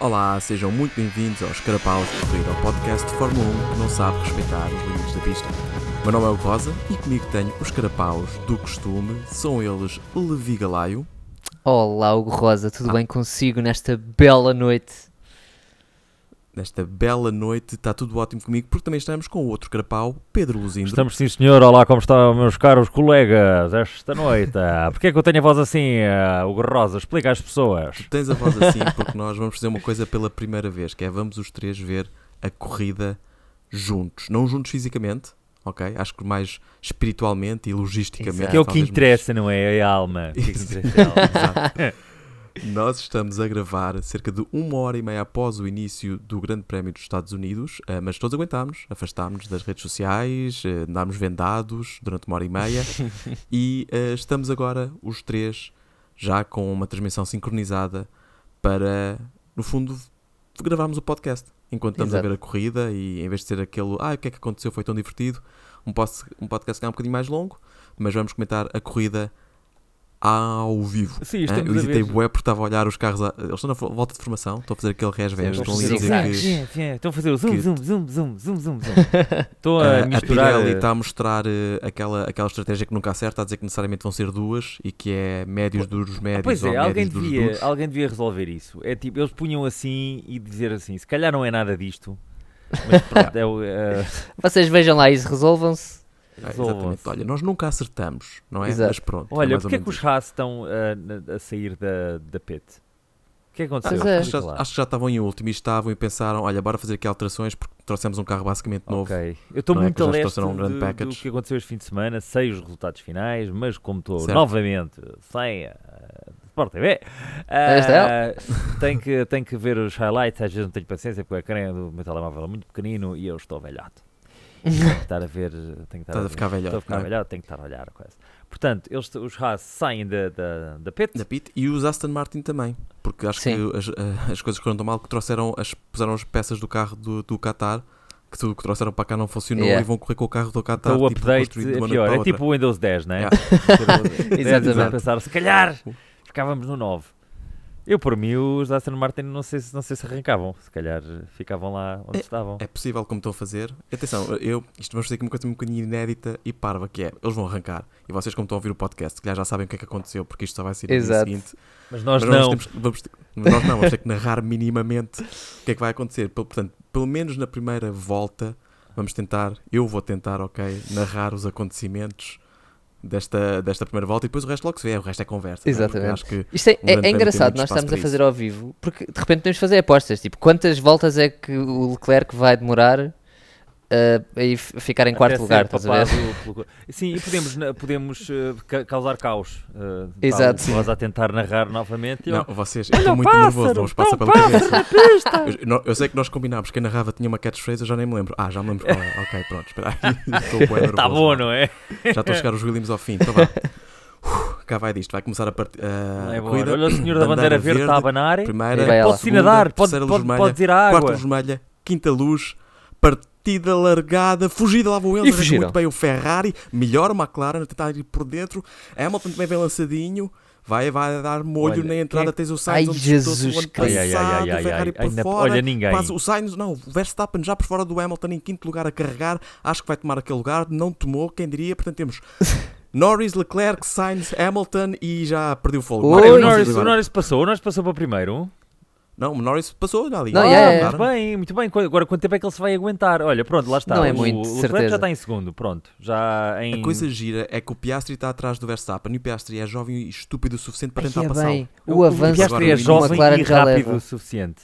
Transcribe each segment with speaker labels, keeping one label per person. Speaker 1: Olá, sejam muito bem-vindos aos Carapaus de Corrida, ao podcast de Fórmula 1 que não sabe respeitar os limites da pista. Meu nome é o Rosa e comigo tenho os Carapaus do costume, são eles Levi Galaio.
Speaker 2: Olá, Hugo Rosa, tudo
Speaker 3: Ah.
Speaker 2: bem consigo nesta bela noite?
Speaker 1: Nesta bela noite está tudo ótimo comigo porque também estamos com o outro Carapau, Pedro Luzindo.
Speaker 3: Estamos sim, senhor. Olá, como estão, meus caros colegas, esta noite? Ah, Porquê é que eu tenho a voz assim, ah, Hugo Rosa? Explica às pessoas.
Speaker 1: Tens a voz assim porque nós vamos fazer uma coisa pela primeira vez, que é vamos os três ver a corrida juntos. Não juntos fisicamente, ok? Acho que mais espiritualmente e logisticamente.
Speaker 2: Exato.
Speaker 3: Que é o que
Speaker 1: talvez, mas-
Speaker 3: interessa, não é? É a alma. O que é que interessa é a alma.
Speaker 1: Exato. Nós estamos a gravar cerca de uma hora e meia após o início do Grande Prémio dos Estados Unidos, eh, mas todos aguentámos, afastámos-nos das redes sociais, eh, andámos vendados durante uma hora e meia e eh, estamos agora os três já com uma transmissão sincronizada para, no fundo, gravarmos o podcast enquanto estamos
Speaker 2: Exato.
Speaker 1: a ver a corrida e em vez de ser aquele, ah, o que é que aconteceu, foi tão divertido, um, pos- um podcast que é um bocadinho mais longo, mas vamos comentar a corrida ao vivo. Ah,
Speaker 3: Sim,
Speaker 1: eu
Speaker 3: estamos a
Speaker 1: hesitei
Speaker 3: ver.
Speaker 1: bué porque estava a olhar os carros. à- Eles estão na fo- volta de formação, estão a fazer aquele resvés.
Speaker 2: Sim,
Speaker 1: Estão ali a
Speaker 2: estão a
Speaker 1: dizer
Speaker 2: fazer
Speaker 1: que
Speaker 3: Vem, vem, Estão a fazer o zoom,
Speaker 1: que-
Speaker 3: zoom, zoom, zoom, zoom, zoom, zoom. Estou
Speaker 1: ah,
Speaker 3: a
Speaker 1: a
Speaker 3: misturar.
Speaker 1: Pirelli
Speaker 3: ah,
Speaker 1: está a mostrar eh, aquela, aquela estratégia que nunca acerta, a dizer que necessariamente vão ser duas e que é médios duros, médios
Speaker 3: Pois
Speaker 1: ou
Speaker 3: é, alguém
Speaker 1: médios duros,
Speaker 3: devia,
Speaker 1: duros.
Speaker 3: alguém devia resolver isso. É tipo, eles punham assim e dizer assim: se calhar não é nada disto, mas pronto, é o. ah,
Speaker 2: Vocês vejam lá isso, resolvam-se.
Speaker 1: Ah,
Speaker 3: resolvam-se.
Speaker 1: exatamente. Olha, nós nunca acertamos, não é?
Speaker 2: Exato.
Speaker 1: Mas pronto. é
Speaker 3: Olha,
Speaker 1: mais ou
Speaker 3: porque é que
Speaker 1: menos
Speaker 3: os Haas estão ah, na- a sair da, da pit? O que é que aconteceu?
Speaker 2: Pois é.
Speaker 1: isso.
Speaker 3: Explica
Speaker 1: Acho,
Speaker 3: lá.
Speaker 1: já- acho que já estavam em último e estavam e pensaram: olha, bora fazer aqui alterações porque trouxemos um carro basicamente novo.
Speaker 3: Ok. Eu estou
Speaker 1: Não é?
Speaker 3: muito
Speaker 1: Que eles
Speaker 3: a
Speaker 1: já
Speaker 3: leste
Speaker 1: trouxeram um grande
Speaker 3: do- do
Speaker 1: package.
Speaker 3: que aconteceu este fim de semana, sei os resultados finais, mas como estou
Speaker 1: Certo.
Speaker 3: novamente sem a Sport TV,
Speaker 2: Aí está.
Speaker 3: ah, tenho, que, tenho que ver os highlights, às vezes não tenho paciência porque a creme do meu telemóvel é muito pequenino e eu estou velhote. Tenho que estar a ver, tenho que estar
Speaker 1: Estás
Speaker 3: ver.
Speaker 1: a ficar é?"
Speaker 3: Estou a
Speaker 1: velho.
Speaker 3: ficar velhote, tenho que estar a olhar quase. Portanto, eles, os Haas saem da, da, da pit,
Speaker 1: Da Pit e os Aston Martin também, porque acho
Speaker 2: Sim.
Speaker 1: que as, eh, as coisas correram tão mal que trouxeram as, puseram as peças do carro do, do Qatar, que tudo o que trouxeram para cá não funcionou
Speaker 2: Yeah.
Speaker 1: e vão correr com o carro do Qatar
Speaker 3: então o
Speaker 1: tipo,
Speaker 3: update
Speaker 1: construído de
Speaker 3: é
Speaker 1: uma
Speaker 3: pior.
Speaker 1: noite
Speaker 3: É
Speaker 1: para
Speaker 3: tipo o Windows 10, não é? tipo um.
Speaker 1: Yeah. outra.
Speaker 2: Exatamente.
Speaker 3: Exatamente. pensar, se calhar ficávamos no 9. Eu, por mim, os Aston Martin não sei, se- não sei se arrancavam. Se calhar eh, ficavam lá onde estavam.
Speaker 1: É possível como estão a fazer. Atenção, eu, isto vamos fazer aqui uma coisa um bocadinho inédita e parva, que é, eles vão arrancar. E vocês, como estão a ouvir o podcast, se calhar já sabem o que é que aconteceu, porque isto só vai ser no dia
Speaker 2: Exato.
Speaker 1: seguinte.
Speaker 3: Mas nós
Speaker 1: Mas
Speaker 3: não.
Speaker 1: Nós, temos, vamos, ter- mas nós não, vamos ter que narrar minimamente o que é que vai acontecer. Pel- Portanto, pelo menos na primeira volta, vamos tentar, eu vou tentar, ok, narrar os acontecimentos desta, desta primeira volta e depois o resto logo se vê, o resto é conversa. não é? Porque
Speaker 2: Exatamente.
Speaker 1: Acho que
Speaker 2: Isto é,
Speaker 1: Um
Speaker 2: é-
Speaker 1: grande
Speaker 2: é
Speaker 1: prémio
Speaker 2: engraçado,
Speaker 1: tem muito
Speaker 2: nós
Speaker 1: espaço
Speaker 2: estamos
Speaker 1: para
Speaker 2: a fazer ao vivo, porque de repente temos de fazer apostas, tipo, quantas voltas é que o Leclerc vai demorar ah, a ir f- ficar em
Speaker 3: até
Speaker 2: quarto
Speaker 3: ser
Speaker 2: lugar, estás a ver?
Speaker 3: papado pelo- Sim, e podemos, na- podemos eh, ca- causar caos. eh, tal,
Speaker 2: Exato.
Speaker 3: Nós a tentar narrar novamente. Eu,
Speaker 1: Não, vocês, eu estou muito nervoso, não vos
Speaker 3: tá
Speaker 1: passa pela cabeça. Eu, não- eu sei que nós combinámos, quem narrava tinha uma catchphrase, eu já nem me lembro. Ah, já me lembro qual é. Ok, pronto, espera aí. Estou bem nervoso.
Speaker 3: Está bom, não é?
Speaker 1: Já estou a chegar os Williams ao fim, então vá. Uf, cá vai disto, vai começar a partir.
Speaker 3: Não
Speaker 1: Uh,
Speaker 3: é bom. Olha, o senhor da bandeira verde está a abanar.
Speaker 1: Primeira,
Speaker 2: E vai ela.
Speaker 3: Pode-se nadar, pode,
Speaker 1: terceira
Speaker 3: pode,
Speaker 1: luz vermelha,
Speaker 3: pode ir à água.
Speaker 1: quarta luz vermelha, quinta luz, partida largada, fugida lá vão eles,
Speaker 2: E
Speaker 1: arranca
Speaker 2: fugiram.
Speaker 1: muito bem o Ferrari, melhor o McLaren a tentar ir por dentro, Hamilton também bem lançadinho, vai, vai dar molho
Speaker 3: Olha, é-
Speaker 1: na entrada,
Speaker 3: quem-
Speaker 1: tens o
Speaker 2: Ai,
Speaker 1: Sainz onde chutou-se
Speaker 2: Jesus
Speaker 1: o ano
Speaker 2: Cristo.
Speaker 1: passado,
Speaker 3: Ai, ai, ai, ai,
Speaker 1: o Ferrari
Speaker 3: ai,
Speaker 1: por
Speaker 3: ainda-
Speaker 1: fora,
Speaker 3: olha, ninguém.
Speaker 1: quase- o Sainz, não, o Verstappen já por fora do Hamilton em quinto lugar a carregar, acho que vai tomar aquele lugar, não tomou, quem diria, portanto temos... Norris, Leclerc, Sainz, Hamilton e já perdeu o fogo.
Speaker 2: Oi,
Speaker 3: Olha,
Speaker 1: Agora é
Speaker 3: o,
Speaker 1: Norris
Speaker 3: Norris, o
Speaker 1: agora.
Speaker 3: Norris passou, o Norris passou para primeiro.
Speaker 1: Não, o Norris passou já ali.
Speaker 2: Não,
Speaker 1: Ah,
Speaker 2: é, é, é.
Speaker 1: claro.
Speaker 3: Muito bem, muito bem. Qu- Agora, quanto tempo é que ele se vai aguentar? Olha, pronto, lá está.
Speaker 2: Não é
Speaker 3: O-
Speaker 2: muito,
Speaker 3: o Leclerc
Speaker 2: certeza.
Speaker 3: já está em segundo, pronto. Já em...
Speaker 1: A coisa gira é que o Piastri está atrás do Verstappen e o Piastri é jovem e estúpido o suficiente para tentar
Speaker 2: Ai, é
Speaker 1: passá-lo.
Speaker 2: bem, o avanço
Speaker 1: Piastri
Speaker 2: do
Speaker 3: Piastri é
Speaker 1: agora,
Speaker 3: jovem
Speaker 2: McLaren
Speaker 3: e
Speaker 2: já
Speaker 3: rápido
Speaker 2: leva.
Speaker 3: o suficiente.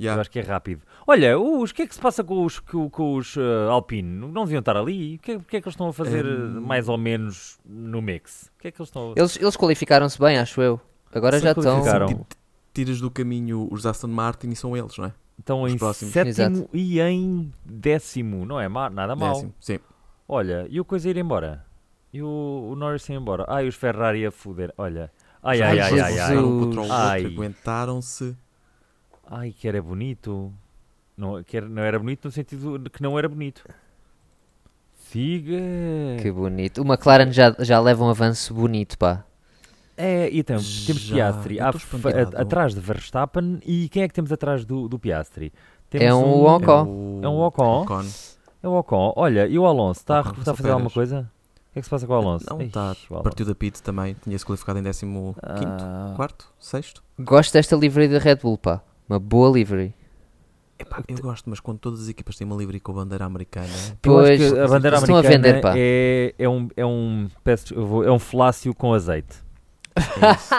Speaker 3: Eu
Speaker 1: Yeah.
Speaker 3: acho que é rápido. Olha, os, o que é que se passa com os, com, com os eh, Alpine? Não- Não deviam estar ali? O que, é- o que é que eles estão a fazer eh, mais ou menos no mix? O que é que eles estão a...
Speaker 2: Eles, eles qualificaram-se bem, acho eu. Agora
Speaker 3: Se
Speaker 2: já estão.
Speaker 3: qualificaram.
Speaker 1: Ti- ti- Tiras do caminho os Aston Martin e são eles, não é?
Speaker 3: Estão
Speaker 1: os
Speaker 3: em
Speaker 1: próximos.
Speaker 3: sétimo
Speaker 2: Exato.
Speaker 3: e em décimo. Não é má, nada mal.
Speaker 1: Décimo, assim, Sim.
Speaker 3: Olha, e o coisa ir embora? E o, o Norris ir embora? Ai, os Ferrari a foder. Olha. Ai, ai, ai, ai, ai.
Speaker 2: Jesus.
Speaker 1: Lutaram um contra o outro,
Speaker 3: Ai.
Speaker 1: Aguentaram-se.
Speaker 3: Ai, que era bonito. Não, que era, não era bonito no sentido de que não era bonito. Siga.
Speaker 2: Que bonito. O McLaren já, já leva um avanço bonito, pá.
Speaker 3: É, e então, temos
Speaker 1: Já,
Speaker 3: Piastri
Speaker 1: eu
Speaker 3: à
Speaker 1: tô
Speaker 3: f-
Speaker 1: espantado.
Speaker 3: a- atrás de Verstappen. E quem é que temos atrás do, do Piastri? Temos
Speaker 2: É um Ocon.
Speaker 1: o-
Speaker 3: É um Ocon.
Speaker 1: Ocon.
Speaker 3: É o Ocon. Olha, e o Alonso? Está
Speaker 1: Ocon,
Speaker 3: a fazer
Speaker 1: Pérez.
Speaker 3: alguma coisa? O que é que se passa com o Alonso?
Speaker 1: Não,
Speaker 3: Ixi,
Speaker 1: está.
Speaker 3: o Alonso.
Speaker 1: Partiu da pit também. Tinha-se qualificado em 15º,
Speaker 3: Ah,
Speaker 1: quarto, sexto.
Speaker 2: Gosto desta livery da Red Bull, pá. Uma boa livery.
Speaker 1: Epá, eu gosto, mas quando todas as equipas têm uma livre com a bandeira americana... é
Speaker 3: Eu acho
Speaker 2: Pois,
Speaker 3: que a bandeira
Speaker 2: estão a
Speaker 3: americana
Speaker 2: vender, pá.
Speaker 3: É, é um, é um, peço, des- eu vou- é um flácio com azeite.
Speaker 1: É isso.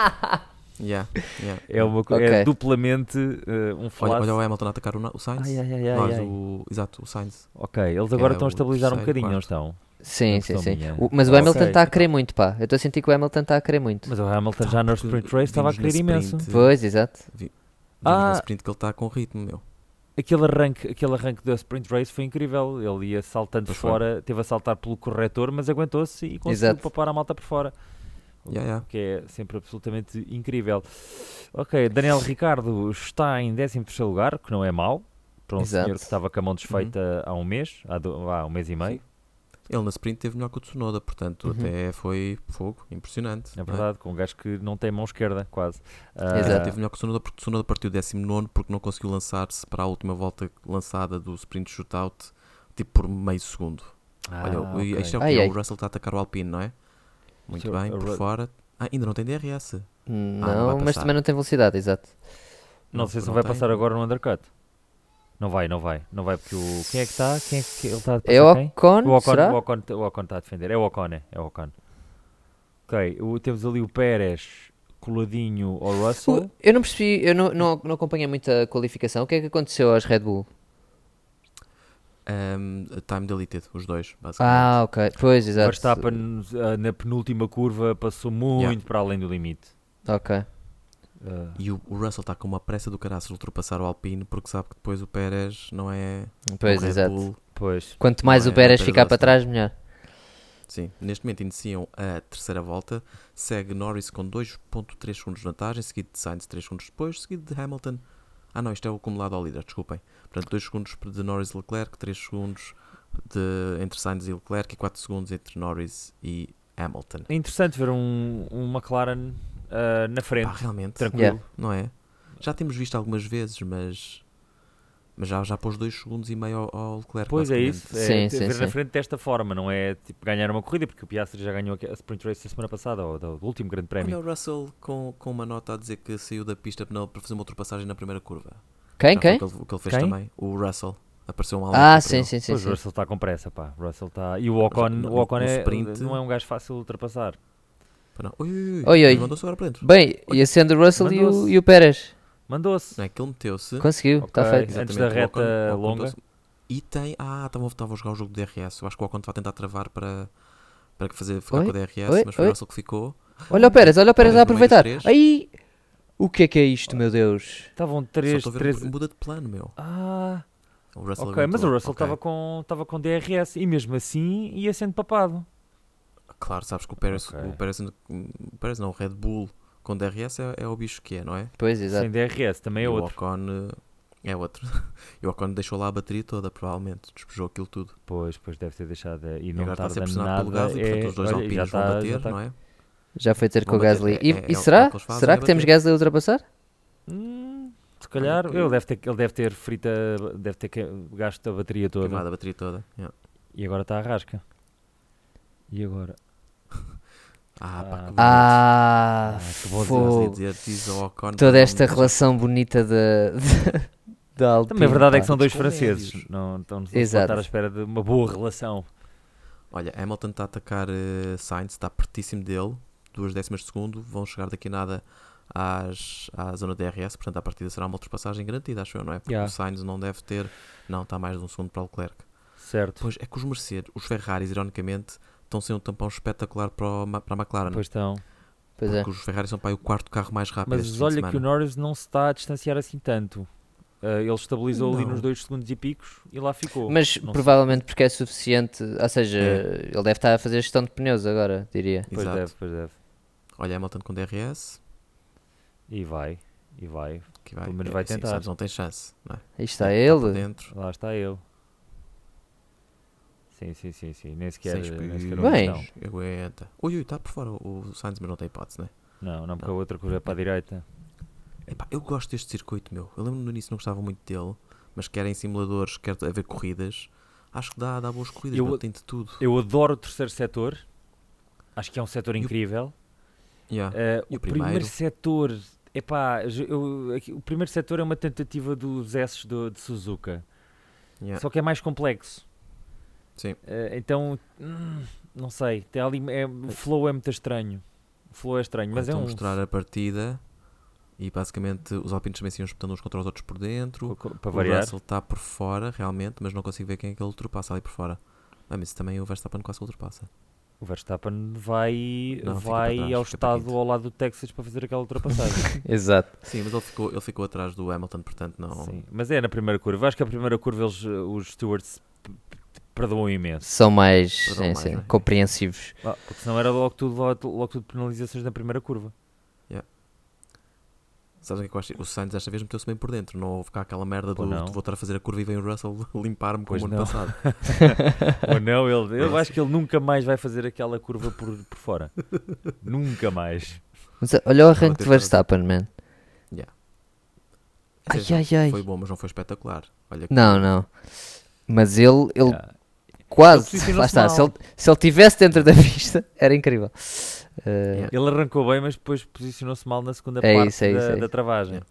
Speaker 1: yeah, yeah.
Speaker 3: É, uma, co-
Speaker 2: Ok.
Speaker 3: é duplamente eh, um
Speaker 1: Olha,
Speaker 3: flácio.
Speaker 1: olha o Hamilton a atacar o, Na- o Sainz.
Speaker 3: ai, ai, ai, ai,
Speaker 1: Nós,
Speaker 3: ai.
Speaker 1: o- Exato, o Sainz.
Speaker 3: Ok, eles agora
Speaker 1: É
Speaker 3: estão
Speaker 1: o
Speaker 3: a estabilizar um
Speaker 1: terceiro,
Speaker 3: bocadinho, não
Speaker 1: quarto.
Speaker 3: estão?
Speaker 2: Sim,
Speaker 3: Não
Speaker 2: sim,
Speaker 3: são
Speaker 2: sim.
Speaker 3: minha.
Speaker 2: O- mas o
Speaker 3: Ok.
Speaker 2: Hamilton está a querer muito, pá. Eu estou a sentir que o Hamilton está a querer muito.
Speaker 3: Mas eh, o Hamilton
Speaker 1: Tá,
Speaker 3: já no
Speaker 1: porque
Speaker 3: sprint race estava a
Speaker 1: vimos
Speaker 3: querer
Speaker 1: na
Speaker 3: imenso.
Speaker 1: sprint-
Speaker 2: Pois, exato.
Speaker 1: Vimos
Speaker 3: Ah.
Speaker 1: na sprint que ele está com ritmo, meu.
Speaker 3: Aquele arranque, aquele arranque da sprint race foi incrível. Ele ia saltando
Speaker 1: Pois foi.
Speaker 3: fora, teve a saltar pelo corretor, mas aguentou-se e conseguiu
Speaker 2: Exato.
Speaker 3: papar a malta por fora. O
Speaker 1: Yeah, yeah.
Speaker 3: que é sempre absolutamente incrível. Ok, Daniel Ricardo está em 13 lugar, que não é mau, para um
Speaker 2: Exato.
Speaker 3: senhor que estava com a mão desfeita
Speaker 1: Uhum.
Speaker 3: há um mês, há, do- há um mês e meio,
Speaker 1: Ele na sprint teve melhor que o Tsunoda, portanto,
Speaker 2: Uhum.
Speaker 1: até foi fogo, impressionante. não
Speaker 3: é
Speaker 1: é?
Speaker 3: verdade, com um gajo que não tem mão esquerda, quase. Ah,
Speaker 1: Ele
Speaker 2: Exato.
Speaker 1: Teve melhor que o Tsunoda porque o Tsunoda partiu 19 porque não conseguiu lançar-se para a última volta lançada do sprint shootout, tipo por meio segundo.
Speaker 3: ah,
Speaker 1: Olha, o-
Speaker 3: ok.
Speaker 1: isto é o que
Speaker 2: Ai, ai.
Speaker 1: O Russell está a atacar o Alpine, não é? Muito
Speaker 3: Sim,
Speaker 1: bem,
Speaker 3: o
Speaker 1: por
Speaker 3: Ru-
Speaker 1: fora. Ah, ainda não tem DRS.
Speaker 3: Ah,
Speaker 2: Não,
Speaker 1: vai
Speaker 2: mas
Speaker 1: passar.
Speaker 2: também não tem velocidade, exato.
Speaker 3: Não sei se
Speaker 1: não
Speaker 3: vai
Speaker 1: tem.
Speaker 3: passar agora no undercut. Não vai, não vai. Não vai porque o. Quem é que está? Quem é que ele está a
Speaker 2: É
Speaker 3: passar
Speaker 2: o
Speaker 3: quem?
Speaker 2: Ocon,
Speaker 3: O Ocon,
Speaker 2: será?
Speaker 3: o Ocon, o Ocon está a defender. É o Ocon, é, é o Ocon. Ok, o- temos ali o Pérez coladinho ao Russell.
Speaker 2: O- Eu não percebi, eu não, não, não acompanhei muito a qualificação. O que é que aconteceu aos Red Bull?
Speaker 1: Ahm, time deleted, os dois, basicamente.
Speaker 2: Ah, ok. Pois,
Speaker 3: O
Speaker 2: exato.
Speaker 3: Verstappen ah, na penúltima curva passou muito
Speaker 1: Yeah.
Speaker 3: para além do limite.
Speaker 2: Ok.
Speaker 3: Ah,
Speaker 1: E o, o Russell está com uma pressa do caraças de ultrapassar o Alpine porque sabe que depois o Pérez não é
Speaker 2: Pois,
Speaker 1: o Red
Speaker 2: exato.
Speaker 1: Bull.
Speaker 3: pois.
Speaker 2: Quanto mais
Speaker 1: Não
Speaker 2: o
Speaker 1: é,
Speaker 2: Pérez
Speaker 1: não
Speaker 2: ficar
Speaker 1: tens
Speaker 2: para
Speaker 1: bastante.
Speaker 2: trás, melhor.
Speaker 1: Sim, neste momento iniciam a terceira volta. Segue Norris com 2.3 segundos de vantagem, seguido de Sainz 3 segundos depois, seguido de Hamilton. Ah não, isto é o acumulado ao líder, desculpem. Portanto, 2 segundos de Norris e Leclerc, 3 segundos de, entre Sainz e Leclerc e 4 segundos entre Norris e Hamilton.
Speaker 3: É interessante ver um, um McLaren ah, na frente,
Speaker 1: Pá, realmente,
Speaker 3: tranquilo.
Speaker 2: Yeah.
Speaker 1: não é? Já temos visto algumas vezes, mas, mas já, já pôs 2 segundos e meio ao, ao Leclerc.
Speaker 3: Pois é
Speaker 1: basicamente.
Speaker 3: isso, é
Speaker 2: Sim,
Speaker 3: te-
Speaker 2: sim,
Speaker 3: ver na
Speaker 2: sim.
Speaker 3: frente desta forma, não é tipo ganhar uma corrida, porque o Piastri já ganhou a Sprint Race a semana passada, ou do do último grande
Speaker 1: Olha
Speaker 3: prémio.
Speaker 1: o Russell com, com uma nota a dizer que saiu da pista penal para fazer uma ultrapassagem na primeira curva.
Speaker 2: Quem,
Speaker 1: Já foi
Speaker 2: quem?
Speaker 1: O que ele, o que ele fez
Speaker 3: Quem?
Speaker 1: também, o Russell. Apareceu um alerta
Speaker 2: Ah,
Speaker 1: para
Speaker 2: sim,
Speaker 1: ele.
Speaker 2: sim, sim.
Speaker 3: Pois o
Speaker 2: sim.
Speaker 3: Russell está com pressa, pá. o Russell está. E o Ocon,
Speaker 1: no-
Speaker 3: o Ocon
Speaker 1: no
Speaker 3: é,
Speaker 1: sprint-
Speaker 3: não é um gajo fácil de ultrapassar.
Speaker 1: Para não- Ui, ui, ui,
Speaker 2: Oi,
Speaker 1: mas
Speaker 2: oi.
Speaker 1: Mandou-se agora para dentro.
Speaker 2: Bem, ia sendo o Russell e o,
Speaker 3: mandou-se.
Speaker 2: e o Pérez.
Speaker 3: Mandou-se.
Speaker 1: Não é que ele meteu-se.
Speaker 2: Conseguiu, está
Speaker 3: Ok.
Speaker 2: feito.
Speaker 1: exatamente,
Speaker 3: Antes da
Speaker 1: o
Speaker 3: reta
Speaker 1: o
Speaker 3: longa.
Speaker 1: meteu-se. E tem. Ah, estavam estavam a jogar o jogo do DRS. Eu acho que o Ocon estava a tentar travar para, para que fazer, ficar
Speaker 2: Oi,
Speaker 1: com o DRS,
Speaker 2: oi,
Speaker 1: mas foi
Speaker 2: oi.
Speaker 1: o Russell que ficou.
Speaker 2: Olha o Pérez, olha o Pérez a
Speaker 1: Pérez no meio dos
Speaker 2: aproveitar.
Speaker 1: três.
Speaker 2: Aí, o que é que é isto, meu Deus?
Speaker 3: Estavam
Speaker 1: Só
Speaker 3: 3,
Speaker 1: estou a ver
Speaker 3: 3.
Speaker 1: que muda de plano, meu.
Speaker 3: Ah,
Speaker 1: O Russell
Speaker 3: ok, mas o
Speaker 1: aguentou.
Speaker 3: Russell
Speaker 1: Ok.
Speaker 3: estava com, tava com DRS e mesmo assim ia sendo papado.
Speaker 1: Claro, sabes que o Pérez,
Speaker 3: Ok.
Speaker 1: o Pérez, o Pérez não, o Red Bull com DRS é, é o bicho que é, não é?
Speaker 2: Pois, exato.
Speaker 3: Sem DRS também
Speaker 1: E
Speaker 3: é
Speaker 1: o
Speaker 3: outro.
Speaker 1: Ocon eh, é outro. e o Ocon deixou lá a bateria toda, provavelmente. Despejou aquilo tudo.
Speaker 3: Pois, pois deve ter deixado. é, E
Speaker 1: E
Speaker 3: não
Speaker 1: agora está a ser
Speaker 3: tarda
Speaker 1: pressionado
Speaker 3: nada.
Speaker 1: pelo gás e portanto
Speaker 3: é-
Speaker 1: os dois
Speaker 3: olha, já
Speaker 1: alpinos
Speaker 3: tá-
Speaker 1: vão
Speaker 3: já
Speaker 1: bater,
Speaker 3: tá-
Speaker 1: não é?
Speaker 2: Já foi ter com
Speaker 1: Vão
Speaker 2: o Gasly.
Speaker 1: bater. É-
Speaker 2: E,
Speaker 1: é-
Speaker 2: e
Speaker 1: é o- é
Speaker 2: será?
Speaker 1: o que eles fazem,
Speaker 2: será
Speaker 1: é
Speaker 2: que temos
Speaker 1: bater.
Speaker 2: Gasly a ultrapassar?
Speaker 3: Hum, se calhar, ele deve, ter, ele deve ter frita, deve ter que- gasto a bateria toda.
Speaker 1: Queimada a bateria toda. yeah.
Speaker 3: E agora está a rasca. E agora?
Speaker 1: Ah, pá, que bonito.
Speaker 2: Ah,
Speaker 3: Ah, que bom
Speaker 1: Fogo.
Speaker 2: fogo.
Speaker 1: É, Dizer, diz ao Ocon para
Speaker 2: Toda
Speaker 1: não
Speaker 2: esta
Speaker 1: deixar-
Speaker 2: relação bonita da da- da Alpine.
Speaker 3: Também a verdade é que são
Speaker 2: pá.
Speaker 3: dois
Speaker 1: Desculpa,
Speaker 3: franceses.
Speaker 1: médios.
Speaker 3: Não, então não se pode
Speaker 2: Exato.
Speaker 3: estar à espera de uma boa relação.
Speaker 1: Olha, Hamilton está a atacar eh, Sainz, está pertíssimo dele. Duas décimas de segundo. Vão chegar daqui a nada às, à zona DRS. Portanto, à partida será uma ultrapassagem garantida, acho eu, não é? Porque
Speaker 3: Yeah.
Speaker 1: o Sainz não deve ter. Não, está mais de um segundo para o Leclerc.
Speaker 3: Certo.
Speaker 1: Pois é que os Mercedes, os Ferraris, ironicamente, estão sem um tampão espetacular para, o Ma- para a McLaren.
Speaker 3: Pois estão.
Speaker 2: Pois é.
Speaker 1: Porque os Ferrari são para aí o quarto carro mais rápido. este fim
Speaker 3: Mas
Speaker 1: de
Speaker 3: olha que o
Speaker 1: semana.
Speaker 3: Norris não se está a distanciar assim tanto. Ah, ele estabilizou ali
Speaker 1: Não.
Speaker 3: nos dois segundos e picos e lá ficou.
Speaker 2: Mas
Speaker 3: Não sei.
Speaker 2: provavelmente porque é suficiente, ou seja,
Speaker 1: É.
Speaker 2: ele deve estar a fazer gestão de pneus agora, diria.
Speaker 3: Pois
Speaker 1: Exato.
Speaker 3: deve, pois deve.
Speaker 1: Olha, Hamilton com DRS.
Speaker 3: E vai, e vai.
Speaker 1: Que vai,
Speaker 3: Pelo menos vai
Speaker 1: assim,
Speaker 3: tentar.
Speaker 1: Sainz não tem chance. Não é?
Speaker 2: Aí
Speaker 1: Está
Speaker 2: está
Speaker 1: para
Speaker 2: ele.
Speaker 1: dentro.
Speaker 3: Lá está ele. Sim, sim, sim, sim. Nem sequer,
Speaker 1: Sem
Speaker 3: nem sequer é
Speaker 1: espinhos.
Speaker 3: uma
Speaker 2: Bem.
Speaker 3: questão.
Speaker 1: tá Aguenta. Ui, ui, está por fora o o Sainz, mas não tem hipótese, né?
Speaker 3: Não, não, porque a outra correu para a direita.
Speaker 1: Epá, eu gosto deste circuito, meu. Eu lembro no início não gostava muito dele, mas quer em simuladores, quer haver corridas, acho que dá, dá boas corridas,
Speaker 3: Eu-
Speaker 1: meu, tem de tudo.
Speaker 3: Eu adoro o terceiro setor. Acho que é um setor
Speaker 1: o-
Speaker 3: incrível.
Speaker 1: Yeah.
Speaker 3: Eh,
Speaker 1: E
Speaker 3: o,
Speaker 1: o
Speaker 3: primeiro,
Speaker 1: primeiro?
Speaker 3: setor. Epá, ju- eu- aqui- o primeiro setor é uma tentativa dos S do, de Suzuka.
Speaker 1: Yeah.
Speaker 3: Só que é mais complexo.
Speaker 1: Sim.
Speaker 3: Eh, então, hum, não sei. Tem ali, é, o flow é muito estranho. O flow é estranho, mas
Speaker 1: Então,
Speaker 3: é um.
Speaker 1: mostrar a partida e basicamente os alpinos também se iam espetando uns contra os outros por dentro.
Speaker 3: co- co- Para
Speaker 1: o
Speaker 3: variar.
Speaker 1: Russell está por fora, realmente, mas não consigo ver quem é que ele ultrapassa ali por fora. Ah, mas isso também o Verstappen quase ultrapassa.
Speaker 3: O Verstappen vai,
Speaker 1: Não, fica para
Speaker 3: vai
Speaker 1: trás,
Speaker 3: ao
Speaker 1: fica para
Speaker 3: estado
Speaker 1: quinto.
Speaker 3: ao lado do Texas para fazer aquela ultrapassagem.
Speaker 2: Exato.
Speaker 1: Sim, mas ele ficou, ele ficou atrás do Hamilton, portanto não.
Speaker 3: Sim, mas é na primeira curva. Acho que a primeira curva eles, eh, os stewards p- p- perdoam imenso.
Speaker 2: São mais,
Speaker 1: Perdão,
Speaker 2: sim,
Speaker 1: mais,
Speaker 2: sim,
Speaker 1: não é?
Speaker 2: compreensivos.
Speaker 3: Ah, Porque senão era logo tudo, logo, logo tudo penalizações na primeira curva.
Speaker 1: Sabes o que é que eu acho? O Sainz desta vez meteu-se bem por dentro. Não houve cá aquela merda
Speaker 3: Pois
Speaker 1: do
Speaker 3: não.
Speaker 1: vou estar a fazer a curva e vem o Russell limpar-me
Speaker 3: Pois
Speaker 1: como o ano
Speaker 3: não.
Speaker 1: passado.
Speaker 3: Ou não, ele, eu acho que ele nunca mais vai fazer aquela curva por, por fora. nunca mais.
Speaker 2: Mas olha o arranque
Speaker 1: ter
Speaker 2: de Verstappen, man.
Speaker 1: Yeah.
Speaker 2: Ai,
Speaker 1: Seja,
Speaker 2: ai, ai.
Speaker 1: Foi bom, mas não foi espetacular. Olha que-
Speaker 2: Não, não. Mas ele, ele
Speaker 3: Ah,
Speaker 2: quase,
Speaker 3: posicionou-se
Speaker 2: lá está,
Speaker 3: mal.
Speaker 2: se ele, se ele tivesse dentro da pista, era incrível. Uh,
Speaker 3: Ele arrancou bem, mas depois posicionou-se mal na segunda
Speaker 2: É
Speaker 3: parte
Speaker 2: isso, é
Speaker 3: da,
Speaker 2: isso, é
Speaker 3: da
Speaker 2: isso.
Speaker 3: travagem.
Speaker 1: É.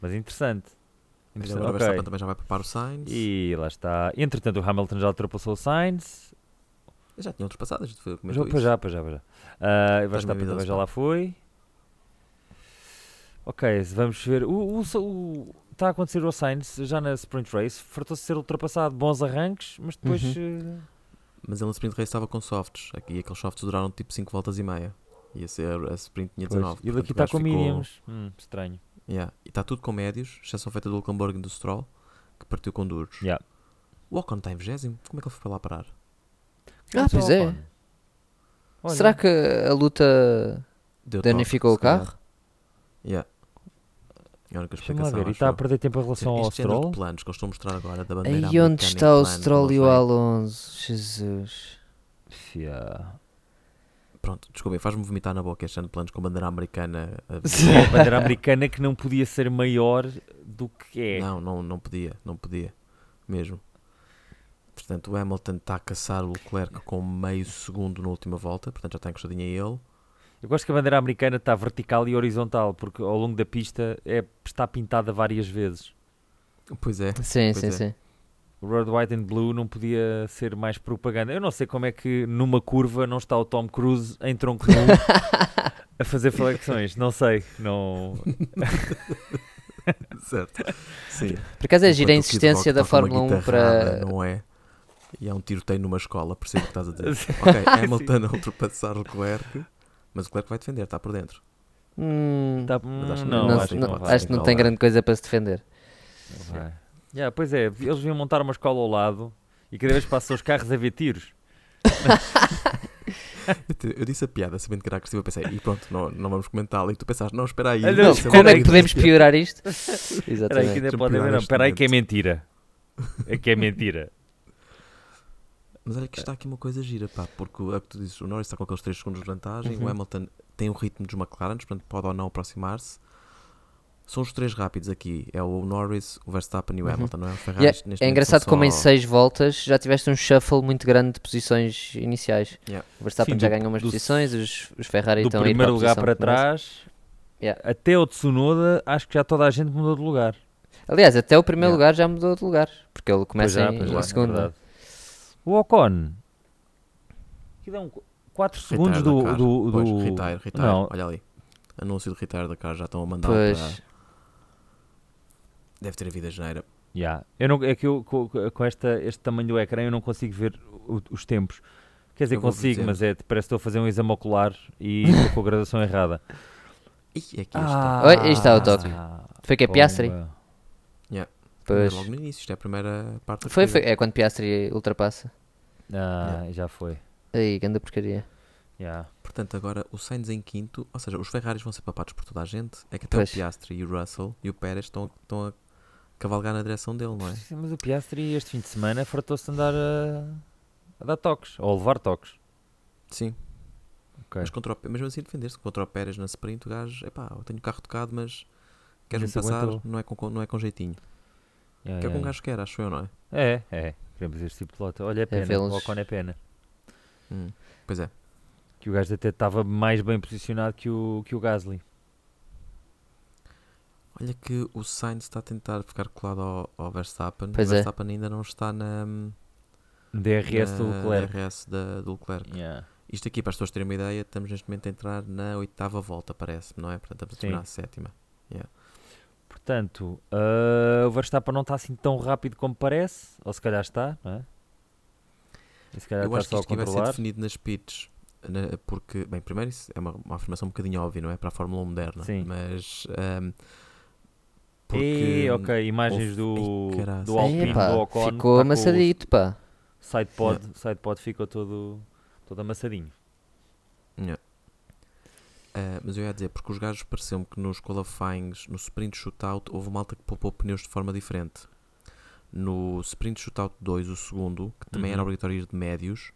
Speaker 3: Mas interessante.
Speaker 1: Olha,
Speaker 3: Interessante.
Speaker 1: Agora o Verstappen
Speaker 3: ok.
Speaker 1: também já vai para o Sainz.
Speaker 3: E lá está. Entretanto, o Hamilton já ultrapassou o Sainz.
Speaker 1: Já tinha ultrapassado, a gente foi-
Speaker 3: Mas
Speaker 1: comentou
Speaker 3: pois
Speaker 1: isso.
Speaker 3: já, pois já, pois já. Ah, e vai
Speaker 1: Faz-me
Speaker 3: estar
Speaker 1: a vida
Speaker 3: também
Speaker 1: do
Speaker 3: já
Speaker 1: Spa.
Speaker 3: lá foi. Ok, vamos ver. O, o, o- está a acontecer o Sainz já na Sprint Race. Fartou-se de ser ultrapassado, bons arranques, mas depois.
Speaker 1: Uhum.
Speaker 3: eh,
Speaker 1: Mas ele na sprint race estava com softs. Aqui aqueles softs duraram tipo 5 voltas e meia. E a, ser, a sprint tinha
Speaker 3: pois,
Speaker 1: 19.
Speaker 3: ele aqui
Speaker 1: portanto, o
Speaker 3: está com
Speaker 1: gajo ficou-
Speaker 3: mediums. Hum, estranho.
Speaker 1: Yeah. E está tudo com médios, exceção feita do Hulkenberg e do Stroll, que partiu com duros.
Speaker 3: Yeah.
Speaker 1: O Ocon está em 20 como é que ele foi para lá parar?
Speaker 2: Ah, pois é.
Speaker 3: Olha,
Speaker 2: Será que a luta
Speaker 1: Deu toque,
Speaker 2: danificou
Speaker 1: se
Speaker 2: o carro?
Speaker 1: calhar. Yeah. É a única
Speaker 3: Deixa-me lá
Speaker 1: explicação.
Speaker 3: ver. E
Speaker 1: acho
Speaker 3: está a
Speaker 1: eu.
Speaker 3: perder tempo em relação
Speaker 1: Sim,
Speaker 3: ao
Speaker 1: este género
Speaker 3: Stroll?
Speaker 1: de planos que eu estou a mostrar agora da bandeira
Speaker 2: Aí onde
Speaker 1: americana em
Speaker 2: está o
Speaker 1: plano,
Speaker 2: Stroll
Speaker 1: não
Speaker 2: e o
Speaker 1: sei.
Speaker 2: Alonso? Jesus.
Speaker 3: Yeah.
Speaker 1: Pronto, desculpem, faz-me vomitar na boca este género de planos com bandeira americana. a-
Speaker 3: É a bandeira americana que não podia ser maior do que é.
Speaker 1: Não, não, não podia, não podia mesmo. Portanto, o Hamilton está a caçar o Leclerc com meio segundo na última volta, portanto já está encostadinho a ele.
Speaker 3: Eu gosto que a bandeira americana está vertical e horizontal, porque ao longo da pista é, está pintada várias vezes.
Speaker 1: Pois é,
Speaker 2: Sim,
Speaker 1: Pois
Speaker 2: sim,
Speaker 1: é.
Speaker 2: sim.
Speaker 3: O Red, White and Blue não podia ser mais propaganda. Eu não sei como é que numa curva não está o Tom Cruise em tronco nu a fazer flexões. Não sei. Não...
Speaker 1: certo. Sim.
Speaker 2: Por acaso é
Speaker 1: Enquanto
Speaker 2: gira a
Speaker 1: o Kid
Speaker 2: insistência
Speaker 1: Rock toca
Speaker 2: da
Speaker 1: uma
Speaker 2: Fórmula 1
Speaker 1: guitarrada,
Speaker 2: para.
Speaker 1: Não é? E há um tiroteio numa escola, percebo o que estás a dizer. ok, Hamilton a ultrapassar o Leclerc, mas o Leclerc vai defender, está por dentro.
Speaker 2: Hum,
Speaker 3: Tá-
Speaker 1: acho que
Speaker 3: não,
Speaker 1: não,
Speaker 3: acho que
Speaker 1: não-
Speaker 3: não vai.
Speaker 2: acho que não tem
Speaker 1: Vai.
Speaker 2: grande coisa para se defender.
Speaker 3: Não vai. Yeah, pois é, eles vinham montar uma escola ao lado e cada vez que passam os carros a ver tiros.
Speaker 1: Eu, te- eu disse a piada, sabendo que era agressiva, eu pensei, e pronto, não, não vamos comentá-la. E tu pensaste, não, espera aí.
Speaker 3: Olha,
Speaker 1: não
Speaker 2: Não,
Speaker 1: sei
Speaker 2: como
Speaker 1: lá,
Speaker 2: é que
Speaker 1: eu
Speaker 2: podemos
Speaker 1: disse
Speaker 2: piorar isto?
Speaker 3: Espera aí que
Speaker 2: Exatamente.
Speaker 3: ainda
Speaker 1: Deixa-me
Speaker 3: podem ver.
Speaker 1: piorar
Speaker 3: Não,
Speaker 1: este
Speaker 3: espera aí que é
Speaker 1: momento.
Speaker 3: mentira. É que é mentira.
Speaker 1: Mas olha que está aqui uma coisa gira, pá, porque é o que tu dizes, o Norris está com aqueles 3 segundos de vantagem,
Speaker 2: Uhum.
Speaker 1: o Hamilton tem o ritmo dos McLarens, portanto pode ou não aproximar-se. São os três rápidos aqui, é o Norris, o Verstappen e o
Speaker 2: Uhum.
Speaker 1: Hamilton, não é? O Ferrari,
Speaker 2: E é-
Speaker 1: neste momento
Speaker 2: é
Speaker 1: são
Speaker 2: engraçado como em
Speaker 1: só-
Speaker 2: 6 voltas já tiveste um shuffle muito grande de posições iniciais.
Speaker 1: Yeah.
Speaker 2: O Verstappen
Speaker 3: Sim,
Speaker 2: já
Speaker 3: do-
Speaker 2: ganhou umas
Speaker 3: do-
Speaker 2: posições, os, os Ferrari
Speaker 3: do
Speaker 2: estão Então, tá a ir
Speaker 3: primeiro
Speaker 2: para a
Speaker 3: lugar
Speaker 2: posição
Speaker 3: para
Speaker 2: que merece.
Speaker 3: trás
Speaker 2: Yeah.
Speaker 3: até o Tsunoda, acho que já toda a gente mudou de lugar.
Speaker 2: Aliás, até o primeiro
Speaker 1: Yeah.
Speaker 2: lugar já mudou de lugar, porque ele
Speaker 3: Pois
Speaker 2: começa
Speaker 3: já,
Speaker 2: em,
Speaker 3: pois
Speaker 2: em
Speaker 3: já, é
Speaker 2: segundo.
Speaker 3: verdade. O Ocon, é que dá 4
Speaker 1: Retire
Speaker 3: segundos
Speaker 1: da
Speaker 3: do.
Speaker 1: car.
Speaker 3: do,
Speaker 1: Pois,
Speaker 3: do-
Speaker 1: retire, retire.
Speaker 3: Não,
Speaker 1: Olha ali. Anúncio de retire da cara, já estão a mandar
Speaker 2: Pois,
Speaker 1: para... Deve ter havido a geneira.
Speaker 3: já. Eu não, é que eu co- co- com esta, este tamanho do ecrã eu não consigo ver o- os tempos. Quer dizer,
Speaker 1: Eu vou-vos
Speaker 3: consigo,
Speaker 1: dizer.
Speaker 3: mas é, parece que estou a fazer um exame ocular e estou com a graduação errada.
Speaker 1: Ih, é que
Speaker 3: Ah,
Speaker 2: Oi, aí está o toque. foi que é
Speaker 3: pomba.
Speaker 2: Piastri?
Speaker 1: Pois.
Speaker 2: Pois.
Speaker 1: Logo no início, isto é a primeira parte da
Speaker 2: Foi,
Speaker 1: corrida.
Speaker 2: foi- é quando Piastri ultrapassa.
Speaker 3: Ah, já foi.
Speaker 2: Aí, grande porcaria.
Speaker 3: Já.
Speaker 1: Portanto, agora o Sainz em quinto, ou seja, os Ferraris vão ser papados por toda a gente. É que até
Speaker 2: Pois.
Speaker 1: o Piastri e o Russell e o Pérez estão, estão a cavalgar na direção dele, não é?
Speaker 3: Sim, Mas o Piastri este fim de semana fartou-se de andar a, a dar toques, ou a levar toques.
Speaker 1: Sim.
Speaker 3: Ok.
Speaker 1: Mas contra o, mesmo assim defender-se contra o Pérez na sprint, o gajo, epá, eu tenho o carro tocado, mas queres-me
Speaker 3: Mas esse
Speaker 1: passar?
Speaker 3: aguentou.
Speaker 1: Não é, com, não é com jeitinho.
Speaker 3: Yeah,
Speaker 1: que é o que um
Speaker 3: yeah,
Speaker 1: gajo quer, acho eu, não é?
Speaker 3: yeah. É, é. Queremos este tipo de lota. Olha, é pena.
Speaker 2: vê-los-
Speaker 3: O Ocon é pena.
Speaker 1: Hum, Pois é.
Speaker 3: Que o gajo até estava mais bem posicionado que o, que o Gasly.
Speaker 1: Olha que o Sainz está a tentar ficar colado ao, ao Verstappen.
Speaker 2: Pois
Speaker 1: o
Speaker 2: é.
Speaker 1: Verstappen ainda não está na,
Speaker 3: DRS do
Speaker 1: na- na
Speaker 3: Leclerc.
Speaker 1: DRS da- do Leclerc.
Speaker 3: Yeah.
Speaker 1: Isto aqui, para as pessoas terem uma ideia, estamos neste momento a entrar na oitava volta, parece-me, não é? Portanto, estamos a
Speaker 3: Sim.
Speaker 1: terminar a sétima.
Speaker 3: Portanto, ah, o Verstappen não está assim tão rápido como parece. Ou se calhar está, não é? E se calhar
Speaker 1: Eu
Speaker 3: está
Speaker 1: acho que
Speaker 3: É, só a
Speaker 1: isto aqui vai ser
Speaker 3: controlar.
Speaker 1: definido nas pits. na- Porque, bem, primeiro isso é uma, uma afirmação um bocadinho óbvia, não é? Para a Fórmula 1 moderna.
Speaker 3: Sim.
Speaker 1: Mas. ahm,
Speaker 3: E,
Speaker 1: hum,
Speaker 3: ok, imagens
Speaker 1: houve-
Speaker 3: do,
Speaker 1: Ai, caraças.
Speaker 3: do Alpine,
Speaker 2: Epá,
Speaker 3: do Ocon.
Speaker 2: ficou
Speaker 3: tá com
Speaker 2: amassadito, pá.
Speaker 3: O sidepod, sidepod ficou todo, todo amassadinho.
Speaker 1: ah, mas eu ia dizer, porque os gajos pareceu-me que nos qualifyings, no sprint shootout, houve malta que poupou pneus de forma diferente. No sprint shootout 2, o segundo, que também era
Speaker 3: Uhum.
Speaker 1: obrigatório ir de médios,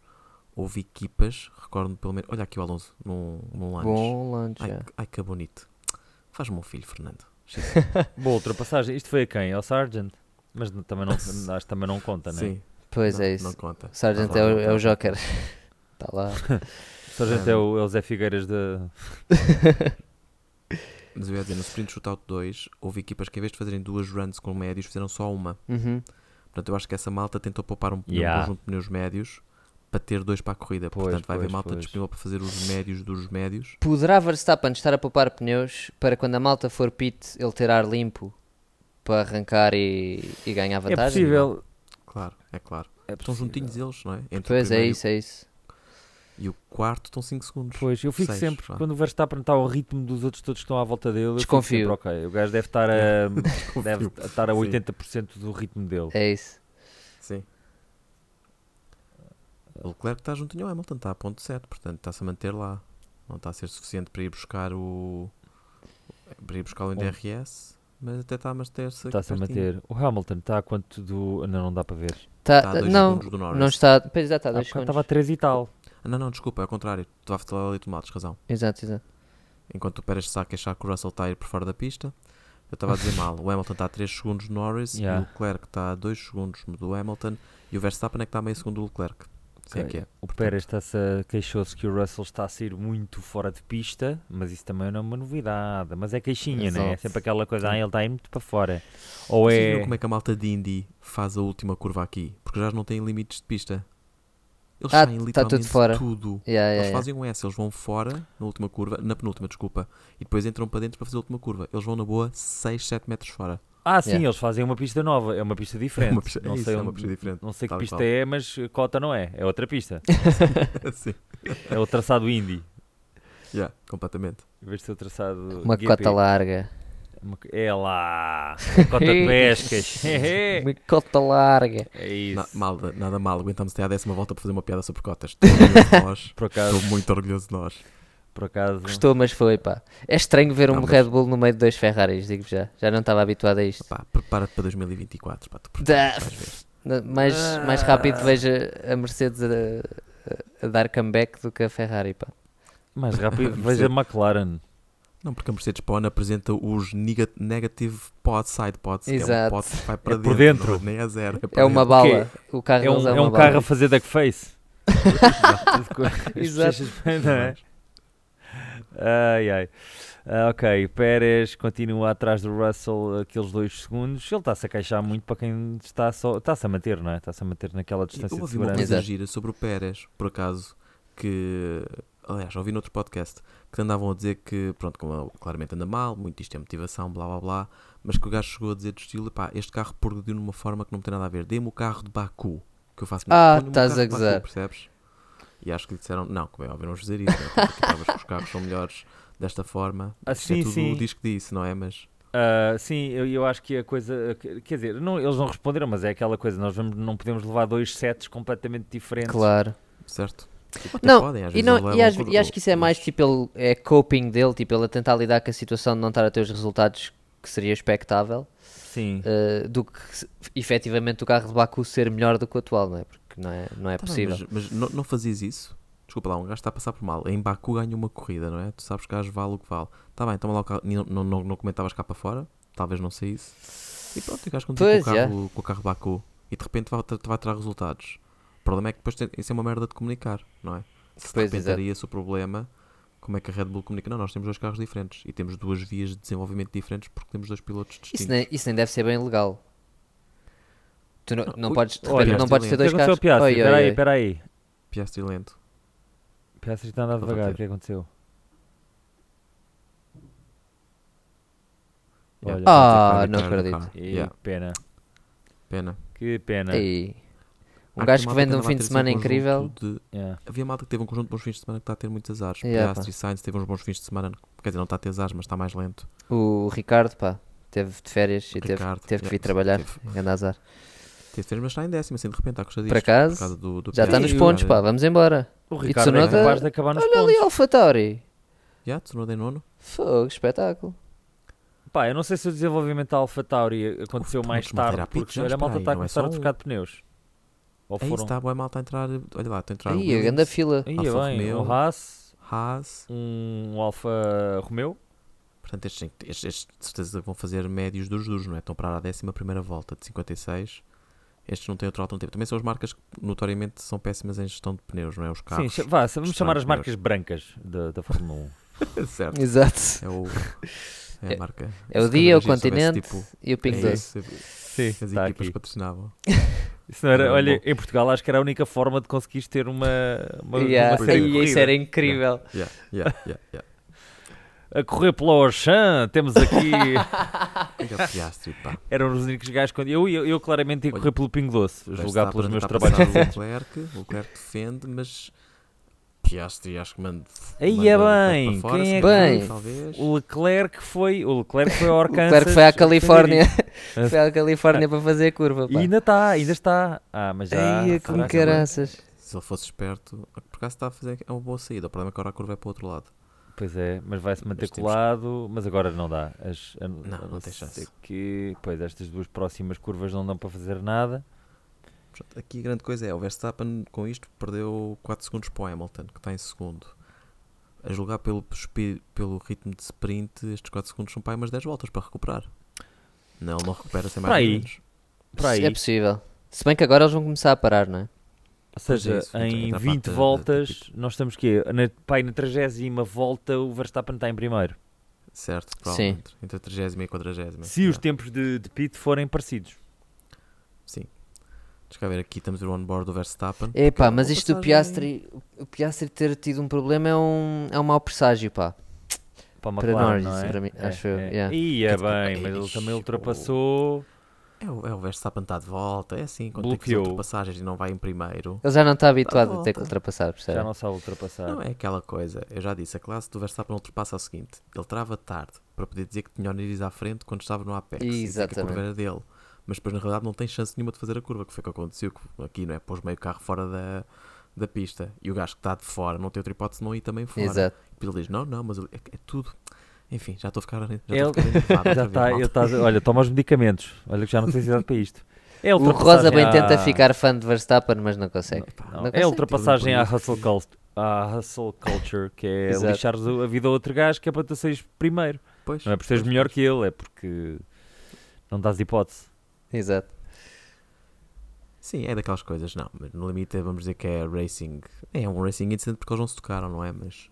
Speaker 1: houve equipas, recordo-me pelo menos. Olha aqui o Alonso, num, num lanche.
Speaker 2: Bom lunch.
Speaker 1: Ai,
Speaker 2: é.
Speaker 1: que- ai, que bonito. Faz-me um filho, Fernando.
Speaker 3: Boa ultrapassagem. Isto foi a quem? Ao Sargent? Mas n- também não, acho que também não conta, né?
Speaker 1: Sim,
Speaker 2: Pois
Speaker 1: não,
Speaker 2: é
Speaker 1: Não
Speaker 2: isso.
Speaker 1: conta.
Speaker 2: O Sargent
Speaker 1: Tá
Speaker 2: é
Speaker 1: lá,
Speaker 2: o,
Speaker 1: tá
Speaker 2: é
Speaker 1: lá.
Speaker 2: o Joker. Está lá.
Speaker 3: O Sargent é, o, é o Zé Figueiras da.
Speaker 1: Mas eu ia dizer, no Sprint Shootout 2, houve equipas que em vez de fazerem duas runs com médios, fizeram só uma.
Speaker 2: Uhum.
Speaker 1: Portanto, eu acho que essa malta tentou poupar um, pneu-
Speaker 3: Yeah.
Speaker 1: um conjunto de pneus médios para ter dois para a corrida.
Speaker 3: Pois,
Speaker 1: Portanto, vai haver
Speaker 3: pois,
Speaker 1: malta
Speaker 3: pois.
Speaker 1: disponível para fazer os médios dos médios.
Speaker 2: Poderá Verstappen estar a poupar pneus para quando a malta for pit ele ter ar limpo para arrancar e, e ganhar
Speaker 3: É
Speaker 2: vantagem?
Speaker 3: possível.
Speaker 1: Claro, é claro.
Speaker 3: É
Speaker 1: Estão juntinhos eles, não é? Entre o
Speaker 2: Pois é
Speaker 1: primeiro
Speaker 2: isso, é isso.
Speaker 1: E o quarto estão 5 segundos.
Speaker 3: Pois, eu fico
Speaker 1: Seis,
Speaker 3: sempre,
Speaker 1: vá.
Speaker 3: quando o Verstappen está ao ritmo dos outros todos que estão à volta dele, eu fico
Speaker 2: Desconfio.
Speaker 3: sempre, ok, o gajo deve estar a, deve estar a
Speaker 1: Sim.
Speaker 3: 80% do ritmo dele.
Speaker 2: É isso.
Speaker 1: Sim. O É. Leclerc está juntinho ao Hamilton, está a ponto 7, portanto está-se a manter lá. Não está a ser suficiente para ir buscar o. para ir buscar o em
Speaker 3: Bom.
Speaker 1: DRS, mas até está a manter-se. aqui
Speaker 3: Está-se a
Speaker 1: pertinho.
Speaker 3: manter. O Hamilton está a quanto do. Não, não dá para ver.
Speaker 2: Tá,
Speaker 1: Está a 2
Speaker 2: não,
Speaker 1: segundos do Norris.
Speaker 2: não está. Pois já está,
Speaker 3: Há
Speaker 2: dois
Speaker 3: bocado Estava a
Speaker 2: segundos.
Speaker 3: 3 e tal.
Speaker 1: Ah, não, não, desculpa, é ao contrário. Tu vai falar ali tomates, razão.
Speaker 2: Exato, exato.
Speaker 1: Enquanto o Pérez está a queixar que o Russell está a ir por fora da pista, eu estava a dizer mal. O Hamilton está a 3 segundos do Norris,
Speaker 3: Yeah.
Speaker 1: e o Leclerc está a 2 segundos do Hamilton, e o Verstappen é que está a meio segundo do Leclerc. Sim, é
Speaker 3: Ok.
Speaker 1: que é.
Speaker 3: O Pérez está-se a- queixou-se que o Russell está a sair muito fora de pista, mas isso também não é uma novidade. Mas é queixinha, né? É
Speaker 2: Exato.
Speaker 3: sempre aquela coisa, ah, ele está a ir muito para fora. Ou
Speaker 1: Vocês
Speaker 3: é.
Speaker 1: viram como é que a malta de Indy faz a última curva aqui? Porque já não têm limites de pista. Eles
Speaker 2: Ah,
Speaker 1: saem
Speaker 2: tá
Speaker 1: literalmente
Speaker 2: tudo fora. É,
Speaker 1: tudo.
Speaker 2: Yeah, yeah,
Speaker 1: Eles
Speaker 2: yeah.
Speaker 1: fazem um S, eles vão fora na última curva, na penúltima, desculpa, e depois entram para dentro para fazer a última curva. Eles vão na boa 6, 7 metros fora.
Speaker 3: Ah, sim,
Speaker 2: Yeah.
Speaker 3: eles fazem uma pista nova. É uma pista diferente.
Speaker 1: uma pista-
Speaker 3: não
Speaker 1: isso,
Speaker 3: sei
Speaker 1: é uma
Speaker 3: onde-
Speaker 1: pista diferente,
Speaker 3: Não sei que
Speaker 1: tal e
Speaker 3: pista
Speaker 1: qual.
Speaker 3: é, mas a cota não é. É outra pista.
Speaker 1: Sim,
Speaker 3: É o traçado Indy.
Speaker 1: yeah, completamente.
Speaker 3: Em vez de ser o traçado.
Speaker 2: Uma
Speaker 3: GP.
Speaker 2: cota larga.
Speaker 3: Uma co- É lá. É Cota de pescas.
Speaker 2: Uma cota larga.
Speaker 3: é
Speaker 1: Na-
Speaker 3: isso.
Speaker 1: mal, nada mal, aguentamos até à décima volta para fazer uma piada sobre cotas. Estou orgulhoso de nós.
Speaker 3: Por
Speaker 1: Estou
Speaker 3: acaso.
Speaker 1: muito orgulhoso de nós.
Speaker 3: Por acaso.
Speaker 2: Gostou, mas foi, pá. É estranho ver um
Speaker 1: Não, mas-
Speaker 2: Red Bull no meio de dois Ferraris, digo já. Já não estava habituado a isto.
Speaker 1: Pá, prepara-te para 2024. Pá, tu
Speaker 2: Da-
Speaker 1: vais ver.
Speaker 2: Na- Mais, mais
Speaker 3: Ah.
Speaker 2: rápido vejo a- a Mercedes a, a- a dar comeback do que a Ferrari, pá.
Speaker 3: Mais rápido. Veja McLaren.
Speaker 1: Não, porque a Mercedes para o ano apresenta os nega- negative pod side pods. que É um
Speaker 2: Exato.
Speaker 1: pod que vai para
Speaker 3: É
Speaker 1: dentro,
Speaker 3: por dentro.
Speaker 1: não nem é zero. para
Speaker 2: É uma
Speaker 1: dentro.
Speaker 2: bala. O carro
Speaker 3: É
Speaker 2: deles
Speaker 3: um,
Speaker 2: é
Speaker 3: é
Speaker 2: uma
Speaker 3: um
Speaker 2: bala.
Speaker 3: carro a fazer duckface.
Speaker 2: Exato.
Speaker 3: Não é? Ai, ai. Ah, ok, Pérez continua atrás do Russell aqueles dois segundos. Ele está-se a queixar muito para quem está só. Está-se a manter, não é? Está-se a manter naquela
Speaker 1: E
Speaker 3: distância
Speaker 1: Eu
Speaker 3: de
Speaker 1: ouvi uma
Speaker 3: segurança.
Speaker 1: coisa
Speaker 2: Exato.
Speaker 1: gira sobre o Pérez, por acaso, que. Aliás, ouvi noutro podcast que andavam a dizer que, pronto, como ele claramente anda mal, muito isto é motivação, blá blá blá, mas que o gajo chegou a dizer do estilo: pá, este carro progrediu numa forma que não tem nada a ver, dê-me o carro de Baku, que eu faço
Speaker 2: Ah,
Speaker 1: ponho-me o
Speaker 2: estás
Speaker 1: carro
Speaker 2: a
Speaker 1: de Baku",
Speaker 2: gozar.
Speaker 1: Percebes? E acho que lhe disseram: não, como é óbvio, não vos dizer isso, não é? Porque acabas que os carros são melhores desta forma.
Speaker 3: Ah,
Speaker 1: Isto é
Speaker 3: sim,
Speaker 1: tudo
Speaker 3: sim.
Speaker 1: o disco disse, não é? Mas.
Speaker 3: Ah, sim, eu, eu acho que a coisa. que- Quer dizer, não- eles não responderam, mas é aquela coisa. Nós vamos- não podemos levar dois sets completamente diferentes.
Speaker 2: Claro.
Speaker 1: Certo? Até
Speaker 2: Não,
Speaker 1: podem, às
Speaker 2: E,
Speaker 1: vezes
Speaker 2: não-
Speaker 1: eles
Speaker 2: e
Speaker 1: levam
Speaker 2: às-
Speaker 1: cor-
Speaker 2: e acho que isso é mais tipo ele, é coping dele, tipo ele a tentar lidar com a situação de não estar a ter os resultados que seria expectável,
Speaker 3: Sim.
Speaker 2: eh, do que se- efetivamente o carro de Baku ser melhor do que o atual, não é? Porque não é, não é
Speaker 1: Tá bem,
Speaker 2: possível.
Speaker 1: mas mas não, não fazias isso? Desculpa lá, um gajo está a passar por mal. Em Baku ganha uma corrida, não é? Tu sabes que gajo vale o que vale. Está bem, toma lá o carro. Não, não, não, não comentavas cá para fora? Talvez não saísse. E pronto, o gajo continua
Speaker 2: Pois,
Speaker 1: com o, carro, com o carro de Baku. E de repente vai, te vai trazer resultados. O problema é que depois tem- isso é uma merda de comunicar, não é? Se
Speaker 2: Pois,
Speaker 1: de repente
Speaker 2: exato.
Speaker 1: era esse o problema, como é que a Red Bull comunica? Não, nós temos dois carros diferentes e temos duas vias de desenvolvimento diferentes porque temos dois pilotos distintos.
Speaker 2: Isso nem, isso nem deve ser bem legal. Tu não, não
Speaker 1: ui,
Speaker 2: podes, de
Speaker 3: olha,
Speaker 2: repente, não
Speaker 1: Piastri
Speaker 2: podes
Speaker 1: lento.
Speaker 2: ter
Speaker 3: O
Speaker 2: dois
Speaker 3: que aconteceu
Speaker 2: carros.
Speaker 3: ao Piastri?
Speaker 2: Oi, oi,
Speaker 3: Espera aí,
Speaker 2: oi.
Speaker 3: espera aí.
Speaker 1: Piastri lento.
Speaker 3: Piastri está a andar
Speaker 1: Ele vai
Speaker 3: devagar, o
Speaker 1: ter.
Speaker 3: que é que aconteceu?
Speaker 1: Yeah.
Speaker 3: Olha.
Speaker 2: Ah,
Speaker 1: Vai ter que
Speaker 2: não
Speaker 1: ficar no
Speaker 2: acredito.
Speaker 1: carro.
Speaker 3: Ih,
Speaker 1: Yeah,
Speaker 3: Pena.
Speaker 1: Pena.
Speaker 3: Que pena.
Speaker 2: Ei. Um
Speaker 1: Há
Speaker 2: gajo que
Speaker 1: malta
Speaker 2: vem de um
Speaker 1: andava a
Speaker 2: fim
Speaker 1: ter
Speaker 2: de
Speaker 1: assim
Speaker 2: semana
Speaker 1: um conjunto
Speaker 2: incrível.
Speaker 1: de-
Speaker 3: Yeah.
Speaker 1: Havia malta que teve um conjunto de bons fins de semana que está a ter muitos azares.
Speaker 2: Yeah,
Speaker 1: Piastri e Sainz teve uns bons fins de semana. Quer dizer, não está a ter azares, mas está mais lento.
Speaker 2: O Ricardo, pá, teve de férias e teve,
Speaker 1: Ricardo,
Speaker 2: teve que vir
Speaker 1: yeah,
Speaker 2: trabalhar.
Speaker 1: teve-
Speaker 2: Grande azar.
Speaker 1: Teve férias, mas está em décimo, assim, de repente, à custa disto.
Speaker 2: Por acaso,
Speaker 1: causa do, do
Speaker 2: Já está
Speaker 1: Piastri.
Speaker 2: nos pontos, pá, vamos embora.
Speaker 3: O
Speaker 2: E
Speaker 3: Ricardo é
Speaker 2: Tsunoda-
Speaker 3: capaz de acabar nos
Speaker 2: Olha ali
Speaker 3: pontos.
Speaker 2: Alfa Tauri.
Speaker 1: Já, Tsunoda em nono.
Speaker 2: Fogo, espetáculo.
Speaker 3: Pá, eu não sei se o desenvolvimento da Alpha Tauri aconteceu
Speaker 1: Uf,
Speaker 3: mais
Speaker 1: mas malta,
Speaker 3: tarde,
Speaker 1: era
Speaker 3: porque
Speaker 1: pico já,
Speaker 3: olha, a malta
Speaker 1: espera aí,
Speaker 3: está
Speaker 1: não é
Speaker 3: a começar
Speaker 1: só
Speaker 3: a
Speaker 1: um.
Speaker 3: trocar de pneus. Ou
Speaker 1: É isso,
Speaker 3: foram...
Speaker 1: está bem malta a entrar. Olha lá, está a entrar o
Speaker 2: Aí, a
Speaker 1: Williams,
Speaker 2: grande fila.
Speaker 3: Ia
Speaker 1: Alfa
Speaker 3: bem,
Speaker 1: Romeo.
Speaker 3: um Haas,
Speaker 1: Haas.
Speaker 3: um Alfa Romeo.
Speaker 1: Portanto, estes, estes, estes de certeza vão fazer médios dos duros, não é? Estão para a décima primeira volta de 56. Estes não têm outra alternativa. Também são as marcas que, notoriamente, são péssimas em gestão de pneus, não é? Os
Speaker 3: Sim,
Speaker 1: carros.
Speaker 3: cha- vá, vamos
Speaker 1: estranhos
Speaker 3: chamar as
Speaker 1: pneus.
Speaker 3: marcas brancas da, da Fórmula 1.
Speaker 1: certo.
Speaker 2: Exato.
Speaker 1: É o. É a marca.
Speaker 2: É o
Speaker 1: Se
Speaker 2: dia, o
Speaker 1: cada vez soubesse,
Speaker 2: continente
Speaker 1: tipo,
Speaker 2: e o Ping
Speaker 1: é
Speaker 2: Doce.
Speaker 1: isso,
Speaker 3: Sim,
Speaker 1: As
Speaker 3: está
Speaker 1: equipas
Speaker 3: aqui.
Speaker 1: patrocinavam.
Speaker 3: Isso não era,
Speaker 1: Era
Speaker 3: olha,
Speaker 1: bom.
Speaker 3: em Portugal acho que era a única forma de conseguires ter uma, uma,
Speaker 2: Yeah.
Speaker 3: uma série de
Speaker 2: Aí, Isso
Speaker 3: corrida.
Speaker 2: era incrível.
Speaker 1: Yeah, yeah, yeah, yeah.
Speaker 3: A correr pela Auchan, temos aqui...
Speaker 1: Olha o Piastri, pá.
Speaker 3: Eram os únicos gajos quando... Eu, eu, eu claramente ia
Speaker 1: Olha,
Speaker 3: correr pelo Pingo Doce, a julgar
Speaker 1: Verstappen
Speaker 3: pelos meus
Speaker 1: está a
Speaker 3: trabalhos.
Speaker 1: passar O Leclerc, o Leclerc defende, mas Piastri acho que manda.
Speaker 3: Aí
Speaker 1: manda
Speaker 3: é
Speaker 1: um pouco para
Speaker 3: bem,
Speaker 1: fora,
Speaker 3: quem é
Speaker 1: se calhar,
Speaker 2: que- Bem.
Speaker 1: Talvez.
Speaker 3: O Leclerc foi... O Leclerc foi ao Arkansas.
Speaker 2: Claro que foi à
Speaker 3: defender isto.
Speaker 2: Califórnia.
Speaker 3: Ah,
Speaker 2: foi à Califórnia para fazer a curva,
Speaker 3: E
Speaker 2: pá.
Speaker 3: ainda está, ainda está. Ah, mas já...
Speaker 2: Aí,
Speaker 3: será
Speaker 2: como
Speaker 3: que não é?
Speaker 2: caraças.
Speaker 1: Se ele fosse esperto, por acaso está a fazer é uma boa saída. O problema é que agora a curva é para o outro lado.
Speaker 3: Pois é, mas vai-se manter
Speaker 1: Mas temos-
Speaker 3: colado, mas agora não dá. As, a,
Speaker 1: Não,
Speaker 3: a
Speaker 1: não tem
Speaker 3: ser
Speaker 1: chance.
Speaker 3: Que, pois, estas duas próximas curvas não dão para fazer nada.
Speaker 1: Portanto, aqui a grande coisa é, o Verstappen com isto perdeu 4 segundos para o Hamilton, que está em segundo. A julgar pelo, espi- pelo ritmo de sprint, estes 4 segundos são para aí umas 10 voltas para recuperar. Não, ele não recupera sem mais
Speaker 3: Para
Speaker 1: nem
Speaker 3: aí.
Speaker 1: menos.
Speaker 3: Para aí.
Speaker 2: É possível. Se bem que agora eles vão começar a parar, não é?
Speaker 3: Ou seja,
Speaker 1: é isso, entra-
Speaker 3: em
Speaker 1: entra a
Speaker 3: 20
Speaker 1: parte da- da- da
Speaker 3: voltas, nós estamos que na, pá, aí na 30 volta o Verstappen está em primeiro.
Speaker 1: Certo, provavelmente. Entre a 30 e a 40.
Speaker 3: Se os
Speaker 1: yeah.
Speaker 3: tempos de, de pit forem parecidos.
Speaker 1: Sim. Deixa cá ver aqui, estamos a ver o onboard do Verstappen.
Speaker 2: É
Speaker 1: Aquela
Speaker 2: pá, mas
Speaker 1: boa
Speaker 2: isto do
Speaker 1: passagem.
Speaker 2: Piastri, o Piastri ter tido um problema é um, é um mau presságio, pá.
Speaker 3: Para, a
Speaker 2: Para
Speaker 3: McLaren,
Speaker 2: nós,
Speaker 3: não
Speaker 2: isso
Speaker 3: é?
Speaker 2: para mim,
Speaker 3: É,
Speaker 2: acho eu,
Speaker 3: é.
Speaker 2: yeah.
Speaker 3: Ia
Speaker 1: Quer dizer,
Speaker 3: bem, mas ele também
Speaker 1: ixi,
Speaker 3: ultrapassou.
Speaker 1: É o, é o Verstappen está de volta, é assim, quando tem
Speaker 3: Bloqueou.
Speaker 1: que fazer ultrapassagens e não vai em primeiro.
Speaker 2: Ele já não está habituado a ter
Speaker 1: volta.
Speaker 2: que ultrapassar, percebe?
Speaker 3: Já não sabe
Speaker 2: Ah.
Speaker 3: ultrapassar.
Speaker 1: Não é aquela coisa, eu já disse, a classe do Verstappen ultrapassa o seguinte: ele trava tarde para poder dizer que tinha o nariz à frente quando estava no Apex. e dizer que a curva
Speaker 2: Exatamente.
Speaker 1: era dele. Mas depois, na realidade, não tem chance nenhuma de fazer a curva, que foi o que aconteceu que aqui, não é? Pôs meio carro fora da, da pista e o gajo que está de fora não tem outra hipótese de não ir também fora.
Speaker 2: Exato.
Speaker 1: Depois ele diz: não, não, mas ele- é, é tudo. Enfim, já estou a ficar. Já estou
Speaker 3: Ele-
Speaker 1: a ficar enervado outra
Speaker 2: é
Speaker 3: Já
Speaker 1: vez,
Speaker 3: está,
Speaker 1: malta.
Speaker 3: ele está, olha, toma os medicamentos. Olha que já não tens idade para isto. É
Speaker 2: O Rosa
Speaker 3: ultrapassagem
Speaker 2: bem
Speaker 3: à-
Speaker 2: tenta ficar fã de Verstappen, mas não consegue.
Speaker 1: Epá,
Speaker 3: não,
Speaker 2: não
Speaker 3: é
Speaker 2: consegue.
Speaker 3: a ultrapassagem à
Speaker 1: Tive um
Speaker 3: hustle, cult, à hustle culture, que é
Speaker 2: Exato.
Speaker 3: lixares o- a vida a outro gajo que é para tu seres primeiro.
Speaker 1: Pois,
Speaker 3: Não é por seres
Speaker 1: pois,
Speaker 3: melhor
Speaker 1: pois.
Speaker 3: que ele, é porque não dás hipótese.
Speaker 2: Exato.
Speaker 1: Sim, é daquelas coisas, não. Mas no limite, vamos dizer que é racing. É um racing incident porque eles não se tocaram, não é? Mas,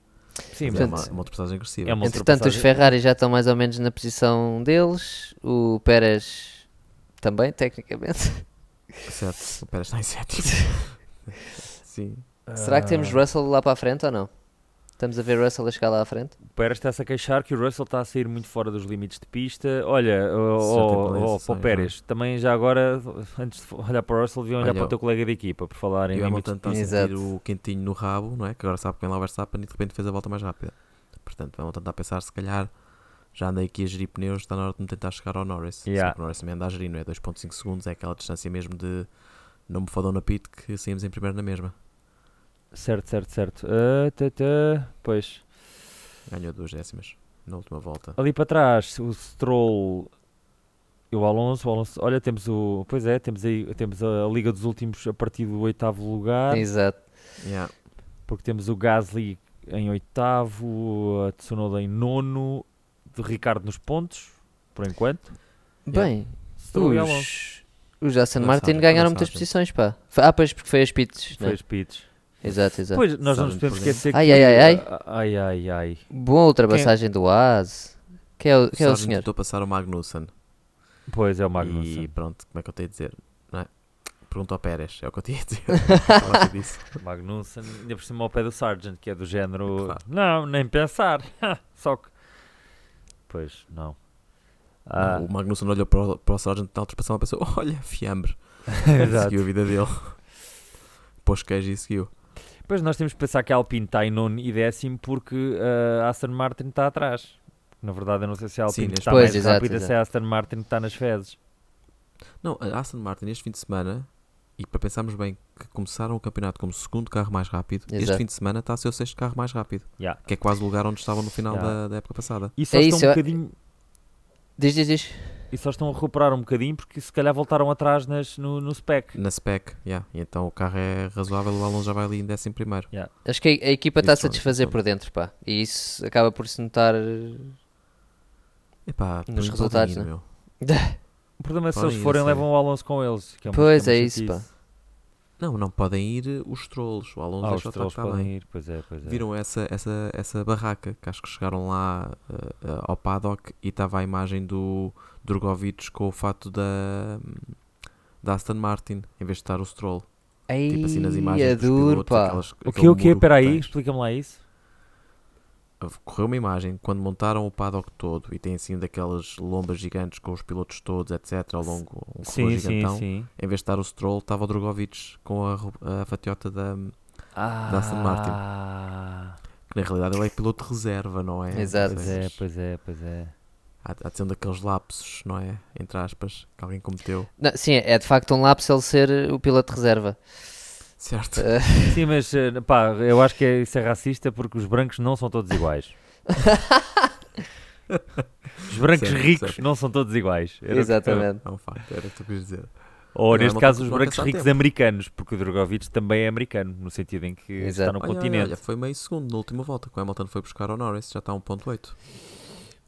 Speaker 3: Sim,
Speaker 1: mas
Speaker 2: Portanto,
Speaker 1: é uma, uma ultrapassagem agressiva.
Speaker 3: é uma
Speaker 2: Entretanto, os
Speaker 3: ultrapassagem.
Speaker 2: Ferrari já estão mais ou menos na posição deles. O Pérez também, tecnicamente.
Speaker 1: Certo, o Pérez está em sétimo. Sim.
Speaker 2: Será que
Speaker 1: Ah.
Speaker 3: Ah,
Speaker 2: temos Russell lá para a frente ou não? Estamos a ver Russell a chegar lá à frente?
Speaker 3: O Pérez está-se a queixar que o Russell está a sair muito fora dos limites de pista. Olha, oh,
Speaker 1: Certo, tem
Speaker 3: ó
Speaker 1: penalizações, não é?
Speaker 3: Pérez, também já agora, antes de olhar para o Russell, deviam olhar
Speaker 1: Olha,
Speaker 3: para o teu colega de equipa, por falar em
Speaker 1: E o
Speaker 3: limites
Speaker 1: Hamilton
Speaker 3: de
Speaker 1: está a
Speaker 3: pista.
Speaker 1: sentir
Speaker 2: Exato.
Speaker 1: o quentinho no rabo, não é? Que agora sabe quem lá vai Verstappen e de repente fez a volta mais rápida. Portanto, o Hamilton está a pensar, se calhar, já andei aqui a gerir pneus, está na hora de me tentar chegar ao Norris.
Speaker 3: Yeah.
Speaker 1: Só que o Norris também anda a gerir, não é? 2.5 segundos, é aquela distância mesmo de não me fodam na pit que saímos em primeiro na mesma.
Speaker 3: Certo, certo, certo. Ah, tã, tã. Pois.
Speaker 1: Ganhou duas décimas na última volta.
Speaker 3: Ali para trás, o Stroll e o Alonso. o Alonso- olha, temos o. Pois
Speaker 1: Ah.
Speaker 3: é, temos, aí, temos a Liga dos Últimos a partir do oitavo lugar.
Speaker 2: Exato.
Speaker 1: Yeah.
Speaker 3: porque temos o Gasly em oitavo, a Tsunoda em nono, de Ricardo nos pontos, por enquanto.
Speaker 2: Bem,
Speaker 3: Stroll e Alonso.
Speaker 2: os, os
Speaker 1: Então
Speaker 2: Aston
Speaker 1: é Não
Speaker 2: Martin
Speaker 1: sabem,
Speaker 2: ganharam
Speaker 1: não
Speaker 2: muitas
Speaker 1: sabem.
Speaker 2: posições, pá. Foi- Ah, pois, porque foi as pits,
Speaker 3: Foi
Speaker 2: né?
Speaker 3: as pits.
Speaker 2: Exato, exato.
Speaker 3: é. Pois, nós não
Speaker 1: Sabem
Speaker 3: nos podemos
Speaker 1: por aí.
Speaker 3: esquecer
Speaker 2: Ai,
Speaker 3: que...
Speaker 2: ai, ai,
Speaker 3: ai, ai, ai.
Speaker 2: Boa ultrapassagem do Haas. Quem é o, quem é o
Speaker 1: Sargent
Speaker 2: senhor?
Speaker 1: tentou passar o Magnussen.
Speaker 3: Pois, é o Magnussen.
Speaker 1: E pronto, como é que eu tenho a dizer? Não é? Pergunta ao Pérez, é o que eu tinha a dizer. é Falaste disso.
Speaker 3: Magnussen, ainda por cima ao pé do Sargent, que é do género.
Speaker 1: Claro.
Speaker 3: Não, nem pensar. Só que. Pois, não. Ah,
Speaker 1: O Magnussen olhou para o, para o Sargent na ultrapassação e pensou: Olha, fiambre.
Speaker 3: Ah, exato.
Speaker 1: É Seguiu a vida dele. Pôs queijo e seguiu.
Speaker 3: Depois nós temos que pensar que a Alpine está em nono e décimo porque ah, a Aston Martin está atrás. Na verdade, eu não sei se a
Speaker 1: Sim,
Speaker 3: Alpine
Speaker 1: neste
Speaker 3: está
Speaker 2: Pois,
Speaker 3: mais
Speaker 2: exato,
Speaker 3: rápida,
Speaker 2: exato.
Speaker 3: se a Aston Martin está nas fezes.
Speaker 1: Não, a Aston Martin este fim de semana, e para pensarmos bem que começaram o campeonato como segundo carro mais rápido, este
Speaker 2: Exato.
Speaker 1: fim de semana está a ser o sexto carro mais rápido.
Speaker 3: Yeah.
Speaker 1: Que é quase o lugar onde estavam no final
Speaker 3: Yeah.
Speaker 1: da, da época passada.
Speaker 3: E só,
Speaker 2: É
Speaker 3: estão
Speaker 2: isso,
Speaker 3: um
Speaker 2: eu-
Speaker 3: bocadinho,
Speaker 2: Diz, diz, diz.
Speaker 3: e só estão a recuperar um bocadinho porque se calhar voltaram atrás nas, no, no spec.
Speaker 1: Na spec, yeah. e então o carro é razoável, o Alonso já vai ali em décimo primeiro.
Speaker 2: Acho que a, a equipa está a
Speaker 1: Isso, olha,
Speaker 2: satisfazer
Speaker 1: olha.
Speaker 2: por dentro, pá. E isso acaba por se notar. eh,
Speaker 1: Epá,
Speaker 2: Nos
Speaker 1: podem
Speaker 2: resultados,
Speaker 1: ir,
Speaker 2: né?
Speaker 1: meu.
Speaker 3: O problema é se
Speaker 1: Podem
Speaker 3: eles
Speaker 1: ir,
Speaker 3: forem,
Speaker 1: sim.
Speaker 3: levam o Alonso com eles. que é uma-
Speaker 2: Pois,
Speaker 3: que uma
Speaker 2: é isso,
Speaker 3: chatice.
Speaker 1: Não, não podem ir os trolls. O Alonso
Speaker 3: Ah, os
Speaker 1: deixou de
Speaker 3: trolls
Speaker 1: estar
Speaker 3: podem
Speaker 1: bem.
Speaker 3: ir, pois é, pois é.
Speaker 1: Viram essa, essa, essa barraca que acho que chegaram lá eh, eh, ao paddock e estava a imagem do Drogovic com o fato da, da Aston Martin em vez de estar o Stroll.
Speaker 2: Ei,
Speaker 1: Tipo assim nas
Speaker 2: é
Speaker 1: imagens dos
Speaker 2: duro,
Speaker 1: pilotos,
Speaker 2: pá.
Speaker 1: aquelas-
Speaker 3: O
Speaker 1: aquele
Speaker 3: que é o que?
Speaker 1: muro
Speaker 3: Espera aí,
Speaker 1: tens.
Speaker 3: explica-me lá isso.
Speaker 1: Correu uma imagem quando montaram o paddock todo e tem assim daquelas lombas gigantes com os pilotos todos, etc. ao longo, um corredor
Speaker 3: Sim, sim,
Speaker 1: gigantão.
Speaker 3: sim.
Speaker 1: Em vez de estar o Stroll, estava o Drogovic com a, ro- a fatiota da.
Speaker 3: Ah,
Speaker 1: Da Aston Martin. que na realidade ele é piloto de reserva, não é?
Speaker 2: Exato.
Speaker 3: Pois é, pois é, pois é.
Speaker 1: Há, há de ser um daqueles lapsos, não é? Entre aspas, que alguém cometeu.
Speaker 2: Não, sim, é de facto um lapso ele ser o piloto de reserva.
Speaker 1: Certo?
Speaker 2: Eh,
Speaker 3: Sim, mas eh, pá, eu acho que é- isso é racista porque os brancos não são todos iguais. Os brancos
Speaker 1: Certo,
Speaker 3: ricos
Speaker 1: certo.
Speaker 3: não são todos iguais. Era o que-
Speaker 2: Exatamente.
Speaker 1: É um facto, era o que tu querias dizer.
Speaker 3: Ou
Speaker 1: Não, é
Speaker 3: neste
Speaker 1: uma
Speaker 3: caso,
Speaker 1: coisa
Speaker 3: os
Speaker 1: que não
Speaker 3: brancos
Speaker 1: alcança a
Speaker 3: ricos
Speaker 1: tempo.
Speaker 3: americanos, porque o Drogovic também é americano, no sentido em que está
Speaker 2: Exato.
Speaker 3: no
Speaker 1: Olha, olha,
Speaker 3: continente.
Speaker 1: olha, foi meio segundo na última volta, que o Hamilton foi buscar o Norris, já está a 1.8.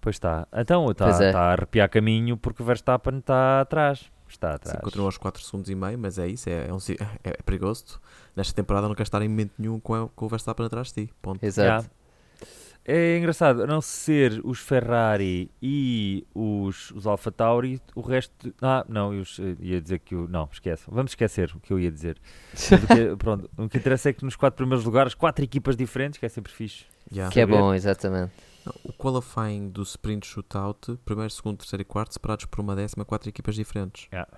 Speaker 3: Pois está. Então está
Speaker 2: Pois é.
Speaker 3: está a arrepiar caminho porque o Verstappen está atrás. Está
Speaker 1: Sim,
Speaker 3: atrás.
Speaker 1: continua aos 4 segundos e meio, mas é isso, é, é, um si- é- é perigoso. Nesta temporada não queres estar em momento nenhum com, a- com o Verstappen atrás de ti. Ponto.
Speaker 2: Exato.
Speaker 3: Já. É engraçado, a não ser os Ferrari e os, os Alfa Tauri, o resto. Ah, não, eu ia dizer que o. Não, esquece. Vamos esquecer o que eu ia dizer. Mas o que- pronto, o que interessa é que nos quatro primeiros lugares, quatro equipas diferentes, que é sempre fixe.
Speaker 1: Yeah.
Speaker 2: Que é
Speaker 3: saber.
Speaker 2: bom, exatamente.
Speaker 1: Não, O qualifying do sprint shootout, primeiro, segundo, terceiro e quarto, separados por uma décima, quatro equipas diferentes.
Speaker 3: Yeah.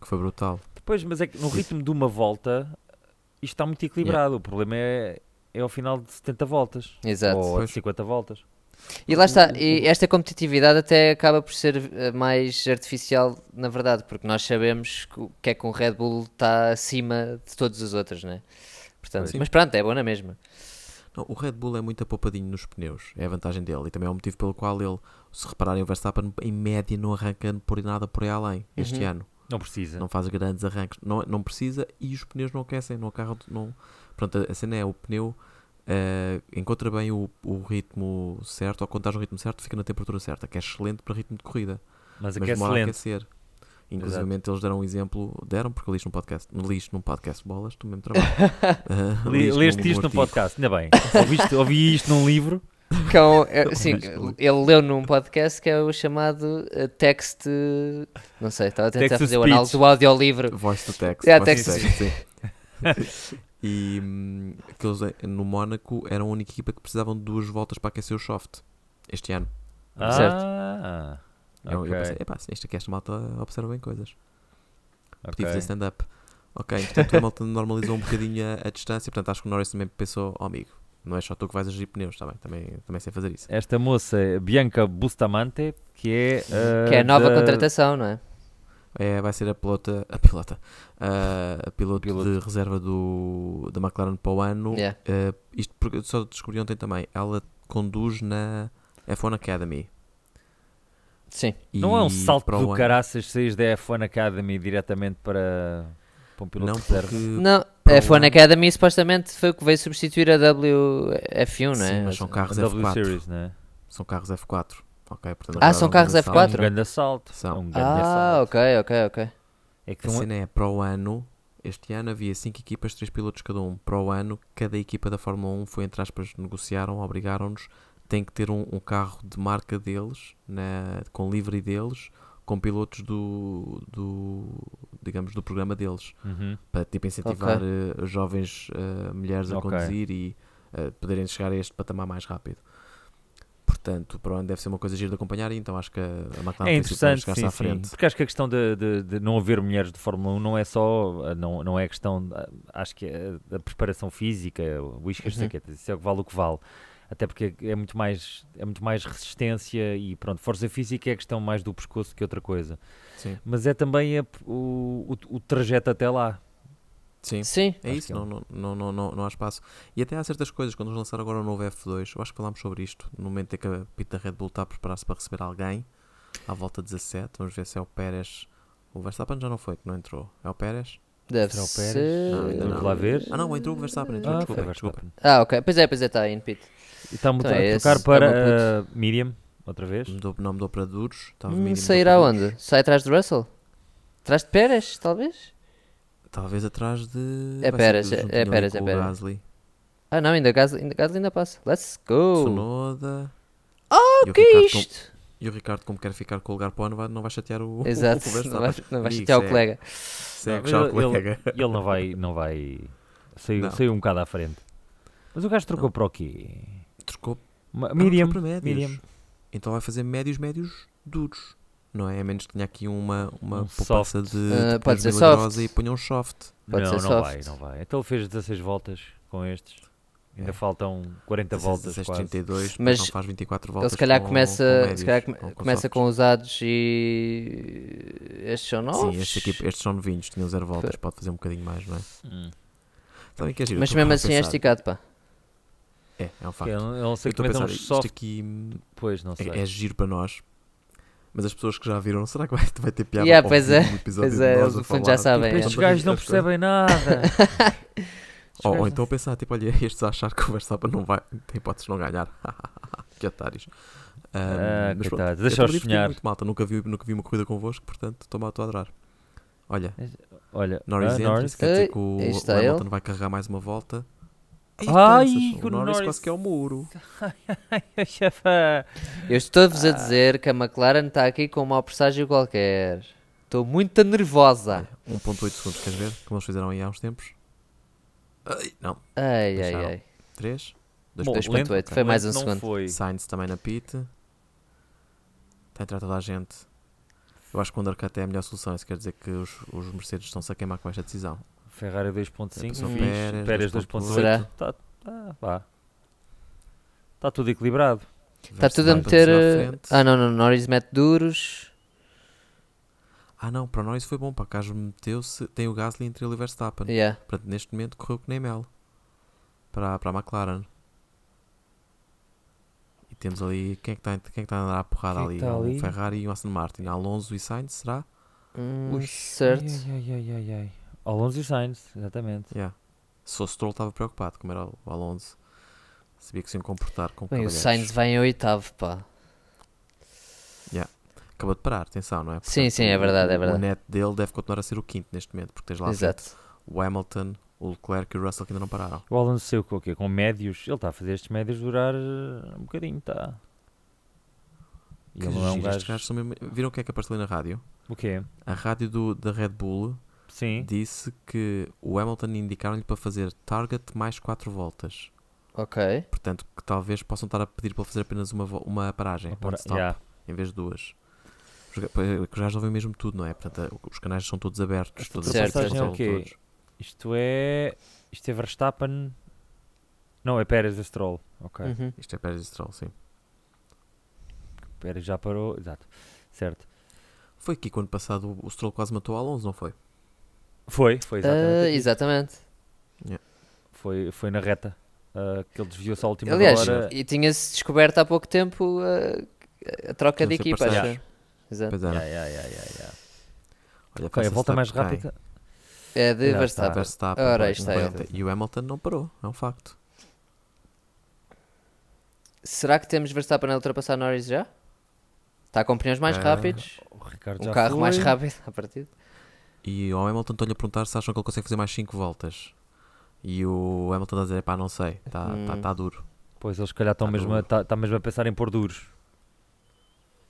Speaker 1: Que foi brutal.
Speaker 3: Depois, mas é que no ritmo de uma volta, isto está muito equilibrado. O problema é, é ao final de 70 voltas.
Speaker 2: Exato.
Speaker 3: Ou de
Speaker 1: Pois.
Speaker 3: 50 voltas.
Speaker 2: E lá está, e esta competitividade até acaba por ser eh, mais artificial, na verdade, porque nós sabemos que o que é que um Red Bull está acima de todos os outros, né? Portanto,
Speaker 1: Sim.
Speaker 2: mas pronto, é bom na mesma.
Speaker 1: Não, o Red Bull é muito apoupadinho nos pneus, é a vantagem dele, e também é o motivo pelo qual ele, se repararem, o Verstappen em média não arranca por nada por aí além este
Speaker 2: Uhum.
Speaker 1: ano.
Speaker 3: Não precisa.
Speaker 1: Não faz grandes arranques, não, não precisa e os pneus não aquecem, não carro não. Pronto, a- a cena é o pneu eh, encontra bem o, o ritmo certo, ou quando estás no ritmo certo, fica na temperatura certa, que é excelente para ritmo de corrida,
Speaker 3: mas é
Speaker 1: mas
Speaker 3: que é
Speaker 1: demora a
Speaker 3: excelente.
Speaker 1: aquecer. Inclusive eles deram um exemplo, deram porque eu li isto num podcast, li isto num podcast, bolas, do mesmo trabalho. Eh,
Speaker 3: Li-
Speaker 1: li isto
Speaker 3: Leste isto num
Speaker 1: artigo.
Speaker 3: podcast, ainda bem. Ouviste, ouvi isto num livro.
Speaker 2: Cão, é, sim,
Speaker 1: Mas, pelo-
Speaker 2: ele leu num podcast que é o chamado eh, text. eh, Não sei, estava a tentar
Speaker 3: Text to
Speaker 2: fazer o
Speaker 3: speech.
Speaker 2: análise do audiolivro.
Speaker 1: Voice to text.
Speaker 2: É,
Speaker 1: voice to
Speaker 2: text.
Speaker 1: text, sim. e hum, aqueles em- no Mónaco eram a única equipa que precisavam de duas voltas para aquecer o soft este ano.
Speaker 2: Certo.
Speaker 3: Ah,
Speaker 1: Eu-
Speaker 3: ok,
Speaker 1: Eu pensei, epá, isto aqui esta malta observa bem coisas. Podia fazer
Speaker 3: ok.
Speaker 1: stand-up. Ok, portanto o Hamilton normalizou um bocadinho a, a distância, portanto acho que o Norris também pensou, oh, amigo, não é só tu que vais agir pneus, também, também, também sei fazer
Speaker 2: É.
Speaker 1: isso.
Speaker 3: Esta moça, Bianca Bustamante, que é. ah,
Speaker 2: Que é a nova
Speaker 3: da-
Speaker 2: contratação, não é?
Speaker 1: É, vai ser a pilota, a pilota, a, a piloto,
Speaker 3: Piloto.
Speaker 1: de reserva do, da McLaren para o ano,
Speaker 2: Yeah.
Speaker 1: Eh, isto porque eu só descobri ontem também. Ela conduz na F1 Academy.
Speaker 2: Sim.
Speaker 1: E
Speaker 3: Não é um salto
Speaker 1: para o
Speaker 3: do
Speaker 1: ano-
Speaker 3: caraças 6 da F1 Academy diretamente para. Para um piloto
Speaker 1: Não
Speaker 3: de reserva.
Speaker 1: porque.
Speaker 2: Não,
Speaker 1: para
Speaker 2: a F1
Speaker 1: lá-
Speaker 2: Academy supostamente foi o que veio substituir a WF1, não é?
Speaker 1: Sim, mas são carros
Speaker 3: A W
Speaker 1: F4.
Speaker 3: Series, né?
Speaker 1: São carros F4. Ok, portanto,
Speaker 2: Ah,
Speaker 1: agora
Speaker 2: são
Speaker 1: não
Speaker 2: carros
Speaker 1: vou
Speaker 3: é?
Speaker 1: lançar.
Speaker 2: F4?
Speaker 3: um grande assalto. É
Speaker 1: São.
Speaker 3: um grande
Speaker 2: Ah,
Speaker 3: assalto.
Speaker 2: ok, ok, ok.
Speaker 3: É que
Speaker 1: A
Speaker 3: não é-
Speaker 1: cena é para o ano. Este ano havia 5 equipas, 3 pilotos cada um. Para o ano, cada equipa da Fórmula 1 foi, entre aspas, negociaram, obrigaram-nos. Tem que ter um, um carro de marca deles, na- com livre deles, com pilotos do, do, digamos, do programa deles.
Speaker 3: Uhum.
Speaker 1: para tipo, incentivar eh, jovens eh, mulheres a
Speaker 3: Ok.
Speaker 1: conduzir e eh, poderem chegar a este patamar mais rápido. Portanto, para onde deve ser uma coisa gira de acompanhar, e então acho que a a McLaren
Speaker 3: é
Speaker 1: tem sido para
Speaker 3: interessante,
Speaker 1: chegar
Speaker 3: sim,
Speaker 1: à
Speaker 3: sim.
Speaker 1: frente.
Speaker 3: Porque acho que a questão de, de- de não haver mulheres de Fórmula 1 não é só, ah, não, não é a questão, ah, acho que é da preparação física, whiskas,
Speaker 2: Uhum.
Speaker 3: saquetas, isso é o que vale o que vale. Até porque é muito mais, é muito mais resistência e pronto, força física é a questão mais do pescoço que outra coisa.
Speaker 1: Sim,
Speaker 3: Mas é também a- o, o- o trajeto até lá.
Speaker 1: sim.
Speaker 2: Sim,
Speaker 1: É
Speaker 3: Acho
Speaker 1: isso,
Speaker 3: que é
Speaker 1: não, não, não, não, não, não há espaço. E até há certas coisas, quando eles lançaram agora o novo F2, eu acho que falámos sobre isto, no momento em que a pita Red Bull está a preparar-se para receber alguém, à volta 17, vamos ver se é o Pérez. O Verstappen já não foi, que não entrou. É o Pérez?
Speaker 2: deve
Speaker 3: Será o Pérez?
Speaker 2: ser.
Speaker 1: Não, ainda
Speaker 3: Vamos
Speaker 1: não.
Speaker 3: lá ver.
Speaker 1: Ah não, entrou o Verstappen, entrou,
Speaker 3: Ah,
Speaker 1: desculpa,
Speaker 3: foi
Speaker 1: desculpa.
Speaker 3: Verstappen.
Speaker 2: Ah, ok. Pois é, pois é, está aí, Pit.
Speaker 3: E está
Speaker 2: Então
Speaker 3: a mudar-
Speaker 2: é
Speaker 3: a
Speaker 2: esse,
Speaker 3: trocar para
Speaker 2: é
Speaker 3: ah, Miriam, outra vez.
Speaker 1: Mudou, não mudou para duros. estava
Speaker 2: Hum,
Speaker 1: Tá mínimo,
Speaker 2: Sairá
Speaker 1: mudou para duros.
Speaker 2: onde? Sai atrás de Russell? Atrás de Pérez, talvez?
Speaker 1: Talvez atrás de. vai
Speaker 2: É
Speaker 1: ser
Speaker 2: Pérez,
Speaker 1: que
Speaker 2: é- é
Speaker 1: juntinho ali
Speaker 2: Pérez,
Speaker 1: com
Speaker 2: é
Speaker 1: o
Speaker 2: Pérez.
Speaker 1: Gasly,
Speaker 2: Ah, não, ainda Gasly ainda, Gasly ainda passa. Let's go!
Speaker 1: Sonoda. e o
Speaker 2: Que
Speaker 1: Ricardo, como-
Speaker 2: Uh. isto?
Speaker 1: e o Ricardo, como quer ficar com o lugar para o ano, vai- não vai chatear o. tá o-
Speaker 2: Exato,
Speaker 1: o Verstappen.
Speaker 2: não vais, não
Speaker 1: Amigo,
Speaker 2: vais chatear o
Speaker 1: segue,
Speaker 2: colega.
Speaker 1: segue,
Speaker 3: Não,
Speaker 1: já o
Speaker 3: ele- ele-
Speaker 1: colega.
Speaker 3: E ele não vai. Não vai saiu,
Speaker 1: Não.
Speaker 3: saiu um bocado à frente. Mas o gajo trocou para o quê?
Speaker 1: Trocou
Speaker 3: Ma-
Speaker 1: não,
Speaker 3: Miriam.
Speaker 1: trocou para médios.
Speaker 3: Miriam.
Speaker 1: Então vai fazer médios, médios, duros. Não é? A menos que tenha aqui uma, uma
Speaker 3: Um
Speaker 1: poupança de,
Speaker 2: Ah,
Speaker 1: de pneus
Speaker 2: pode ser soft.
Speaker 1: milagrosa e ponha um soft.
Speaker 2: Pode
Speaker 3: não,
Speaker 2: ser
Speaker 3: não
Speaker 2: soft.
Speaker 3: vai, não vai. Então ele fez 16 voltas com estes. Ainda
Speaker 1: É.
Speaker 3: faltam 40 voltas quase.
Speaker 1: 32,
Speaker 2: Mas
Speaker 1: mas não faz 24
Speaker 2: Ele
Speaker 1: voltas.
Speaker 2: se calhar
Speaker 1: com-
Speaker 2: começa,
Speaker 1: com
Speaker 2: se
Speaker 1: médios,
Speaker 2: calhar come-
Speaker 1: ou com
Speaker 2: começa
Speaker 1: softs.
Speaker 2: com usados e estes são novos.
Speaker 1: Sim, estes, aqui, estes são novinhos, tinham zero voltas, pode fazer um bocadinho mais, não é?
Speaker 3: Hum.
Speaker 1: Sabem que é giro, eu
Speaker 2: Mas
Speaker 1: estava
Speaker 2: mesmo
Speaker 1: a
Speaker 2: assim é
Speaker 1: pensar-
Speaker 2: esticado, pá.
Speaker 1: É, é um
Speaker 3: Que
Speaker 1: facto.
Speaker 3: Eu não eu não
Speaker 1: Eu
Speaker 3: sei
Speaker 1: estou
Speaker 3: como
Speaker 1: a
Speaker 3: é que é
Speaker 1: pensar,
Speaker 3: um
Speaker 1: isto
Speaker 3: soft.
Speaker 1: aqui hum,
Speaker 3: Pois, não sei.
Speaker 1: é, é giro para nós, mas as pessoas que já viram, será que vai, vai ter piada
Speaker 2: Yeah,
Speaker 1: ao
Speaker 2: pois
Speaker 1: ouvir
Speaker 2: é,
Speaker 1: um episódio
Speaker 2: pois
Speaker 1: de
Speaker 2: é,
Speaker 1: nós
Speaker 2: eles
Speaker 1: a
Speaker 2: no fundo
Speaker 1: falar?
Speaker 2: já sabem,
Speaker 3: Tipo,
Speaker 2: é.
Speaker 3: estes gajos não
Speaker 1: Estas coisas.
Speaker 3: percebem nada. Estes
Speaker 1: Ou, ou
Speaker 3: gajos
Speaker 1: então pensar, tipo, olha, estes a achar que o Verstappen não vai, tem hipóteses de não ganhar. que otários. Um,
Speaker 3: Ah,
Speaker 1: mas pronto,
Speaker 3: coitados,
Speaker 1: eu
Speaker 3: deixa-os
Speaker 1: estou a divertir-me
Speaker 3: sonhar.
Speaker 1: muito malta, nunca vi, nunca vi uma corrida convosco, portanto, estou-me a adorar. Olha,
Speaker 3: não- Olha,
Speaker 1: Norris
Speaker 3: ah,
Speaker 1: entra,
Speaker 3: Norris.
Speaker 1: isso quer dizer
Speaker 2: Ei,
Speaker 1: que o,
Speaker 2: aí
Speaker 1: o
Speaker 2: está
Speaker 1: Hamilton
Speaker 2: ele.
Speaker 1: vai carregar mais uma volta. Ei,
Speaker 3: Ai,
Speaker 1: tanças,
Speaker 3: que
Speaker 1: o
Speaker 3: o
Speaker 1: Norris
Speaker 3: Norris-
Speaker 1: quase que é o muro.
Speaker 2: Eu
Speaker 1: Ah.
Speaker 2: estou-vos a dizer que a McLaren está aqui com um mau presságio qualquer. Estou muito nervosa.
Speaker 1: 1.8 segundos, queres ver? Como eles fizeram aí há uns tempos? Ai, não,
Speaker 2: Ai, ai,
Speaker 1: Deixaram.
Speaker 2: ai.
Speaker 1: 3, 2,
Speaker 3: Bom,
Speaker 1: 3,
Speaker 2: lento,
Speaker 3: lento-
Speaker 2: foi mais um
Speaker 3: lento não
Speaker 2: segundo.
Speaker 3: foi.
Speaker 1: Sainz também na pit. Está a entrar toda a gente. Eu acho que o undercut é a melhor solução. Isso quer dizer que os, os Mercedes estão-se a queimar com esta decisão.
Speaker 2: Tá
Speaker 3: Ferrari 2.5,
Speaker 1: Passou
Speaker 3: fixe.
Speaker 1: Pérez,
Speaker 3: Pérez
Speaker 1: 2.8.
Speaker 3: 2.8. Tá, tá, vá. Está tudo equilibrado.
Speaker 2: Está tudo a
Speaker 1: Verstappen
Speaker 2: meter.
Speaker 1: um à
Speaker 2: eh,
Speaker 1: frente.
Speaker 2: Ah, não, não, Norris mete duros.
Speaker 1: Ah, não, para nós foi bom. Para cá meteu-se. Tem o Gasly entre ele e o Verstappen.
Speaker 2: Yeah.
Speaker 1: Portanto, neste momento correu que nem mel para, para a McLaren. E temos ali. Quem é que está, quem é que está a andar à porrada
Speaker 3: Quem é
Speaker 1: ali?
Speaker 2: tá
Speaker 3: que está
Speaker 1: Um
Speaker 3: ali?
Speaker 1: Ferrari e um Aston Martin. Alonso e Sainz, será?
Speaker 2: Hum,
Speaker 3: Ui,
Speaker 2: certo.
Speaker 3: Ai, ai, ai, ai, ai. Alonso e Sainz, exatamente.
Speaker 1: Yeah. Só o Stroll estava preocupado, como era o Alonso. Sabia que se iam comportar com
Speaker 2: Bem, o
Speaker 1: cavalheiros.
Speaker 2: Sainz vem em oitavo, pá.
Speaker 1: Acabou de parar, atenção, não é?
Speaker 2: Sim, sim, é
Speaker 1: o-
Speaker 2: verdade, é
Speaker 1: O
Speaker 2: verdade.
Speaker 1: net dele deve continuar a ser o quinto neste momento, porque tens lá à frente
Speaker 2: Exato.
Speaker 1: o Hamilton, o Leclerc e o Russell que ainda não pararam.
Speaker 3: O Alonso saiu com o quê? Com médios. Ele está a fazer estes médios durar eh, um bocadinho, está. E
Speaker 1: Que
Speaker 3: ele não é um
Speaker 1: giro, estes
Speaker 3: gajo.
Speaker 1: gajos são mesmo- Viram o que é que apareceu ali na rádio?
Speaker 3: O quê?
Speaker 1: A rádio do- da Red Bull
Speaker 3: Sim.
Speaker 1: disse que o Hamilton indicaram-lhe para fazer target mais 4 voltas.
Speaker 2: Ok.
Speaker 1: Portanto, que talvez possam estar a pedir para ele fazer apenas uma, vo- uma paragem,
Speaker 3: Opera-
Speaker 1: one stop,
Speaker 3: yeah.
Speaker 1: em vez de duas. Os ga- pois é, os gajos ouvem mesmo tudo, não é? Portanto, os canais são todos abertos.
Speaker 3: Esta
Speaker 1: Todas as
Speaker 2: ultrapassagem
Speaker 1: pessoas
Speaker 2: é o
Speaker 1: controlam
Speaker 3: quê?
Speaker 1: todos.
Speaker 3: Isto é. Isto é Verstappen. Não, é Pérez a Stroll. Ok.
Speaker 2: Uhum.
Speaker 1: Isto é Pérez e Stroll, sim.
Speaker 3: Pérez já parou. Exato. Certo.
Speaker 1: Foi aqui que o ano passado o- o Stroll quase matou o Alonso, não foi?
Speaker 3: Foi, foi exatamente.
Speaker 2: Ah,
Speaker 3: aqui.
Speaker 2: exatamente.
Speaker 3: Foi, foi na reta. ah, que ele desviou-se à última
Speaker 2: Aliás,
Speaker 3: hora.
Speaker 2: e tinha-se descoberto há pouco tempo a, a troca de
Speaker 1: Não sei,
Speaker 2: equipa, acho.
Speaker 1: parceiros.
Speaker 2: eu. Exato.
Speaker 1: Pois era.
Speaker 3: Yeah, yeah, yeah, yeah, yeah.
Speaker 1: Olha,
Speaker 3: Ok, a
Speaker 1: faça
Speaker 3: volta
Speaker 1: start
Speaker 3: mais
Speaker 1: quem?
Speaker 3: rápida. Ah,
Speaker 2: É de
Speaker 3: Já está.
Speaker 2: Verstappen.
Speaker 1: Verstappen,
Speaker 2: Ora,
Speaker 1: vai,
Speaker 2: está
Speaker 3: é.
Speaker 1: vai
Speaker 2: ele.
Speaker 1: até- E o Hamilton não parou, é um facto.
Speaker 2: Será que temos Verstappen a ultrapassar Norris já? Está com pneus mais
Speaker 1: Ah,
Speaker 2: rápidos,
Speaker 3: O Ricardo
Speaker 2: um
Speaker 3: já
Speaker 2: carro
Speaker 3: foi.
Speaker 2: mais rápido à partida.
Speaker 1: E ao Hamilton estão-lhe a perguntar se acham que ele consegue fazer mais 5 voltas. E o Hamilton está a dizer, pá, não sei, está
Speaker 2: Hum.
Speaker 1: tá, tá duro.
Speaker 3: Pois eles, se calhar, estão
Speaker 1: Tá
Speaker 3: mesmo,
Speaker 1: duro.
Speaker 3: a- tá, tá mesmo a pensar em pôr duros.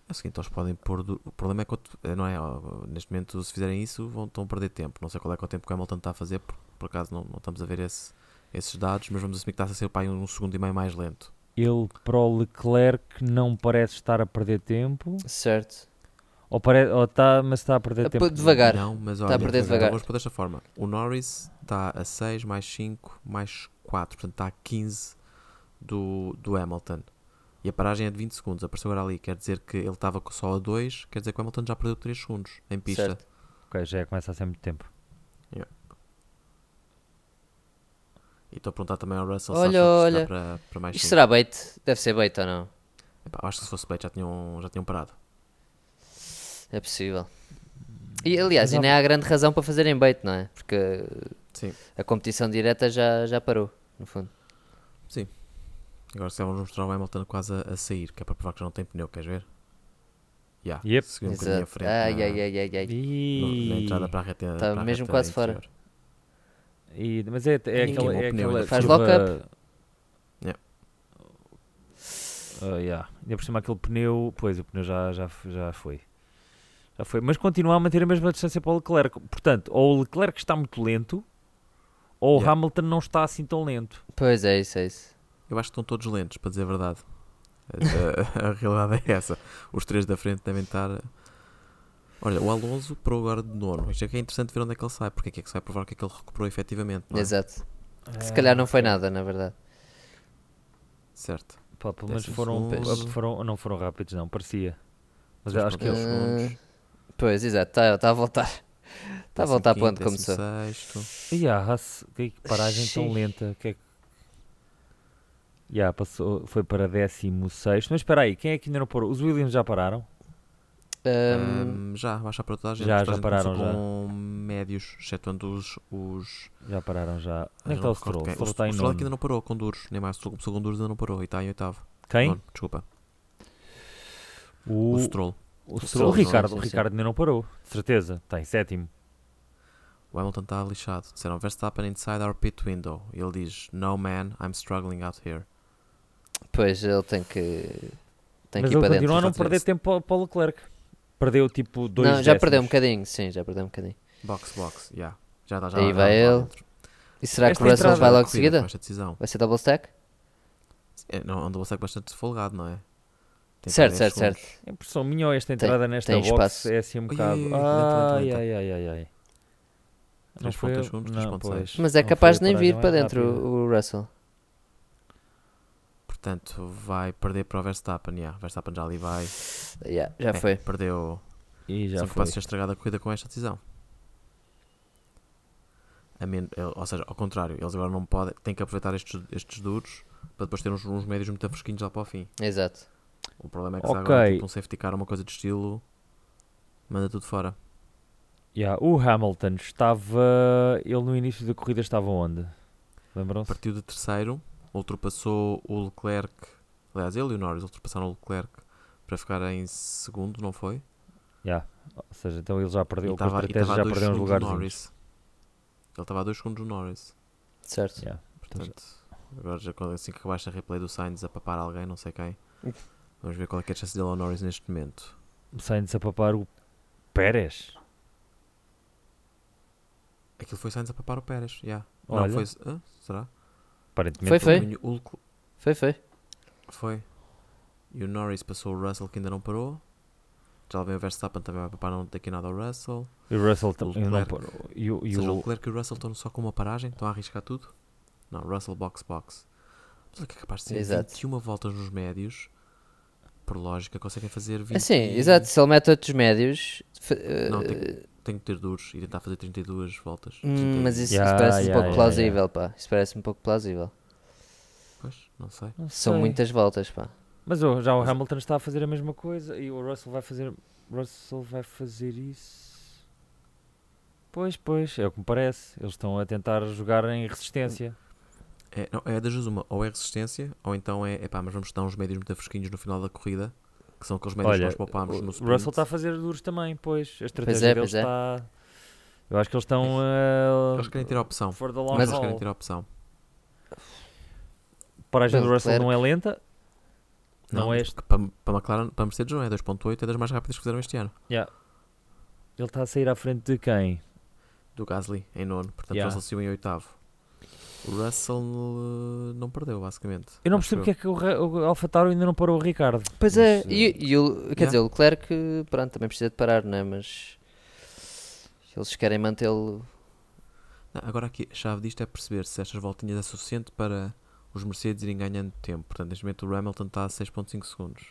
Speaker 1: É o seguinte, eles podem pôr... du- O problema é que, outro- eh, não é, ó, neste momento, se fizerem isso, vão, estão a perder tempo. Não sei qual é, que é o tempo que o Hamilton está a fazer, por, por acaso não, não estamos a ver esse- esses dados, mas vamos assumir que está a ser, pá, um segundo e meio mais lento.
Speaker 3: Ele para o Leclerc não parece estar a perder tempo.
Speaker 2: Certo.
Speaker 3: Ou, pare... ou tá, mas está a perder
Speaker 2: A
Speaker 3: tempo.
Speaker 2: pô- devagar.
Speaker 1: Não, mas olha,
Speaker 2: Está a perder devagar.
Speaker 1: então vamos pôr desta forma. O Norris está a 6 mais 5 mais 4, portanto está a 15 do, do Hamilton. E a paragem é de 20 segundos, apareceu agora ali. Quer dizer que ele estava com- só a 2, quer dizer que o Hamilton já perdeu 3 segundos em pista.
Speaker 2: Certo.
Speaker 3: Ok, já é, começa a ser muito tempo.
Speaker 1: E estou a perguntar também ao Russell
Speaker 2: Olha,
Speaker 1: se acham que
Speaker 2: olha.
Speaker 1: isto dá para, para mais
Speaker 2: Isto
Speaker 1: 5.
Speaker 2: será bait? Deve ser bait ou não?
Speaker 1: acho que se fosse bait já tinham, já tinham parado.
Speaker 2: É possível. E aliás,
Speaker 3: Mas
Speaker 2: e
Speaker 3: há-
Speaker 2: nem há grande razão para fazerem bait, não é? Porque
Speaker 1: Sim.
Speaker 2: a competição direta já, já parou, no fundo.
Speaker 1: Agora se calhar vamos mostrar o Hamilton quase a, a sair, que é para provar que já não tem pneu, queres ver? Já,
Speaker 3: Yep.
Speaker 1: seguiu um bocadinho à
Speaker 2: Exato.
Speaker 1: frente
Speaker 2: ai,
Speaker 1: na,
Speaker 2: ai, ai, ai, ai.
Speaker 1: no- na
Speaker 3: E...
Speaker 1: entrada tá- para a reta
Speaker 2: Estava
Speaker 1: para a
Speaker 2: mesmo
Speaker 1: reta
Speaker 2: quase fora.
Speaker 1: interior.
Speaker 3: E- Mas é, é
Speaker 1: Ninguém
Speaker 3: aquela.
Speaker 1: queimou
Speaker 3: É
Speaker 1: o pneu,
Speaker 3: aquela
Speaker 1: ainda
Speaker 2: Faz
Speaker 3: curva-
Speaker 2: lock-up.
Speaker 1: Yeah.
Speaker 3: Ah, yeah. Ainda por cima aquele pneu. Pois, o pneu já, já, f- já foi. Já foi. Mas continua a manter a mesma distância para o Leclerc. Portanto, ou o Leclerc está muito lento, ou
Speaker 1: Yeah.
Speaker 3: o Hamilton não está assim tão lento.
Speaker 2: Pois é, isso é isso.
Speaker 1: Eu acho que estão todos lentos, para dizer a verdade. A, a- a realidade é essa. Os três da frente devem estar. eh, Olha, o Alonso parou agora de nono. Isto é que é interessante ver onde é que ele sai, porque é que é que se vai provar que é que ele recuperou efetivamente. Não é?
Speaker 2: Exato. Se calhar não foi nada, na verdade.
Speaker 1: Certo.
Speaker 3: Pá, pelo menos
Speaker 1: Décimo
Speaker 3: foram,
Speaker 1: segundo.
Speaker 3: foram. Não foram rápidos, não. Parecia. Mas
Speaker 1: Dois
Speaker 3: acho que
Speaker 1: pontos.
Speaker 3: eles.
Speaker 1: segundos.
Speaker 2: Ah, pois, exato. Está tá a voltar. Está Tá a voltar para onde começou.
Speaker 1: Sexto.
Speaker 3: E a Haas, que paragem tão
Speaker 2: Xiii.
Speaker 3: lenta. Que é... que- Ya, passou, foi para 16. Mas espera aí, quem é que ainda não parou? Os Williams já pararam?
Speaker 2: Ahm,
Speaker 1: Ahm, Hum, já, baixa para toda a gente.
Speaker 3: já,
Speaker 1: toda a
Speaker 3: já
Speaker 1: gente começou
Speaker 3: pararam, já.
Speaker 1: Com médios, excetuando os. os
Speaker 3: Já pararam já.
Speaker 1: ah,
Speaker 3: Onde é que
Speaker 1: já
Speaker 3: está
Speaker 1: não
Speaker 3: o
Speaker 1: recordo
Speaker 3: Stroll? O
Speaker 1: quem. O
Speaker 3: Stroll está
Speaker 1: Stroll
Speaker 3: em
Speaker 1: Stroll
Speaker 3: nono.
Speaker 1: que ainda não parou com duros. Nem mais. Começou com duros, ainda não parou. E está em oitavo.
Speaker 3: Quem?
Speaker 1: Nono, desculpa.
Speaker 3: O,
Speaker 1: O Stroll.
Speaker 3: o Stroll.
Speaker 1: Stroll,
Speaker 3: O Ricardo,
Speaker 2: sim,
Speaker 3: o
Speaker 2: sim, sim.
Speaker 3: Ricardo ainda não parou. De certeza, está em sétimo.
Speaker 1: O Hamilton está lixado. Disseram Verstappen inside our pit window. E ele diz: No man, I'm struggling out here.
Speaker 2: pois, ele tem que. Tem
Speaker 3: Mas
Speaker 2: que ir
Speaker 3: ele
Speaker 2: para dentro.
Speaker 3: continua a não
Speaker 1: portanto,
Speaker 3: perder
Speaker 1: esse-
Speaker 3: tempo para, para o Leclerc. Perdeu tipo 2
Speaker 2: Não, já perdeu um bocadinho, sim, já perdeu um bocadinho.
Speaker 1: Box, box, yeah. já está. Já
Speaker 2: Aí
Speaker 1: já
Speaker 2: vai
Speaker 1: lá
Speaker 2: ele.
Speaker 1: dentro.
Speaker 2: E será
Speaker 3: Esta
Speaker 2: que o Russell
Speaker 3: entrada-
Speaker 2: vai logo de
Speaker 1: Corrida
Speaker 2: seguida?
Speaker 1: Com esta decisão.
Speaker 2: Vai ser double stack?
Speaker 1: É, não, andou a ser bastante folgado, não é? Tem
Speaker 2: Certo,
Speaker 1: 10
Speaker 2: certo,
Speaker 1: segundos.
Speaker 2: certo.
Speaker 3: A impressão minha ou esta
Speaker 2: Tem-
Speaker 3: entrada nesta
Speaker 2: tem
Speaker 3: box
Speaker 2: espaço.
Speaker 3: é assim um
Speaker 1: Ai,
Speaker 3: bocado.
Speaker 1: ai, ai, lenta,
Speaker 3: Ai,
Speaker 1: lenta,
Speaker 3: ai, ai, ai, ai. Não
Speaker 1: Três
Speaker 3: foi
Speaker 1: pontos
Speaker 3: eu-
Speaker 1: segundos, três
Speaker 3: não,
Speaker 1: pontos
Speaker 3: pois.
Speaker 2: Mas é
Speaker 3: Não
Speaker 2: capaz de
Speaker 3: foi a
Speaker 2: nem vir
Speaker 3: paragem
Speaker 2: para
Speaker 3: mais
Speaker 2: dentro
Speaker 3: rápida.
Speaker 2: o, o Russell.
Speaker 1: Portanto, vai perder para o Verstappen. Yeah. Verstappen já ali vai.
Speaker 2: Yeah, já
Speaker 1: É,
Speaker 2: foi.
Speaker 1: Perdeu.
Speaker 3: E já
Speaker 1: São
Speaker 3: foi.
Speaker 1: capazes de ter estragado a corrida com esta decisão. A men- eh, ou seja, ao contrário, eles agora não podem. Têm que aproveitar estes, estes duros para depois ter uns, uns médios muito fresquinhos lá para o fim.
Speaker 2: Exato.
Speaker 1: O problema é que se há agora
Speaker 3: Ok.
Speaker 1: tipo um safety car, uma coisa de estilo, manda tudo fora.
Speaker 3: Yeah, o Hamilton estava. Ele no início da corrida estava onde? Lembram-se?
Speaker 1: Partiu de terceiro, ultrapassou o Leclerc. Aliás, ele e o Norris ultrapassaram o Leclerc para ficar em segundo, não foi?
Speaker 3: Yeah. Ou seja, então ele já
Speaker 1: E
Speaker 3: perdeu. Com a
Speaker 1: estava e
Speaker 3: estratégia
Speaker 1: estava a
Speaker 3: já
Speaker 1: dois
Speaker 3: perdeu uns
Speaker 1: segundos do
Speaker 3: lugares.
Speaker 1: Norris. Ele estava a dois segundos do Norris.
Speaker 2: Certo.
Speaker 3: Yeah.
Speaker 1: Portanto, agora já quando- assim que acabaste a replay do Sainz a papar alguém, não sei quem. Vamos ver qual é, que é a chance dele ao Norris neste momento.
Speaker 3: Sainz a papar o Pérez.
Speaker 1: Aquilo foi Sainz a papar o Pérez, já. Não,
Speaker 3: Olha.
Speaker 1: foi. hã? Será?
Speaker 3: Aparentemente.
Speaker 2: Foi.
Speaker 1: O Leclerc-
Speaker 2: Foi, foi.
Speaker 1: Foi. E o Norris passou o Russell que ainda não parou. Já lá vem o Verstappen também vai papar não daqui nada ao Russell.
Speaker 3: E o Russell
Speaker 1: O
Speaker 3: também. não
Speaker 1: Leclerc.
Speaker 3: parou. E o. E
Speaker 1: Ou seja, o
Speaker 3: o...
Speaker 1: Leclerc e o Russell estão só com uma paragem, estão a arriscar tudo. Não, Russell box box. Mas ele que é capaz de ser
Speaker 2: Exato.
Speaker 1: 21 voltas nos médios. Por lógica, conseguem fazer 20.
Speaker 2: Assim, exato. Se ele mete outros médios. fe-
Speaker 1: Não,
Speaker 2: eh,
Speaker 1: tem, tem que ter duros e tentar fazer 32 voltas.
Speaker 2: hum,
Speaker 1: 31.
Speaker 2: mas isso,
Speaker 3: Yeah,
Speaker 2: isso parece um
Speaker 3: yeah,
Speaker 2: pouco
Speaker 3: yeah,
Speaker 2: plausível, pá. Isso parece um pouco plausível.
Speaker 1: Pois, não sei.
Speaker 3: Não
Speaker 2: São
Speaker 3: sei.
Speaker 2: muitas voltas, pá.
Speaker 3: Mas o- já o Hamilton está a fazer a mesma coisa. E o Russell vai fazer. Russell vai fazer isso. Pois, pois, é o que me parece. Eles estão a tentar jogar em resistência.
Speaker 1: É, não, é das duas uma, ou é resistência, ou então é, epá, mas vamos dar uns médios muito fresquinhos no final da corrida, que são aqueles médios
Speaker 3: Olha,
Speaker 1: que nós poupámos no
Speaker 3: O
Speaker 1: Um sprint.
Speaker 3: Russell tá está a fazer duros também, pois. A estratégia
Speaker 2: é,
Speaker 3: deles
Speaker 2: pois é.
Speaker 3: está. Eu acho que eles estão. eh,
Speaker 1: Eles querem ter a opção.
Speaker 3: for the long
Speaker 1: Mas
Speaker 2: Mas-
Speaker 1: eles querem
Speaker 3: haul.
Speaker 1: ter a opção.
Speaker 3: A paragem do
Speaker 2: Pelo
Speaker 3: Russell não é lenta. Não é
Speaker 1: mas
Speaker 3: este.
Speaker 1: porque Para, para McLaren, para Mercedes não é 2.8, é das mais rápidas que fizeram este ano.
Speaker 3: Ele está a sair à frente de quem?
Speaker 1: Do Gasly, em nono. Portanto,
Speaker 3: Yeah.
Speaker 1: Russell saiu em oitavo. O Russell eh, não perdeu, basicamente.
Speaker 3: Eu não
Speaker 1: Acho
Speaker 3: percebo porque é que o, Ra- o AlphaTauri ainda não parou o Ricardo.
Speaker 2: Pois é,
Speaker 3: Mas, eh,
Speaker 2: e, e o, quer
Speaker 1: yeah.
Speaker 2: dizer, o Leclerc, pronto, também precisa de parar, não é? Mas eles querem mantê-lo.
Speaker 1: Não, agora aqui, a chave disto é perceber se estas voltinhas é suficiente para os Mercedes irem ganhando tempo. Portanto, neste momento o Hamilton está a 6.5 segundos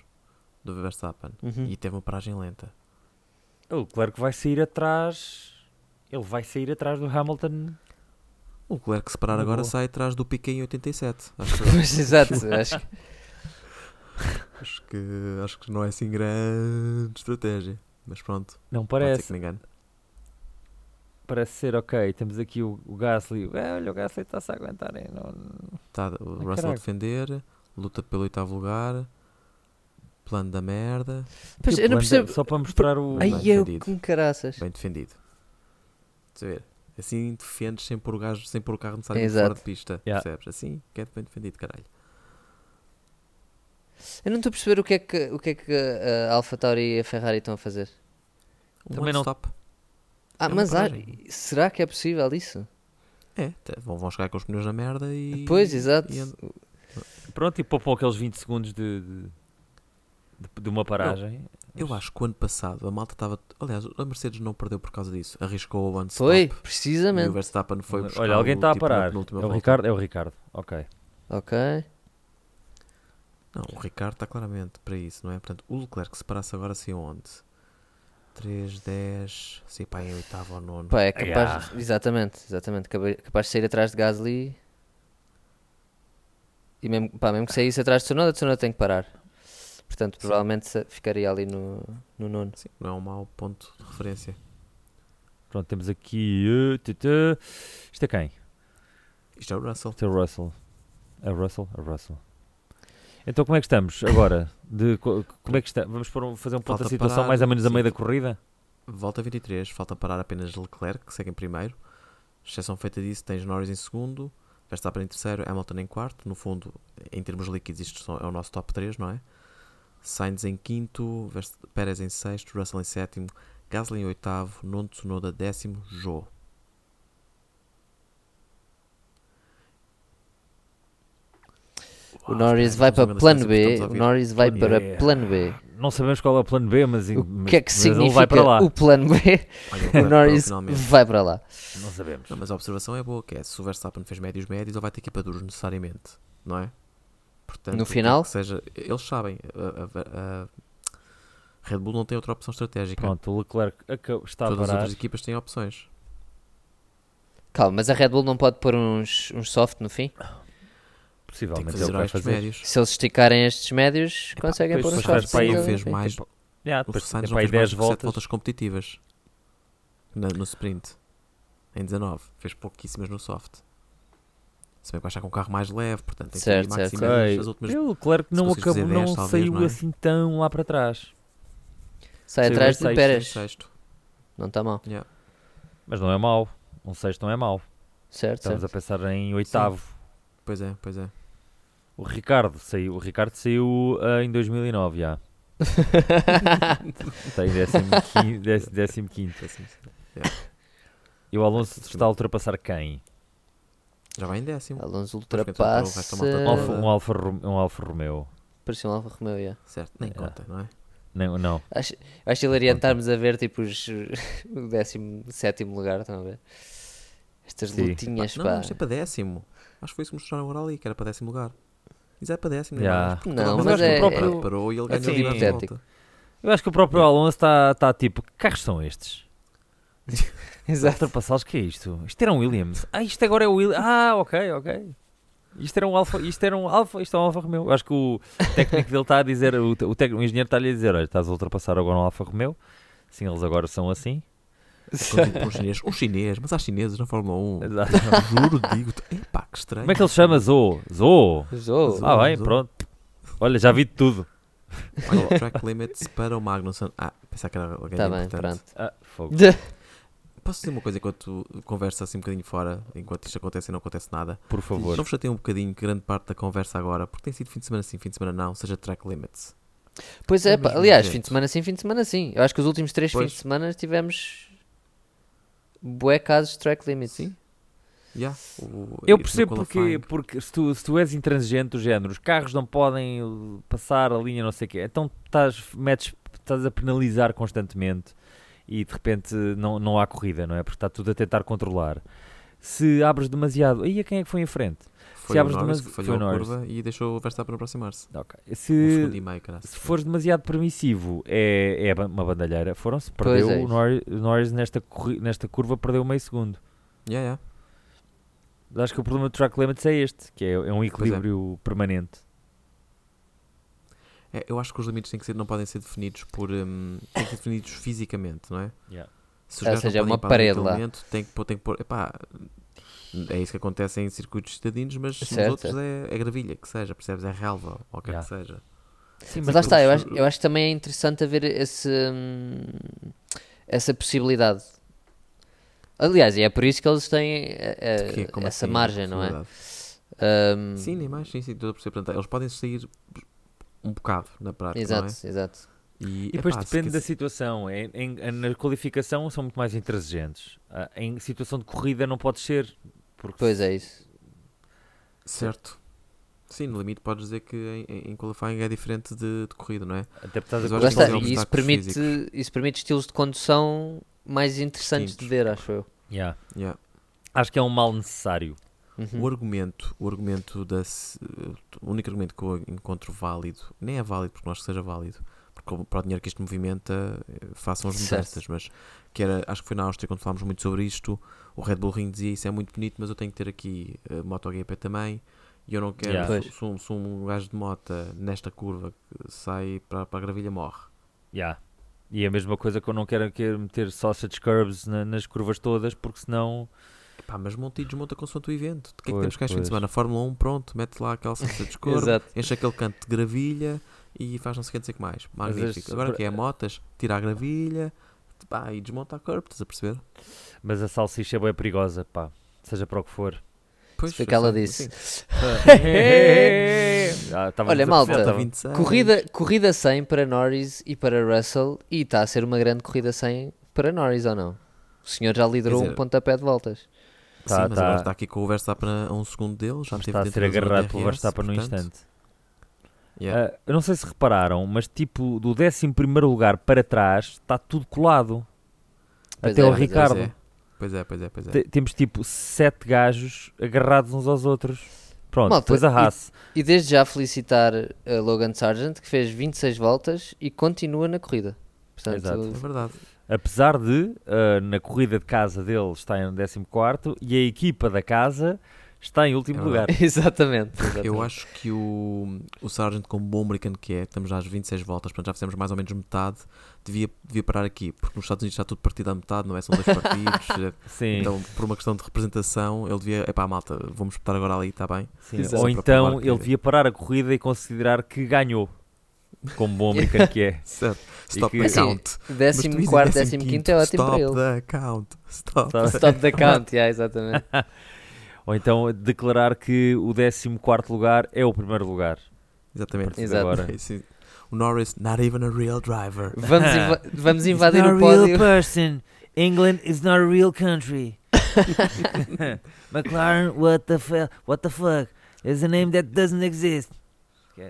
Speaker 1: do Verstappen.
Speaker 3: Hum.
Speaker 2: Uhum.
Speaker 1: E teve uma paragem lenta.
Speaker 3: O Leclerc vai sair atrás. Ele vai sair atrás do Hamilton.
Speaker 1: O Leclerc se parar
Speaker 3: Uma
Speaker 1: agora
Speaker 3: boa.
Speaker 1: sai atrás do Piquet em 87. Acho que,
Speaker 2: Mas exato, acho que
Speaker 1: acho que, acho que não é assim grande estratégia. Mas pronto,
Speaker 3: Não
Speaker 1: pode ser que
Speaker 3: parece.
Speaker 1: me engane.
Speaker 3: Parece ser ok. Temos aqui o, o Gasly. É, olha, o Gasly está-se a aguentar. hein? Não-
Speaker 1: Tá, o
Speaker 3: Ai,
Speaker 1: Russell a
Speaker 3: caraca.
Speaker 1: defender, luta pelo oitavo lugar, plano da merda,
Speaker 2: Pois,
Speaker 3: Tipo,
Speaker 2: eu não
Speaker 3: anda-
Speaker 2: percebo.
Speaker 3: Só para mostrar o.
Speaker 1: Ai,
Speaker 2: Aí eu
Speaker 1: entendido.
Speaker 2: com caraças.
Speaker 1: bem defendido. Estás a ver? Assim defendes sem pôr o, gajo, sem pôr o carro necessariamente
Speaker 2: Exato.
Speaker 1: fora de pista,
Speaker 3: Yeah.
Speaker 1: percebes? Assim, que é bem defendido, caralho.
Speaker 2: Eu não estou a perceber o que é que, o que, é que a AlphaTauri e a Ferrari estão a fazer.
Speaker 1: Um
Speaker 3: Também
Speaker 1: Também
Speaker 3: não-
Speaker 1: stop.
Speaker 2: Ah,
Speaker 1: É uma
Speaker 2: mas há-
Speaker 1: paragem.
Speaker 2: será que é possível isso?
Speaker 1: É, tá- vão, vão chegar com os pneus na merda e...
Speaker 2: Pois, exato.
Speaker 3: é um
Speaker 1: e and-
Speaker 3: Pronto, e poupam aqueles 20 segundos de, de, de- de uma paragem.
Speaker 1: Eu acho que o ano passado a malta estava... Aliás, a Mercedes não perdeu por causa disso. Arriscou o one stop.
Speaker 2: Foi,
Speaker 1: E o
Speaker 2: precisamente.
Speaker 1: Verstappen foi buscar
Speaker 3: Olha, alguém está a
Speaker 1: tipo, na
Speaker 3: parar.
Speaker 1: penúltima
Speaker 3: É o
Speaker 1: volta.
Speaker 3: Ricardo? É o Ricardo. Ok.
Speaker 2: Ok.
Speaker 1: Não, o Ricardo está claramente para isso, não é? Portanto, o Leclerc se parasse agora assim onde? 3, 10, sei pá, em oitavo ou nono.
Speaker 2: Pá, é capaz.
Speaker 3: Yeah.
Speaker 2: Exatamente, exatamente. Capa- Capaz de sair atrás de Gasly. E mesmo, pá, mesmo que saísse atrás de Tsunoda, Tsunoda tem que parar. Portanto, provavelmente se- ficaria ali no, no nono.
Speaker 1: Sim, não é um mau ponto de referência.
Speaker 3: Pronto, temos aqui. eh, tê, tê. Isto é quem?
Speaker 1: Isto é o Russell.
Speaker 3: Isto é o Russell. É o Russell? É o Russell. Então como é que estamos agora? De, co- como é que está? Vamos pôr um- fazer um ponto
Speaker 1: Falta
Speaker 3: da situação
Speaker 1: parar,
Speaker 3: mais ou menos a
Speaker 1: sim,
Speaker 3: meio da
Speaker 1: fa-
Speaker 3: corrida?
Speaker 1: Volta 23, falta parar apenas Leclerc, que segue em primeiro. Exceção feita disso, tens Norris em segundo, Verstappen em terceiro, Hamilton em quarto. No fundo, em termos líquidos, isto só- é o nosso top 3, não é? Sainz em quinto, Verst- Pérez em sexto, Russell em sétimo, Gasly em oitavo, nono Tsunoda décimo, Joe.
Speaker 2: O Norris
Speaker 1: é
Speaker 2: vai para
Speaker 3: assim
Speaker 2: plano B. O Norris vai
Speaker 3: Plano
Speaker 2: para
Speaker 3: B.
Speaker 2: plano B.
Speaker 3: Não sabemos qual é o plano B, mas,
Speaker 2: O
Speaker 3: mas-
Speaker 2: que é que
Speaker 3: mas ele vai para lá.
Speaker 2: significa o plano B? O Norris
Speaker 1: finalmente.
Speaker 2: vai para lá.
Speaker 3: Não sabemos.
Speaker 1: Não, mas a observação é boa, que é se o Verstappen fez médios médios, ele vai ter que ir para duros necessariamente, não é? Portanto,
Speaker 2: No
Speaker 1: o que é
Speaker 2: final?
Speaker 1: que seja, eles sabem, a, a- a- a Red Bull não tem outra opção estratégica.
Speaker 3: Pronto, tá o Leclerc acabou- está a
Speaker 1: Todas as
Speaker 3: parar.
Speaker 1: outras equipas têm opções.
Speaker 2: Calma, mas a Red Bull não pode pôr uns, uns soft no fim?
Speaker 1: Tem que
Speaker 3: Possivelmente
Speaker 1: fazer
Speaker 3: ele é vai
Speaker 1: horários
Speaker 3: fazer.
Speaker 1: médios.
Speaker 2: Se eles esticarem estes médios, conseguem
Speaker 3: pois
Speaker 2: pôr uns
Speaker 3: faz
Speaker 2: soft.
Speaker 3: para aí
Speaker 2: é sim,
Speaker 1: não
Speaker 3: um-
Speaker 2: sim,
Speaker 1: fez
Speaker 2: sim.
Speaker 1: mais,
Speaker 3: Yeah,
Speaker 1: o
Speaker 3: depois
Speaker 1: Sainz
Speaker 3: tem
Speaker 1: não
Speaker 3: para aí
Speaker 1: fez mais
Speaker 3: 10
Speaker 1: de 7
Speaker 3: voltas.
Speaker 1: voltas competitivas na- no sprint, em 19. Fez pouquíssimas no soft. Se bem que vai estar com um carro mais leve, portanto tem
Speaker 2: Certo,
Speaker 1: que
Speaker 2: certo.
Speaker 1: maximizar
Speaker 3: Ok.
Speaker 1: as últimas...
Speaker 3: O Leclerc
Speaker 1: se
Speaker 3: não
Speaker 1: conseguires
Speaker 3: acabou,
Speaker 1: fazer 10,
Speaker 3: não
Speaker 1: talvez,
Speaker 3: saiu
Speaker 1: não é?
Speaker 3: assim tão lá para trás.
Speaker 2: Sai
Speaker 3: Sim,
Speaker 2: atrás
Speaker 3: mas
Speaker 2: de
Speaker 3: sexto,
Speaker 1: Em
Speaker 2: Pérez.
Speaker 1: sexto.
Speaker 2: Não está mal.
Speaker 1: Yeah.
Speaker 3: Mas não é mau. Um sexto não é mau.
Speaker 2: Certo,
Speaker 3: Estamos
Speaker 2: certo.
Speaker 3: a pensar em oitavo.
Speaker 1: Pois é, pois é.
Speaker 3: O Ricardo saiu, o Ricardo saiu ah, em 2009 já. Está em 15, décimo- décimo quinto.
Speaker 1: Péssimo.
Speaker 3: E o Alonso está a ultrapassar quem?
Speaker 1: Já vai em décimo.
Speaker 2: Alonso
Speaker 1: Depois que entrou o resto
Speaker 2: ultrapassa.
Speaker 1: da malta
Speaker 3: Um
Speaker 1: toda.
Speaker 3: Alfa, um Alfa, Ro- um Alfa Romeo.
Speaker 2: Parecia um Alfa Romeo, yeah.
Speaker 1: Certo, nem
Speaker 3: É.
Speaker 1: conta, não é?
Speaker 3: Não, não.
Speaker 2: Acho, acho hilariante estarmos a ver tipo os, o 17 lugar, estão a ver? Estas
Speaker 3: Sim.
Speaker 2: lutinhas,
Speaker 1: não,
Speaker 2: pá.
Speaker 1: isto é para décimo. Acho que foi isso que mostraram agora ali, que era para décimo lugar. Isso é para décimo,
Speaker 3: Já.
Speaker 1: mais, porque
Speaker 2: Não,
Speaker 1: toda a
Speaker 2: mas
Speaker 1: malta
Speaker 2: é-
Speaker 1: do campeonato
Speaker 3: é-
Speaker 1: parou e ele
Speaker 2: é
Speaker 1: ganhou
Speaker 2: sempre
Speaker 1: a primeira
Speaker 2: hipotético.
Speaker 1: volta.
Speaker 3: Eu acho que o próprio Alonso está está tipo, que carros são estes?
Speaker 2: Exato.
Speaker 3: Ultrapassá-los, que é isto? Isto era um Williams. Ah, isto agora é o Williams. Ah, ok, ok. Isto era um Alfa, isto era um Alfa, isto é um Alfa Romeo. Eu acho que o técnico dele está a dizer, o, te- o, técnico- o engenheiro está-lhe a dizer, olha, estás a ultrapassar agora um Alfa Romeo. Sim, eles agora são assim.
Speaker 1: Quando digo para um chinês, um chinês, mas há chineses na Fórmula 1.
Speaker 3: Exato.
Speaker 1: Juro, digo-te. Epá, que estranho.
Speaker 3: Como é que ele se chama? Zo? Zo?
Speaker 2: Zou.
Speaker 1: Zou.
Speaker 3: Ah, bem,
Speaker 1: Zo.
Speaker 3: pronto. Olha, já vi de tudo.
Speaker 1: Olha, track limits para o Magnussen. Ah, pensava que era alguém
Speaker 2: Tá bem,
Speaker 1: importante.
Speaker 2: pronto.
Speaker 3: Ah, fogo.
Speaker 1: Posso dizer uma coisa enquanto conversa assim um bocadinho fora, enquanto isto acontece e não acontece nada?
Speaker 3: Por favor.
Speaker 1: Não vos chateiam um bocadinho grande parte da conversa agora, porque tem sido fim de semana sim, fim de semana não, seja track limits.
Speaker 2: Pois é,
Speaker 1: Do
Speaker 2: pá,
Speaker 1: mesmo
Speaker 2: aliás,
Speaker 1: jeito.
Speaker 2: fim de semana sim, fim de semana sim. Eu acho que os últimos três
Speaker 1: Pois.
Speaker 2: fins de semana tivemos bué casos de track limit.
Speaker 1: Sim. Yeah, o-
Speaker 3: Eu
Speaker 1: no
Speaker 3: percebo porque,
Speaker 1: qualifying.
Speaker 3: porque se, tu, se tu és intransigente do género, os carros não podem uh, passar a linha não sei o quê, então estás, metes, estás a penalizar constantemente e de repente não, não há corrida, não é? Porque está tudo a tentar controlar. Se abres demasiado, aí a quem é que foi em frente?
Speaker 1: Foi
Speaker 3: se
Speaker 1: o
Speaker 3: abres
Speaker 1: Norris
Speaker 3: demasi-
Speaker 1: que falhou
Speaker 3: foi o
Speaker 1: a
Speaker 3: Norris.
Speaker 1: curva e deixou o Verstappen aproximar-se.
Speaker 3: Ok.
Speaker 1: Um segundo
Speaker 3: Se,
Speaker 1: e meio, caralho.
Speaker 3: se fores demasiado permissivo, é, é ba- uma bandalheira. Foram-se,
Speaker 2: Pois
Speaker 3: perdeu
Speaker 2: é
Speaker 3: o
Speaker 2: isso.
Speaker 3: Nor- o Norris nesta, corri- nesta curva, perdeu meio segundo.
Speaker 1: Yeah, yeah.
Speaker 3: Acho que o problema do track limits é este, que é, é um
Speaker 1: é.
Speaker 3: equilíbrio permanente.
Speaker 1: É, eu acho que os limites têm que ser, não podem ser definidos por. hum, têm que ser definidos fisicamente, não é?
Speaker 3: Yeah.
Speaker 1: Se os
Speaker 2: Ou
Speaker 1: gajos não
Speaker 2: seja, é
Speaker 1: podem
Speaker 2: uma
Speaker 1: parar naquele
Speaker 2: parede lá.
Speaker 1: momento, Tem que pôr. Tem que pôr epá, é isso que acontece em circuitos cidadinos, mas nos
Speaker 2: Certo,
Speaker 1: outros é, é gravilha, que seja, percebes? É relva, ou o que é que seja.
Speaker 3: Sim,
Speaker 2: Mas lá está, eu
Speaker 1: eu-
Speaker 2: acho, eu acho que também é interessante haver esse, hum, essa possibilidade. Aliás, e é por isso que eles têm eh, eh,
Speaker 1: Que é como
Speaker 2: essa
Speaker 1: assim,
Speaker 2: margem, não é?
Speaker 1: possibilidade.
Speaker 2: Hum,
Speaker 1: Sim, nem mais, sim, sim, estou a perceber. Portanto, eles podem sair um bocado na prática,
Speaker 2: Exato,
Speaker 1: não
Speaker 2: exato.
Speaker 1: é? E,
Speaker 3: E depois
Speaker 1: epá, se
Speaker 3: depende da
Speaker 1: quiser-
Speaker 3: situação. Em, em- na qualificação são muito mais intransigentes. Ah, Em situação de corrida não pode ser. Porque
Speaker 2: Pois é isso.
Speaker 1: Certo. Sim, no limite podes dizer que em, em- em qualifying é diferente de, de corrida, não é?
Speaker 3: Até porque estás a
Speaker 1: Mas
Speaker 2: Lá
Speaker 1: acho que
Speaker 2: está,
Speaker 1: tem
Speaker 2: e isso
Speaker 1: obstáculos
Speaker 2: permite, isso permite estilos de condução mais interessantes de
Speaker 1: Distintos.
Speaker 2: ver, acho eu.
Speaker 3: Yeah.
Speaker 1: Yeah.
Speaker 3: Acho que é um mal necessário.
Speaker 1: O
Speaker 2: Uhum.
Speaker 1: argumento, o argumento da se- o único argumento que eu encontro válido, nem é válido porque não acho que seja válido, porque como- para o dinheiro que isto movimenta, eh, façam as
Speaker 2: Certo.
Speaker 1: mudanças, mas que era, acho que foi na Áustria quando falámos muito sobre isto, o Red Bull Ring dizia isso é muito bonito, mas eu tenho que ter aqui eh, MotoGP também, e eu não quero,
Speaker 3: Yeah.
Speaker 1: se, se um, se um gajo de mota nesta curva que sai para, para a gravilha morre.
Speaker 3: Yeah. E é a mesma coisa que eu não quero, quero meter sausage curves na- nas curvas todas, porque senão.
Speaker 1: Pá, mas monta e desmonta consoante o evento. O que é que
Speaker 3: Pois,
Speaker 1: temos cá este fim
Speaker 3: pois.
Speaker 1: de semana? Fórmula 1, pronto, mete lá aquela salsa de cor,
Speaker 2: Exato.
Speaker 1: enche aquele canto de gravilha e faz não sei o que dizer que mais.
Speaker 3: Mas
Speaker 1: Magnífico.
Speaker 3: este-
Speaker 1: Agora o que é motas, tira a gravilha pá, e desmonta a curva, estás a perceber?
Speaker 3: Mas a salsicha é bem perigosa, pá. Seja para o que for.
Speaker 1: Pois,
Speaker 2: Foi o
Speaker 1: eu
Speaker 2: que ela
Speaker 1: sei,
Speaker 2: disse.
Speaker 1: sim.
Speaker 3: Ah, estávamos
Speaker 2: Olha,
Speaker 3: a
Speaker 1: Volta
Speaker 2: malta,
Speaker 3: perceber,
Speaker 2: Tá
Speaker 3: estava-
Speaker 2: bem.
Speaker 1: 26.
Speaker 2: Corrida, corrida 100 para Norris e para Russell e está a ser uma grande corrida 100 para Norris ou não? O senhor já liderou
Speaker 1: Quer dizer-
Speaker 2: um pontapé de voltas.
Speaker 1: Sim,
Speaker 3: Tá,
Speaker 1: mas
Speaker 3: tá.
Speaker 1: agora está aqui com o Verstappen a a um segundo dele, já
Speaker 3: Mas
Speaker 1: esteve
Speaker 3: está a
Speaker 1: dentro
Speaker 3: ser
Speaker 1: da zona
Speaker 3: agarrado
Speaker 1: DRS,
Speaker 3: pelo Verstappen no
Speaker 1: portanto,
Speaker 3: instante.
Speaker 1: yeah.
Speaker 3: Ah, eu não sei se repararam, mas tipo do 11 primeiro lugar para trás está tudo colado.
Speaker 2: Pois
Speaker 3: Até
Speaker 2: é,
Speaker 3: o
Speaker 2: pois é,
Speaker 3: Ricardo.
Speaker 1: Pois é. Pois é, pois é, pois é.
Speaker 3: Te- Temos tipo sete gajos agarrados uns aos outros. Pronto,
Speaker 2: Malta,
Speaker 3: depois a
Speaker 2: e-
Speaker 3: Haas.
Speaker 2: E desde já felicitar a Logan Sargent que fez 26 voltas e continua na corrida. Portanto,
Speaker 1: É
Speaker 3: Exato.
Speaker 1: verdade.
Speaker 3: Apesar de ah, na corrida de casa dele está em 14 e a equipa da casa está em último
Speaker 1: É
Speaker 3: lugar.
Speaker 1: verdade.
Speaker 2: exatamente. exatamente.
Speaker 1: Eu acho que o, o Sargent, como bom americano que é, estamos já às 26 voltas, portanto já fizemos mais ou menos metade, devia, devia parar aqui, porque nos Estados Unidos está tudo partido à metade, não é? São dois partidos, eh,
Speaker 3: Sim,
Speaker 1: então por uma questão de representação, ele devia, epá, malta, vamos botar agora ali, está bem?
Speaker 3: sim.
Speaker 2: exato.
Speaker 3: Ou
Speaker 1: Só para
Speaker 3: então
Speaker 1: provar que-
Speaker 3: ele devia parar a corrida e considerar que ganhou. Como bom americano que é.
Speaker 1: Certo, stop
Speaker 3: que-
Speaker 1: the
Speaker 3: Assim,
Speaker 1: count. Mas tu dizes
Speaker 2: 14, 15
Speaker 1: 15º,
Speaker 2: é ótimo para
Speaker 1: Stop
Speaker 2: ele.
Speaker 1: the count, stop.
Speaker 3: Sabe?
Speaker 2: Stop the count, yeah, exatamente.
Speaker 3: Ou então declarar que o 14 lugar é o primeiro lugar.
Speaker 1: Exatamente.
Speaker 2: Exato.
Speaker 3: Agora.
Speaker 1: Sim. O Norris, not even a real driver.
Speaker 2: Vamos, inva- vamos
Speaker 4: It's
Speaker 2: invadir
Speaker 4: not
Speaker 2: o
Speaker 4: a
Speaker 2: pódio.
Speaker 4: real person. England is not a real country. McLaren, what the fuck? What the fuck? It's a name that doesn't exist.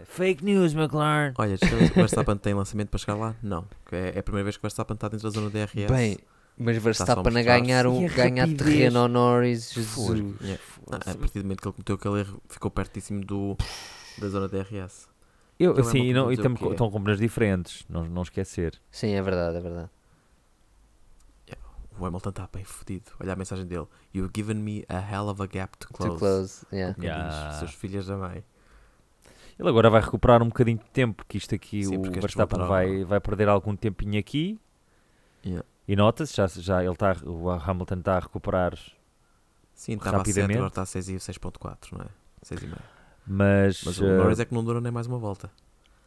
Speaker 4: Fake news, McLaren.
Speaker 1: Olha, já sabes que o Verstappen tem lançamento para chegar lá? Não. É é a primeira vez que o Verstappen está dentro da zona DRS.
Speaker 2: Bem, mas
Speaker 1: Tá só a
Speaker 2: Verstappen a
Speaker 1: mostrar-se.
Speaker 2: ganhar, um,
Speaker 4: E a
Speaker 2: ganhar
Speaker 4: rapidez.
Speaker 2: terreno ao Norris, Jesus.
Speaker 1: Yeah. Ah, a partir do momento que ele cometeu aquele erro, ficou pertíssimo do, da zona DRS.
Speaker 3: Eu,
Speaker 1: Então é
Speaker 3: sim,
Speaker 1: uma pergunta
Speaker 3: e, não, e
Speaker 1: dizer o
Speaker 3: estamos
Speaker 1: que é.
Speaker 3: com- estão com compras diferentes, não, não esquecer.
Speaker 2: Sim, é verdade, é verdade.
Speaker 1: O Hamilton está bem fodido. Olha a mensagem dele. You've given me a hell of a gap to close.
Speaker 2: Too close, yeah.
Speaker 1: O que
Speaker 3: Yeah.
Speaker 1: diz, seus filhos da mãe.
Speaker 3: Ele agora vai recuperar um bocadinho de tempo, que isto aqui
Speaker 1: Sim,
Speaker 3: o
Speaker 1: porque estes
Speaker 3: Verstappen
Speaker 1: voltaram-
Speaker 3: vai, vai perder algum tempinho aqui.
Speaker 1: Yeah.
Speaker 3: E nota-se, já, já ele tá, o Hamilton está a recuperar,
Speaker 1: Sim, estava a 7,
Speaker 3: Rapidamente.
Speaker 1: agora está a 6 e 6.4, não é? 6 e meio.
Speaker 3: mas.
Speaker 1: Mas o
Speaker 3: eh,
Speaker 1: Norris é que não dura nem mais uma volta.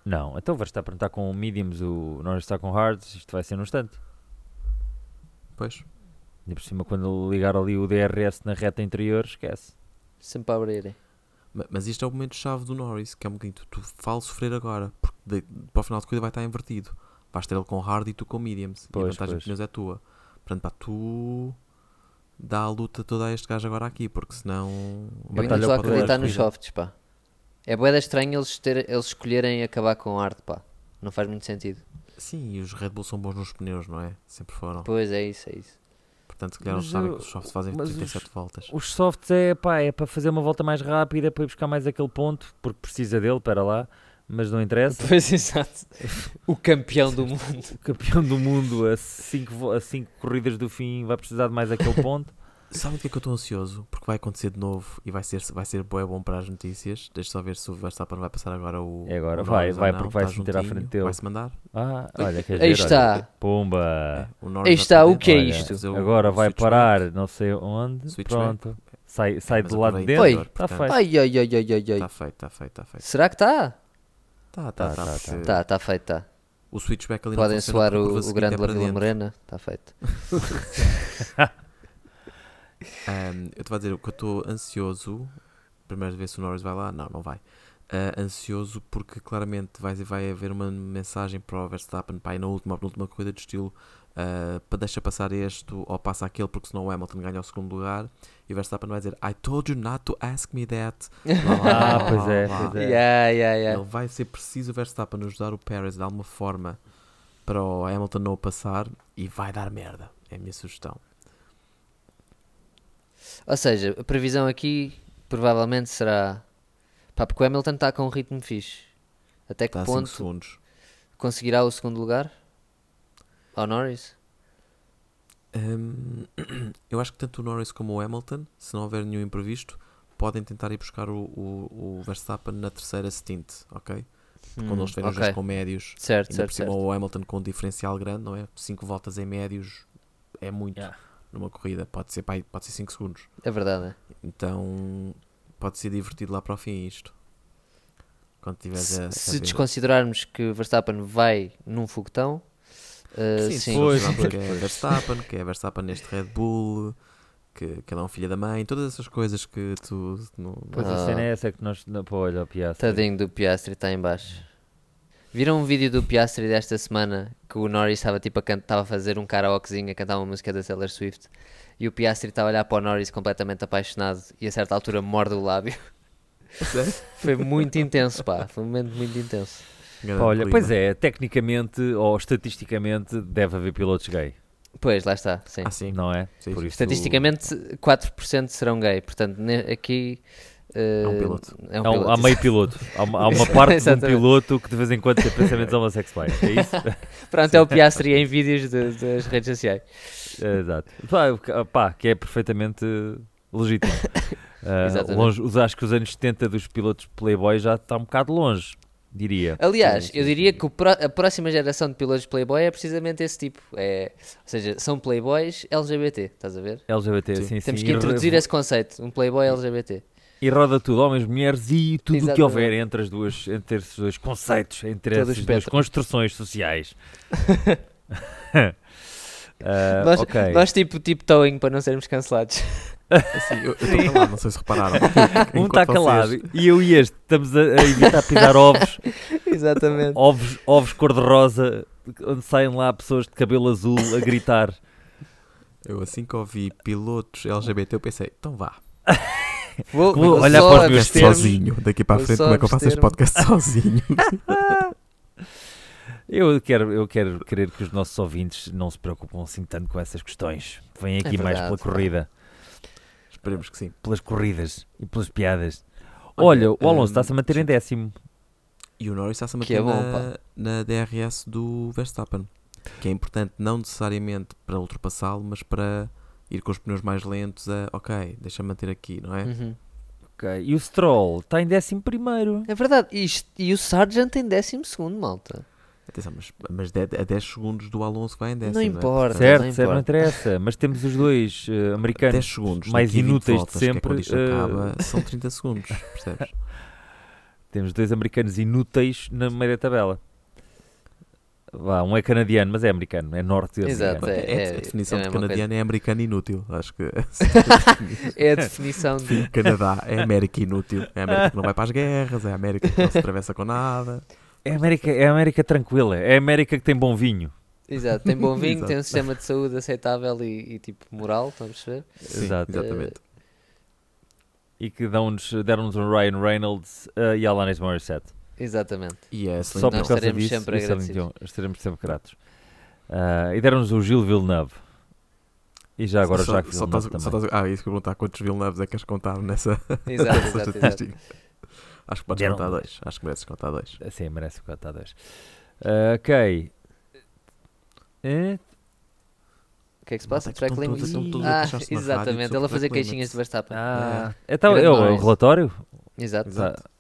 Speaker 3: Não, então o Verstappen está com mediums, o Norris está com hards, isto vai ser num instante.
Speaker 1: Pois.
Speaker 3: E por cima, quando ligar ali o DRS na reta interior, esquece.
Speaker 2: Sempre a abrirem.
Speaker 1: Ma- Mas isto é o momento-chave do Norris, que é um bocadinho tu, tu fale sofrer agora, porque de- para o final de corrida vai estar invertido. Vais ter ele com hard e tu com mediums. e a
Speaker 3: Pois,
Speaker 1: vantagem de
Speaker 3: pois.
Speaker 1: pneus é tua. Portanto, pá, tu dá a luta toda a este gajo agora aqui, porque senão.
Speaker 2: Eu ainda
Speaker 3: Batalha
Speaker 2: estou a
Speaker 3: ao poder.
Speaker 2: acreditar nos softs, pá. É boeda estranho eles, ter, eles escolherem acabar com hard, pá. Não faz muito sentido.
Speaker 1: Sim, e os Red Bull são bons nos pneus, não é? Sempre foram.
Speaker 2: Pois é isso, é isso.
Speaker 1: Portanto, se calhar eles
Speaker 3: Mas
Speaker 1: sabem
Speaker 3: eu-
Speaker 1: que os softs fazem
Speaker 3: mas
Speaker 1: 37 voltas.
Speaker 3: Os softs é, pá, é para fazer uma volta mais rápida, é para ir buscar mais aquele ponto, porque precisa dele, para lá, mas não interessa.
Speaker 2: Pois exato. O campeão do mundo.
Speaker 3: O campeão do mundo a 5 a cinco corridas do fim vai precisar de mais aquele ponto.
Speaker 1: Sabem do que é que eu estou ansioso? Porque vai acontecer de novo e vai ser, vai ser bué bom para as notícias. Deixa só ver se o Verstappen vai passar agora o.
Speaker 3: É agora,
Speaker 1: o
Speaker 3: vai,
Speaker 1: Norris ou
Speaker 3: vai,
Speaker 1: não.
Speaker 3: porque vai
Speaker 1: Está
Speaker 3: se meter à
Speaker 1: juntinho,
Speaker 3: frente dele.
Speaker 1: Vai-se mandar.
Speaker 3: Ah, olha, quer
Speaker 2: Aí
Speaker 3: dizer,
Speaker 2: está.
Speaker 3: Pumba!
Speaker 1: O
Speaker 2: Aí
Speaker 1: Norris vai
Speaker 2: está,
Speaker 1: para
Speaker 2: o que é
Speaker 1: dentro,
Speaker 2: isto?
Speaker 1: fazer o-
Speaker 3: É. Agora
Speaker 1: o
Speaker 3: vai
Speaker 1: switchback.
Speaker 3: parar, não sei onde.
Speaker 1: Switchback.
Speaker 3: Pronto, sai, sai
Speaker 1: Mas
Speaker 3: do
Speaker 1: eu
Speaker 3: lado
Speaker 1: parei.
Speaker 3: de dentro.
Speaker 2: Oi.
Speaker 3: Está
Speaker 1: Portanto,
Speaker 3: feito.
Speaker 2: Ai, ai, ai, ai, ai, ai.
Speaker 1: Está Tá feito, está feito, está feito.
Speaker 2: Será que está?
Speaker 1: Tá, tá,
Speaker 3: Tá,
Speaker 1: tá,
Speaker 3: tá,
Speaker 1: porque
Speaker 3: tá.
Speaker 2: Tá, tá feito, tá.
Speaker 1: O switchback ali não
Speaker 2: Podem
Speaker 1: funciona
Speaker 2: soar
Speaker 1: porque a
Speaker 2: o,
Speaker 1: curva
Speaker 2: o
Speaker 1: seguinte
Speaker 2: grande
Speaker 1: é
Speaker 2: La
Speaker 1: para
Speaker 2: Vila
Speaker 1: dentro.
Speaker 2: Morena, está Tá feito.
Speaker 1: Ahm, eu te vou dizer o que eu estou ansioso. Primeiro de ver se o Norris vai lá. Não, não vai. Ah, ansioso porque claramente vai, vai haver uma mensagem para o Verstappen pai, na última, na última corrida do estilo ah, para deixa passar este ou passa aquele porque senão o Hamilton ganha o segundo lugar e o Verstappen vai dizer I told you not to ask me that Lá, lá, lá,
Speaker 3: Ah,
Speaker 1: lá,
Speaker 3: pois é,
Speaker 1: lá, lá.
Speaker 3: pois é.
Speaker 2: Yeah, yeah, yeah.
Speaker 1: Ele vai ser preciso o Verstappen ajudar o Perez de alguma forma para o Hamilton não o passar e vai dar merda. É a minha sugestão.
Speaker 2: Ou seja, a previsão aqui provavelmente será. Pá, porque o Hamilton está com um ritmo fixe. Até que
Speaker 1: Está a 5
Speaker 2: ponto
Speaker 1: segundos.
Speaker 2: conseguirá o segundo lugar? Ao Norris?
Speaker 1: Hum, eu acho que tanto o Norris como o Hamilton, se não houver nenhum imprevisto, podem tentar ir buscar o, o- o Verstappen na terceira stint, ok? Quando
Speaker 2: Hum,
Speaker 1: eles tiverem os dois
Speaker 2: ok.
Speaker 1: com médios,
Speaker 2: Certo,
Speaker 1: ainda por
Speaker 2: certo,
Speaker 1: cima
Speaker 2: certo.
Speaker 1: o Hamilton com um diferencial grande, não é? 5 voltas em médios é muito
Speaker 3: Yeah.
Speaker 1: numa corrida, pode ser 5 pode ser cinco segundos.
Speaker 2: É verdade, é.
Speaker 1: Então pode ser divertido lá para o fim isto. Quando tiveres a.
Speaker 2: Se,
Speaker 1: a
Speaker 2: se
Speaker 1: ver.
Speaker 2: desconsiderarmos que Verstappen vai num foguetão, uh,
Speaker 1: Sim,
Speaker 2: sim.
Speaker 3: pois.
Speaker 1: pois, que é Verstappen, que é Verstappen neste Red Bull, que, que ele é um filho da mãe, todas essas coisas que tu não, não-
Speaker 3: Pois a cena é essa que nós. não, Pô, olha o Piastri.
Speaker 2: Ah. Tadinho do Piastri está em baixo. Viram um vídeo do Piastri desta semana que o Norris estava tipo a, can- estava a fazer um karaokezinho a cantar uma música da Taylor Swift e o Piastri está a olhar para o Norris completamente apaixonado e a certa altura morde o lábio.
Speaker 1: Sério?
Speaker 2: Foi muito intenso, pá. Foi um momento muito intenso.
Speaker 1: Grande
Speaker 3: Pá, olha,
Speaker 1: clima.
Speaker 3: pois é, tecnicamente ou estatisticamente deve haver pilotos gay,
Speaker 2: Pois, lá está, sim.
Speaker 1: Ah, sim.
Speaker 3: não é?
Speaker 1: Sim,
Speaker 3: Por
Speaker 1: sim.
Speaker 3: isso,
Speaker 2: Estatisticamente 4% serão gay, portanto ne- aqui... eh,
Speaker 1: É um piloto.
Speaker 2: É um
Speaker 3: há, um-
Speaker 2: piloto,
Speaker 3: há meio piloto. Há uma, há uma parte de um
Speaker 2: Exatamente.
Speaker 3: piloto que de vez em quando tem pensamentos homossexuais. É isso?
Speaker 2: Pronto, é o Piastri em vídeos de- das redes sociais.
Speaker 3: É, Exato. Pá, pá, que é perfeitamente legítimo. Ah,
Speaker 2: Exatamente.
Speaker 3: longe, os- acho que os anos 70 dos pilotos Playboy já está um bocado longe, diria.
Speaker 2: Aliás,
Speaker 1: Sim, sim,
Speaker 2: eu diria que o pró- a próxima geração de pilotos Playboy é precisamente esse tipo. É, ou seja, são Playboys LGBT, estás a ver?
Speaker 3: LGBT,
Speaker 1: Sim.
Speaker 3: sim, sim.
Speaker 2: Temos
Speaker 3: e
Speaker 2: que
Speaker 3: re-
Speaker 2: introduzir esse conceito, um Playboy LGBT.
Speaker 3: E roda tudo, homens, mulheres e tudo o que
Speaker 2: Exatamente.
Speaker 3: houver entre, as duas, entre esses dois conceitos, entre
Speaker 2: Todo o
Speaker 3: essas duas
Speaker 2: espectro.
Speaker 3: construções sociais. Ah,
Speaker 2: nós,
Speaker 3: ok.
Speaker 2: nós tipo, tipo towing para não sermos cancelados.
Speaker 1: Assim, eu eu estou calado, não sei se repararam.
Speaker 3: um
Speaker 1: Enquanto
Speaker 3: está
Speaker 1: vocês-
Speaker 3: calado e eu e este estamos a, a evitar pisar ovos,
Speaker 2: Exatamente.
Speaker 3: ovos, ovos cor-de-rosa, onde saem lá pessoas de cabelo azul a gritar.
Speaker 1: Eu assim que ouvi pilotos LGBT, eu pensei, então vá.
Speaker 2: Vou,
Speaker 3: Oh, Vou
Speaker 2: vou
Speaker 3: olhar
Speaker 2: só
Speaker 3: para os meus
Speaker 1: Podcast
Speaker 2: abster-me.
Speaker 3: termos-
Speaker 1: sozinho. Daqui para a
Speaker 2: vou
Speaker 1: frente,
Speaker 2: só
Speaker 1: como é que eu faço este
Speaker 2: abster-me.
Speaker 1: podcast sozinho?
Speaker 3: Eu quero, eu quero querer que os nossos ouvintes não se preocupam assim tanto com essas questões. Vêm aqui mais pela
Speaker 2: É verdade, pá.
Speaker 3: corrida,
Speaker 1: Esperemos que sim.
Speaker 3: pelas corridas e pelas piadas. Olha, o Alonso está-se a
Speaker 1: hum,
Speaker 3: manter em décimo.
Speaker 1: E o Norris está-se a manter
Speaker 2: Que é bom,
Speaker 1: na, na DRS do Verstappen, que é importante não necessariamente para ultrapassá-lo, mas para ir com os pneus mais lentos a, ok, deixa-me manter aqui, não é?
Speaker 2: Uhum.
Speaker 3: Ok, E o Stroll está em décimo primeiro.
Speaker 2: É verdade, Isto- e o Sargent em 12, malta.
Speaker 1: Atenção, mas, mas de- a 10 segundos do Alonso vai em é? 10.
Speaker 2: Não importa.
Speaker 3: é. Certo,
Speaker 2: não
Speaker 3: certo, não
Speaker 2: importa.
Speaker 3: interessa. Mas temos os dois eh, americanos
Speaker 1: 10 segundos,
Speaker 3: mais
Speaker 1: daqui a 20
Speaker 3: inúteis de
Speaker 1: voltas, que é
Speaker 3: sempre.
Speaker 1: quando isto
Speaker 3: eh,
Speaker 1: acaba, são 30 segundos, percebes?
Speaker 3: Temos dois americanos inúteis na meia da tabela. Vá, um é canadiano, mas é americano, é norte
Speaker 2: Exato,
Speaker 1: É,
Speaker 2: é-
Speaker 1: a definição
Speaker 2: é
Speaker 1: de
Speaker 2: uma coisa.
Speaker 1: canadiano é americano inútil. Acho que
Speaker 2: É a definição de.
Speaker 1: Canadá é América inútil. É a América que não vai para as guerras, é a América que não se atravessa com nada.
Speaker 3: É América, é América tranquila, é América que tem bom vinho.
Speaker 2: Exato, tem bom vinho,
Speaker 1: Exato.
Speaker 2: tem um sistema de saúde aceitável e, e, tipo moral, estão a perceber?
Speaker 1: Sim,
Speaker 3: Exato.
Speaker 1: Exatamente.
Speaker 3: E que dão-nos- deram-nos um Ryan Reynolds eh, e Alanis Morissette.
Speaker 2: Exatamente.
Speaker 1: E é
Speaker 3: Só
Speaker 1: excelente.
Speaker 3: por
Speaker 2: Nós
Speaker 3: causa
Speaker 2: então estaremos
Speaker 3: disso,
Speaker 2: sempre
Speaker 3: e Celine
Speaker 2: agradecidos.
Speaker 3: Dion, estaremos sempre gratos. Ah, e deram-nos o Gil Villeneuve. E já agora o
Speaker 1: só,
Speaker 3: Jacques
Speaker 1: só
Speaker 3: Villeneuve
Speaker 1: estás-
Speaker 3: também.
Speaker 1: só estás- Ah, isso que eu ia perguntar. Quantos Villeneuves é que queres contar nessa,
Speaker 2: Exato,
Speaker 1: nessa
Speaker 2: exato, exato.
Speaker 1: estatística? Acho que podes
Speaker 3: Deram
Speaker 1: contar
Speaker 3: dois.
Speaker 1: dois. Acho que mereces contar dois.
Speaker 3: Ah, Sim, merece o cota 10. Ah, ok. Eh,
Speaker 2: O que é que se passa?
Speaker 1: Malta, que estão
Speaker 2: Track
Speaker 1: todos-
Speaker 2: limits?
Speaker 1: estão todos a
Speaker 2: Ah,
Speaker 1: queixar-se na rádio
Speaker 2: exatamente,
Speaker 1: sobre
Speaker 2: ele a fazer
Speaker 1: track
Speaker 2: queixinhas de Verstappen.
Speaker 3: ah, então
Speaker 2: Grande
Speaker 3: é o
Speaker 2: noise.
Speaker 3: relatório?
Speaker 2: Exato.
Speaker 1: Exato.
Speaker 3: Tá.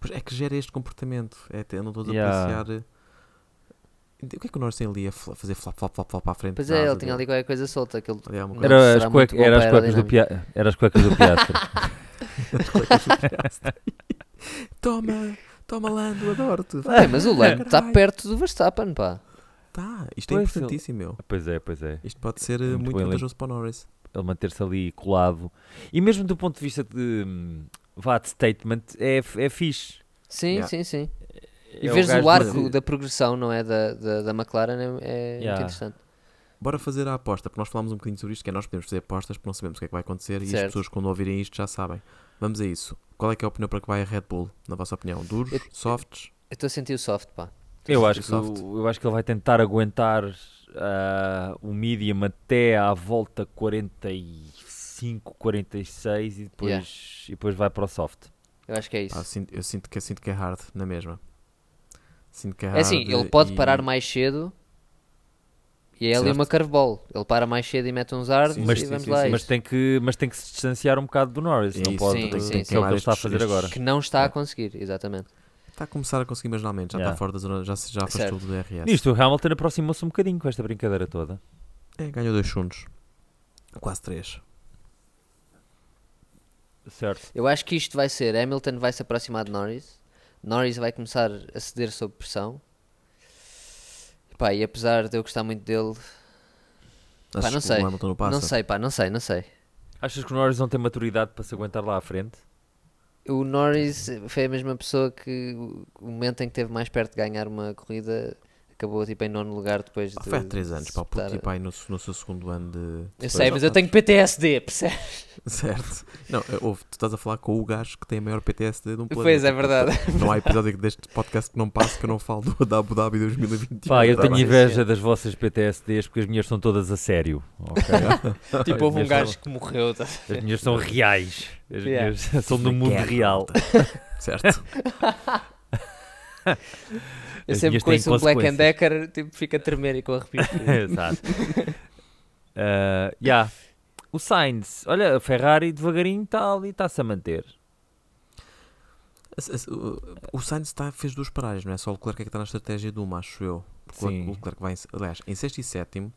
Speaker 1: Pois é que gera este comportamento. É, até- eu não estou a
Speaker 3: Yeah.
Speaker 1: apreciar. eh, O que é que o Norris tem ali a fla- fazer flap, flap, flap, flap para a frente?
Speaker 2: Pois
Speaker 1: na
Speaker 2: é,
Speaker 1: asa
Speaker 2: ele tinha ali
Speaker 1: dele?
Speaker 2: qualquer coisa solta. Aquilo...
Speaker 1: Ali há uma
Speaker 2: Não,
Speaker 1: coisa.
Speaker 3: Era, as
Speaker 2: será muito
Speaker 3: cueca-
Speaker 2: bom
Speaker 3: era as
Speaker 2: para a
Speaker 3: cuecas do Pia- era as cuecas do Piastri.
Speaker 1: Toma, toma Lando, adoro-te.
Speaker 2: Bem, É, mas o Lando está perto do Verstappen, pá.
Speaker 1: Tá, isto é
Speaker 3: Pois, ele-
Speaker 1: importantíssimo, meu.
Speaker 3: pois é, pois é.
Speaker 1: Isto pode ser eh,
Speaker 3: Muito
Speaker 1: muito
Speaker 3: bem
Speaker 1: vantajoso para o Norris.
Speaker 3: Ele manter-se ali colado. E mesmo do ponto de vista de hum, vá de statement, é, f- é fixe.
Speaker 2: Sim,
Speaker 1: Yeah.
Speaker 2: sim, sim. E
Speaker 3: É
Speaker 2: vês
Speaker 3: gajo
Speaker 2: o,
Speaker 3: de-
Speaker 2: arco da progressão, não é? Da, da, da McLaren é, é
Speaker 3: Yeah.
Speaker 2: muito interessante.
Speaker 1: Bora fazer a aposta, porque nós falámos um bocadinho sobre isto, que é nós podemos fazer apostas porque não sabemos o que é que vai acontecer e as
Speaker 2: Certo.
Speaker 1: pessoas quando ouvirem isto já sabem. Vamos a isso. Qual é que é a opinião para que vai a Red Bull, na vossa opinião? Duros,
Speaker 2: Eu-
Speaker 1: softs?
Speaker 2: Eu estou a sentir o soft, pá.
Speaker 3: Eu acho, que,
Speaker 1: Soft.
Speaker 3: o- eu acho que ele vai tentar aguentar ah, o medium até à volta 45, 46 e depois,
Speaker 2: Yeah.
Speaker 3: e depois vai para o soft.
Speaker 2: Eu acho que é isso.
Speaker 1: Ah, sinto- eu sinto que, sinto que é hard, na mesma. Sinto que é hard.
Speaker 2: é assim, ele pode
Speaker 1: e-
Speaker 2: parar mais cedo e é ali
Speaker 1: Certo.
Speaker 2: uma curveball. Ele para mais cedo e mete uns ardos
Speaker 1: Sim,
Speaker 2: e
Speaker 3: mas,
Speaker 2: vamos
Speaker 1: sim,
Speaker 2: lá. a
Speaker 1: sim.
Speaker 3: mas
Speaker 2: isso.
Speaker 3: tem que, mas tem que se distanciar um bocado do Norris.
Speaker 1: É
Speaker 3: não
Speaker 1: isso,
Speaker 3: pode,
Speaker 2: tem- tem que
Speaker 3: que é o que
Speaker 1: queimar
Speaker 3: ele está a
Speaker 1: estes-
Speaker 3: fazer agora.
Speaker 2: Que não está a conseguir, exatamente.
Speaker 1: Está a começar a conseguir, mas não mente, já
Speaker 3: Yeah.
Speaker 1: está fora da zona, já, se- já faz
Speaker 2: Certo.
Speaker 1: tudo do DRS.
Speaker 3: Nisto, o Hamilton aproximou-se um bocadinho com esta brincadeira toda.
Speaker 1: É, ganhou dois segundos. Quase três.
Speaker 3: Certo.
Speaker 2: Eu acho que isto vai ser: Hamilton vai se aproximar de Norris, Norris vai começar a ceder sob pressão. Pá, e apesar de eu gostar muito dele,
Speaker 1: Acho
Speaker 2: não sei.
Speaker 1: O Hamilton não passa.
Speaker 2: não sei, pá, não sei, não sei.
Speaker 3: Achas que o Norris não tem maturidade para se aguentar lá à frente?
Speaker 2: O Norris foi a mesma pessoa que o o momento em que esteve mais perto de ganhar uma corrida acabou tipo em nono lugar depois
Speaker 1: Pá,
Speaker 2: de.
Speaker 1: Foi há 3 anos, pá, o puto
Speaker 2: disputar-
Speaker 1: tipo aí no, no seu segundo ano de.
Speaker 2: Eu sei, mas eu tenho PTSD, percebes?
Speaker 1: Certo. Não, eh, ouve, tu estás a falar com o gajo que tem a maior PTSD de um planeta.
Speaker 2: Pois é, verdade.
Speaker 1: Não há episódio deste podcast que não passe que eu não falo do da Abu Dhabi 2021.
Speaker 3: Pá, eu
Speaker 1: tá
Speaker 3: tenho
Speaker 1: bem?
Speaker 3: inveja das vossas PTSDs porque as minhas são todas a sério. ok?
Speaker 2: Tipo, houve um
Speaker 3: Mesmo.
Speaker 2: gajo que morreu. tá?
Speaker 3: As minhas são reais. As
Speaker 2: Yeah.
Speaker 3: minhas são do mundo real.
Speaker 1: Certo.
Speaker 2: Eu
Speaker 3: As
Speaker 2: sempre
Speaker 3: minhas
Speaker 2: com
Speaker 3: têm
Speaker 2: isso um Black and
Speaker 3: consequências.
Speaker 2: Decker, tipo, fica a tremer e com arrepios.
Speaker 3: Exato. Ah, yeah. O Sainz, olha, a Ferrari devagarinho está ali, está-se a manter.
Speaker 1: S- s- o- O Sainz tá, fez duas paragens, não é? Só o Leclerc é que está na estratégia de uma, acho eu. Porque o-
Speaker 3: Sim.
Speaker 1: o Leclerc vai em, se- aliás, em sexto e sétimo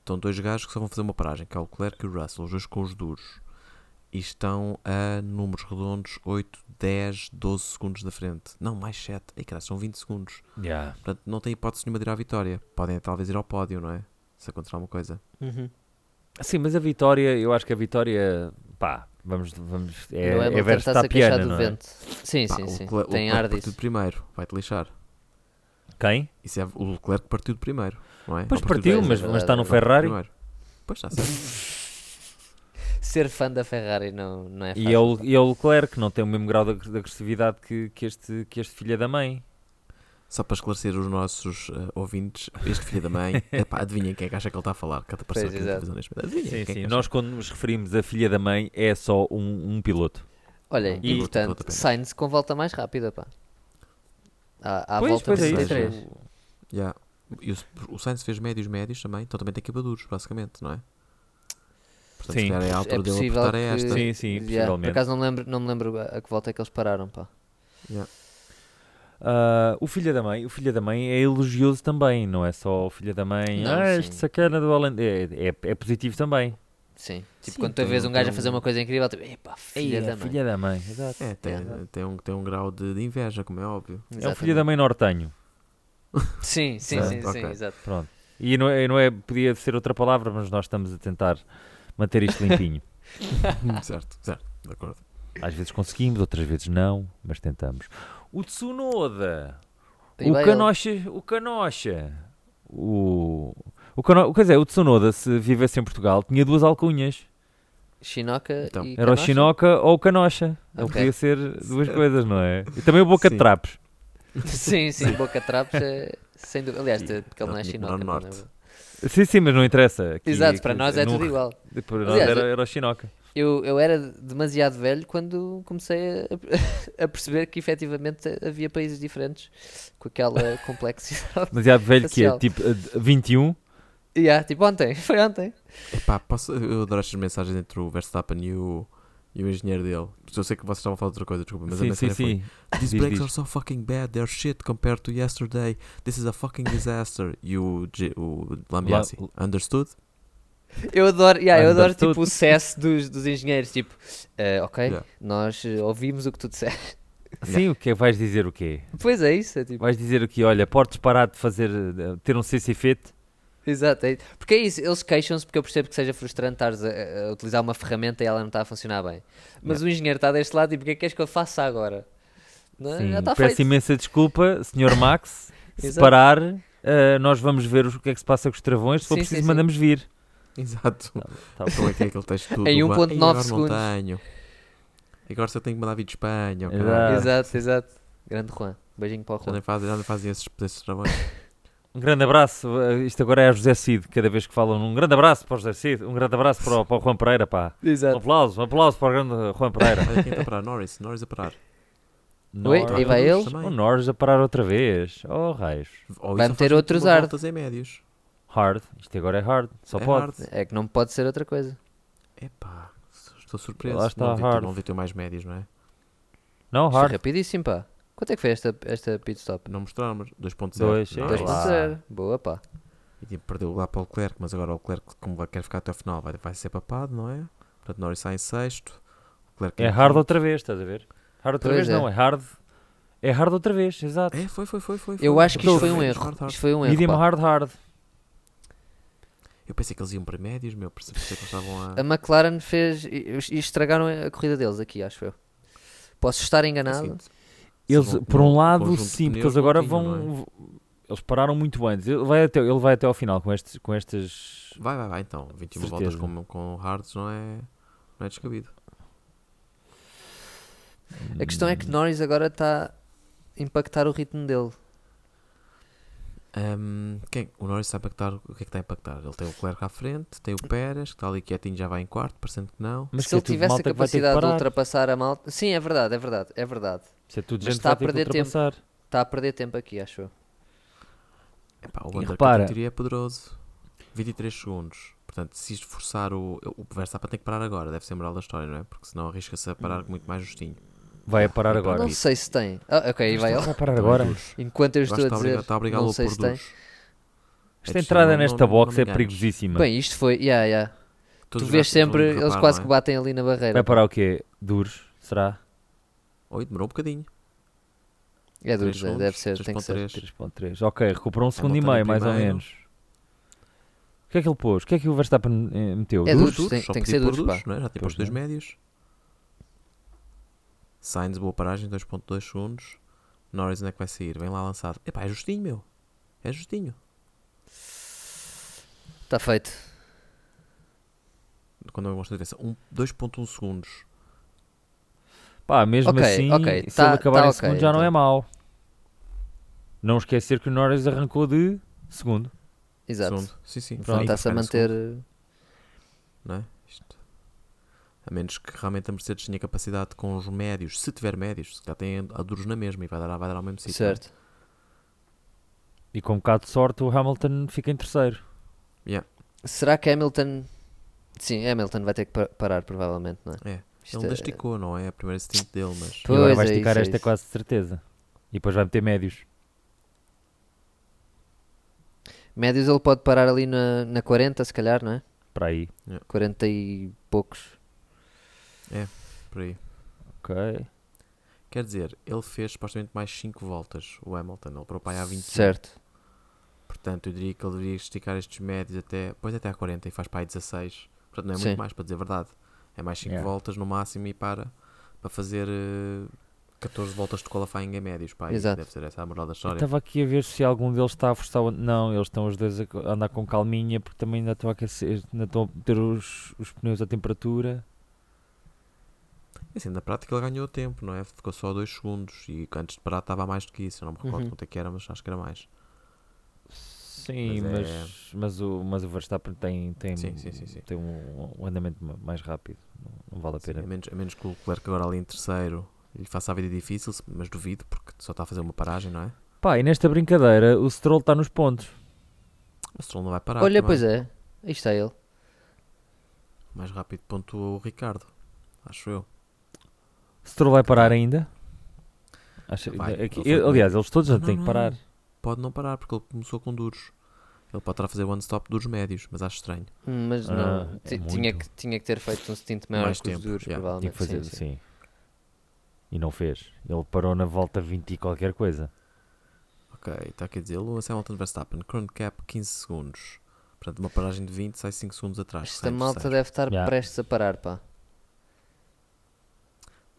Speaker 1: estão dois gajos que só vão fazer uma paragem, que é o Leclerc e o Russell, os dois com os duros. E estão a números redondos 8, 10, 12 segundos da frente. Não, mais 7. Ei, caralho, são 20 segundos.
Speaker 3: Yeah.
Speaker 1: Portanto, não tem hipótese nenhuma de ir à vitória. Podem talvez ir ao pódio, não é? Se acontecer alguma coisa.
Speaker 2: Uhum.
Speaker 3: Sim, mas a vitória, eu acho que a vitória, pá, vamos, vamos é,
Speaker 2: não é,
Speaker 3: é
Speaker 2: Hamilton está-se a
Speaker 3: Verstappen,
Speaker 2: queixar do
Speaker 3: não é?
Speaker 2: vento. Sim,
Speaker 1: Pá,
Speaker 2: sim,
Speaker 1: o
Speaker 2: sim.
Speaker 1: Cle- o
Speaker 2: Tem
Speaker 1: Leclerc
Speaker 2: ar
Speaker 1: partiu de
Speaker 2: disso.
Speaker 1: primeiro, vai-te lixar.
Speaker 3: Quem?
Speaker 1: Isso é o Leclerc partiu de primeiro, não é?
Speaker 3: Pois
Speaker 1: Ou
Speaker 3: partiu,
Speaker 1: de
Speaker 2: dois,
Speaker 3: mas,
Speaker 2: é
Speaker 3: mas
Speaker 2: verdade,
Speaker 3: está
Speaker 2: é
Speaker 3: no
Speaker 2: verdade.
Speaker 3: Ferrari
Speaker 1: primeiro. Pois está certo.
Speaker 2: Ser fã da Ferrari não, não é fácil.
Speaker 3: e é, o, e é o Leclerc que não tem o mesmo grau de, ag- de agressividade que, que este, que este filho da mãe.
Speaker 1: Só para esclarecer os nossos eh, ouvintes, este filho da mãe, epá, adivinhem quem é que acha que ele está a falar, que apareceu
Speaker 2: Pois,
Speaker 1: aqui na
Speaker 2: exato.
Speaker 1: televisão neste momento. Adivinhem
Speaker 3: Sim,
Speaker 1: quem é
Speaker 3: sim.
Speaker 1: que
Speaker 3: Nós quando nos referimos a filha da mãe é só um, um piloto.
Speaker 2: Olha,
Speaker 1: E-
Speaker 2: e,
Speaker 1: Outra
Speaker 2: portanto,
Speaker 1: pena.
Speaker 2: Sainz com volta mais rápida, pá. À, à
Speaker 3: Pois,
Speaker 2: volta
Speaker 3: pois é isso.
Speaker 2: 33.
Speaker 1: acha. Yeah. E o, o Sainz fez médios, médios também, então também tem que ir para duros, basicamente, não é? Portanto,
Speaker 3: Sim.
Speaker 1: se calhar é a altura dele
Speaker 2: possível
Speaker 1: apertar é
Speaker 2: que-
Speaker 1: esta.
Speaker 3: Sim, sim,
Speaker 2: Yeah, por
Speaker 3: possivelmente.
Speaker 2: acaso não, lembro, não me lembro a a que volta é que eles pararam, pá.
Speaker 3: Ah, o filho da mãe, o filho da mãe é elogioso também, não é só o filho da mãe.
Speaker 2: Não,
Speaker 3: ah,
Speaker 2: sim.
Speaker 3: este sacana do Alan. É, é, é positivo também.
Speaker 2: Sim. Tipo,
Speaker 1: Sim,
Speaker 2: quando tu
Speaker 1: tem-
Speaker 2: vês um gajo a
Speaker 1: tem
Speaker 2: fazer
Speaker 1: um-
Speaker 2: uma coisa incrível, tipo, epá, filha
Speaker 3: então Ei, é
Speaker 2: da mãe.
Speaker 3: Filha da mãe, exato.
Speaker 1: É, tem, tem, um, tem um grau de, de inveja, como é óbvio.
Speaker 3: É um filho da mãe nortenho.
Speaker 2: Exatamente. Sim, sim,
Speaker 1: Certo,
Speaker 2: sim, sim,
Speaker 1: ok.
Speaker 2: exato.
Speaker 3: Pronto. E não é, não é, podia ser outra palavra, mas nós estamos a tentar manter isto limpinho.
Speaker 1: Hum, certo, certo, de acordo.
Speaker 3: Às vezes conseguimos, outras vezes não, mas tentamos. O Tsunoda,
Speaker 2: E
Speaker 3: o
Speaker 2: vai ele.
Speaker 3: Canocha, o Canocha, o. O Cano... Quer dizer, o Tsunoda, se vivesse em Portugal, tinha duas alcunhas.
Speaker 2: Shinoka
Speaker 1: Então,
Speaker 2: e
Speaker 3: Era o
Speaker 2: Canocha?
Speaker 3: Shinoka ou o Canocha. Ele
Speaker 2: Ok.
Speaker 3: podia ser duas coisas, não é? E também o Boca de
Speaker 1: Sim.
Speaker 3: Trapos.
Speaker 2: Sim, sim, Boca Trapos é sem dúvida. Aliás, te- que ele não é
Speaker 1: Norte-
Speaker 2: Shinoka. não é
Speaker 1: Norte.
Speaker 2: verdade?
Speaker 3: Sim, sim, mas não interessa. Aqui-
Speaker 2: Exato, para
Speaker 3: aqui-
Speaker 2: nós é
Speaker 3: não-
Speaker 2: tudo igual. é,
Speaker 3: Para nós
Speaker 2: Aliás,
Speaker 3: era,
Speaker 2: eu-
Speaker 3: era o Shinoka.
Speaker 2: Eu, eu era demasiado velho quando comecei a, a perceber que efetivamente havia países diferentes com aquela complexidade.
Speaker 3: Demasiado velho que é,
Speaker 2: Facial.
Speaker 3: tipo, eh, 21.
Speaker 2: yeah, tipo ontem, foi ontem.
Speaker 1: Epá, posso, eu adoro estas mensagens entre o Verstappen e o, e o engenheiro dele. Porque Eu sei que vocês estavam a falar de outra coisa, desculpa, mas a
Speaker 3: sim, sim,
Speaker 1: mensagem foi
Speaker 3: sim.
Speaker 1: These
Speaker 3: Diz,
Speaker 1: breaks
Speaker 3: diz.
Speaker 1: are so fucking bad, they're shit compared to yesterday. This is a fucking disaster. E o, G, o Lambiasi.
Speaker 3: La-
Speaker 1: Understood?
Speaker 2: Eu adoro, yeah, eu adoro tipo,
Speaker 3: Understood.
Speaker 2: o CS dos, dos engenheiros, tipo, eh, ok,
Speaker 1: Yeah.
Speaker 2: nós eh, ouvimos o que tu disseste.
Speaker 3: Sim, o que é? Vais dizer o quê?
Speaker 2: Pois é isso, é tipo,
Speaker 3: Vais dizer aqui, olha, podes parar de fazer, eh, ter um CC fit?
Speaker 2: exato, é- porque é isso, eles queixam-se porque eu percebo que seja frustrante estares a, a utilizar uma ferramenta e ela não está a funcionar bem. Mas o engenheiro está deste lado e tipo, o que é que queres que eu faça agora? Não, é?
Speaker 3: Sim,
Speaker 2: já está
Speaker 3: peço
Speaker 2: feito.
Speaker 3: imensa desculpa, Sr. Max. se
Speaker 2: Exato.
Speaker 3: parar, eh, nós vamos ver o que é que se passa com os travões. Se for
Speaker 2: Sim,
Speaker 3: preciso,
Speaker 2: sim, sim.
Speaker 3: mandamos vir.
Speaker 1: Exato.
Speaker 3: Tá bom. um
Speaker 1: Como é que é aquele texto tudo?
Speaker 2: Em
Speaker 1: do Van-
Speaker 2: 1.9
Speaker 1: "Ei, agora
Speaker 2: segundos.
Speaker 1: Não tenho. E Agora só tenho que mandar vir de Espanha. ok?
Speaker 3: Exato.
Speaker 2: Exato, exato. Grande Juan, beijinho para o
Speaker 1: Já
Speaker 2: Juan.
Speaker 1: nem fazem, já nem fazem esses, esses trabalhos.
Speaker 3: Um grande abraço. eh, Isto agora é a José Cid, cada vez que falam. Um grande abraço para o José Cid, um grande abraço para o, para o Juan Pereira, pá. Um
Speaker 2: Exato.
Speaker 3: aplauso, um aplauso para o grande Juan Pereira.
Speaker 1: Olha quem está a parar, Norris. Norris a parar.
Speaker 2: Oi,
Speaker 3: Norris-
Speaker 2: aí vai ele.
Speaker 1: Também.
Speaker 3: O Norris a parar outra vez. Oh, raios.
Speaker 1: Ou
Speaker 2: Vai
Speaker 1: isso
Speaker 2: meter
Speaker 1: faz
Speaker 2: outros
Speaker 1: umas
Speaker 2: hard.
Speaker 1: voltas em médios.
Speaker 3: Hard. Isto agora é hard. Só
Speaker 1: É
Speaker 3: pode.
Speaker 1: hard.
Speaker 2: É que não pode ser outra coisa.
Speaker 1: Epá, estou surpreso.
Speaker 3: Lá está
Speaker 1: não, vi
Speaker 3: hard.
Speaker 1: ter, não vi ter mais médios, não é?
Speaker 3: Não,
Speaker 2: Foi
Speaker 3: Oh, hard.
Speaker 2: rapidíssimo, pá. Quanto é que foi esta, esta pit stop?
Speaker 1: Não mostraram, mas 2.0.
Speaker 3: Dois,
Speaker 1: Não,
Speaker 3: Ah,
Speaker 2: Dois
Speaker 1: é
Speaker 2: por
Speaker 3: lá.
Speaker 1: isso.
Speaker 2: zero. Boa, pá.
Speaker 1: E tipo, perdeu lá para o Leclerc, mas agora o Leclerc, como vai- quer ficar até o final, vai, vai ser papado, não é? Portanto, Norris sai em sexto. o Leclerc em
Speaker 3: É hard
Speaker 1: quinto.
Speaker 3: outra vez, estás a ver? Hard outra
Speaker 2: Pois
Speaker 3: vez,
Speaker 2: é.
Speaker 3: não, é hard. É hard outra vez, exato.
Speaker 1: É, foi, foi, foi, foi.
Speaker 2: Eu
Speaker 1: foi.
Speaker 2: acho que isto
Speaker 1: Hard,
Speaker 2: foi um
Speaker 1: hard,
Speaker 2: erro.
Speaker 1: hard, hard.
Speaker 2: Isto foi um erro.
Speaker 3: Medium
Speaker 2: pá.
Speaker 3: hard, hard.
Speaker 1: Eu pensei que eles iam para médios, meu, perce- pensei que eles estavam a.
Speaker 2: A McLaren fez. e- e estragaram a corrida deles aqui, acho eu. Posso estar enganado.
Speaker 1: Assim,
Speaker 3: Eles,
Speaker 1: Sim,
Speaker 3: por um
Speaker 1: um
Speaker 3: lado,
Speaker 1: conjunto de
Speaker 3: sim, porque
Speaker 1: pneus
Speaker 3: eles agora
Speaker 1: não é? tinham,
Speaker 3: vão. Eles pararam muito antes. Ele vai até, ele vai até ao final com, estes, com estas.
Speaker 1: Vai, vai, vai então. 21 voltas
Speaker 3: Certeza.
Speaker 1: com, com hards não é, não é descabido.
Speaker 2: A questão é que Norris agora está a impactar o ritmo dele.
Speaker 1: Ahm, quem, o Norris está a impactar. O que é que está a impactar? Ele tem o Leclerc à frente, tem o Pérez, que está ali quietinho, já vai em quarto, parecendo que não.
Speaker 3: Mas
Speaker 2: Se
Speaker 3: que é
Speaker 2: ele
Speaker 3: tudo
Speaker 2: tivesse a
Speaker 3: malta que vai ter que
Speaker 2: capacidade de
Speaker 3: parar.
Speaker 2: ultrapassar a malta. Sim, é verdade, é verdade, é verdade.
Speaker 3: Isso é tudo
Speaker 2: Mas
Speaker 3: gente
Speaker 2: está
Speaker 3: que vai
Speaker 2: a
Speaker 3: ter que
Speaker 2: perder tempo.
Speaker 3: ultrapassar.
Speaker 2: Está a perder tempo aqui, acho eu.
Speaker 1: Epá, o
Speaker 3: E
Speaker 1: Undercut
Speaker 3: repara-
Speaker 1: em teoria é poderoso. 23 segundos. Portanto, se isto forçar o. O Verstappen tem que parar agora, deve ser a moral da história, não é? Porque senão arrisca-se a parar muito mais justinho.
Speaker 3: Vai a parar agora. é
Speaker 2: Não sei se tem. Ah, ok, aí vai ele.
Speaker 3: Vai parar agora.
Speaker 2: Enquanto eu
Speaker 1: Eu acho
Speaker 2: estou
Speaker 1: que
Speaker 2: a
Speaker 1: está a
Speaker 2: dizer.
Speaker 1: obrigar- está a obrigá-lo
Speaker 2: Não
Speaker 1: a
Speaker 2: sei
Speaker 1: pôr
Speaker 2: se tem.
Speaker 1: duros.
Speaker 3: Esta
Speaker 1: É,
Speaker 3: entrada
Speaker 1: não-
Speaker 3: nesta
Speaker 1: não-
Speaker 3: box
Speaker 1: não
Speaker 3: é
Speaker 1: me enganes.
Speaker 3: perigosíssima.
Speaker 2: Bem, isto foi. Yeah, yeah. Tu
Speaker 1: Todos os
Speaker 2: vês
Speaker 1: gajos têm
Speaker 2: sempre,
Speaker 1: um
Speaker 2: eles
Speaker 1: rapar,
Speaker 2: quase
Speaker 1: não
Speaker 2: que
Speaker 1: é?
Speaker 2: batem ali na barreira.
Speaker 3: vai parar o quê? Duros? Será?
Speaker 1: Oi, demorou um bocadinho.
Speaker 2: É duro,
Speaker 1: Três segundos,
Speaker 2: deve ser, tem que ser.
Speaker 1: 3.3.
Speaker 3: 3.3. Ok, recuperou um segundo e
Speaker 1: voltar
Speaker 3: meio,
Speaker 1: em
Speaker 3: mais ou
Speaker 1: primeiro.
Speaker 3: menos. O que é que ele pôs? O que é que o Verstappen eh, meteu?
Speaker 2: É
Speaker 3: Duros?
Speaker 2: duros, tem-
Speaker 1: só
Speaker 2: tem que
Speaker 1: podia
Speaker 2: ser
Speaker 1: pôr
Speaker 2: duros, pá.
Speaker 1: não é? Já tem
Speaker 3: Pois
Speaker 1: os dois
Speaker 3: não.
Speaker 1: médios. Sainz, boa paragem, 2.2 segundos. Norris, onde é que vai sair? Vem lá lançado. Epá, é justinho, meu. É justinho.
Speaker 2: Está Tá feito.
Speaker 1: Quando eu mostro a diferença, um- 2.1 segundos.
Speaker 3: Pá, mesmo
Speaker 2: Ok,
Speaker 3: assim,
Speaker 2: ok,
Speaker 3: se
Speaker 2: tá-
Speaker 3: ele acabar
Speaker 2: tá
Speaker 3: em
Speaker 2: ok,
Speaker 3: segundo já não é
Speaker 2: então.
Speaker 3: mau. Não esquecer que o Norris arrancou de segundo.
Speaker 2: Exato.
Speaker 1: Segundo. Sim, sim.
Speaker 2: Pronto,
Speaker 1: Sim,
Speaker 2: está-se
Speaker 1: ficar
Speaker 2: a
Speaker 1: em
Speaker 2: manter.
Speaker 1: não é? Isto. A menos que realmente a Mercedes tenha capacidade com os médios, se tiver médios, se calhar tem a duros na mesma e vai dar, vai dar ao mesmo sítio. não é?
Speaker 2: certo.
Speaker 3: E com um bocado de sorte, o Hamilton fica em terceiro.
Speaker 2: Será que Hamilton. Sim, Hamilton vai ter que pa- parar, provavelmente, não é?
Speaker 1: É.
Speaker 2: Isto
Speaker 1: Ele ainda esticou, não é? É a primeira stint dele, mas
Speaker 3: e agora
Speaker 2: Pois
Speaker 3: vai
Speaker 2: é,
Speaker 3: esticar
Speaker 2: isso, é
Speaker 3: esta
Speaker 2: isso.
Speaker 3: quase de certeza. E depois vai meter médios.
Speaker 2: Médios ele pode parar ali na, na 40, se calhar, não é?
Speaker 3: Para aí.
Speaker 2: 40 e poucos.
Speaker 1: por aí.
Speaker 3: Ok.
Speaker 1: Quer dizer, ele fez supostamente mais 5 voltas, o Hamilton. Ele parou para aí É, há um. 20
Speaker 2: Certo.
Speaker 1: Portanto, eu diria que ele deveria esticar estes médios até, pois até à 40 e faz para aí 16. Portanto, não é
Speaker 2: Sim.
Speaker 1: muito mais, para dizer a verdade. É mais 5
Speaker 3: Yeah.
Speaker 1: voltas no máximo e para para fazer eh, 14 voltas de qualifying em médios. Pá,
Speaker 2: Exato.
Speaker 1: Exato. Deve ser essa a moral da
Speaker 3: Eu
Speaker 1: história.
Speaker 3: Estava aqui a ver se algum deles está a forçar. o- Não, eles estão os dois a co- a andar com calminha porque também ainda estão a aquecer, ainda estão a ter os, os pneus à temperatura.
Speaker 1: E assim, na prática ele ganhou tempo, não é? Ficou só 2 segundos e antes de parar estava a mais do que isso. Eu não me recordo
Speaker 2: Uhum.
Speaker 1: quanto é que era, mas acho que era mais.
Speaker 3: Sim, mas,
Speaker 1: Mas é-
Speaker 3: mas, o, mas o Verstappen tem, tem,
Speaker 1: Sim, sim, sim, sim.
Speaker 3: tem um, um andamento ma- mais rápido. Não, não vale a
Speaker 1: Sim, é
Speaker 3: pena.
Speaker 1: a, menos, a menos que o Leclerc agora ali em terceiro lhe faça a vida difícil, mas duvido porque só está a fazer uma paragem, não é?
Speaker 3: Pá, e nesta brincadeira o Stroll está nos pontos.
Speaker 1: O Stroll não vai parar. tá
Speaker 2: Olha,
Speaker 1: também.
Speaker 2: pois é. Aí está ele.
Speaker 1: Mais rápido pontuou o Ricardo, acho eu.
Speaker 3: Stroll vai parar ainda? Acha-
Speaker 1: Tá. Vai,
Speaker 3: é que-
Speaker 1: ele foi
Speaker 3: aliás, eles todos já
Speaker 1: Não,
Speaker 3: têm
Speaker 1: não,
Speaker 3: que parar.
Speaker 1: Pode não parar, porque ele começou com duros. Ele pode estar a fazer one stop dos médios, mas acho estranho.
Speaker 2: Hum, Mas
Speaker 3: Ah,
Speaker 2: não.
Speaker 3: é
Speaker 2: Ti- tinha,
Speaker 3: muito.
Speaker 2: que, tinha que ter feito um stint maior
Speaker 1: Mais
Speaker 2: com os
Speaker 1: tempo, yeah.
Speaker 2: duros,
Speaker 3: Tinha
Speaker 2: provavelmente.
Speaker 3: que fazer,
Speaker 2: sim,
Speaker 3: sim,
Speaker 2: sim.
Speaker 3: E não fez. Ele parou na volta 20 e qualquer coisa.
Speaker 1: Ok, está aqui a dizer Lewis Hamilton Verstappen, current cap 15 segundos. Portanto, uma paragem de 20 sai 5 segundos atrás.
Speaker 2: Esta
Speaker 1: sai em
Speaker 2: malta
Speaker 1: terceiro.
Speaker 2: deve estar
Speaker 3: Yeah.
Speaker 2: prestes a parar, pá.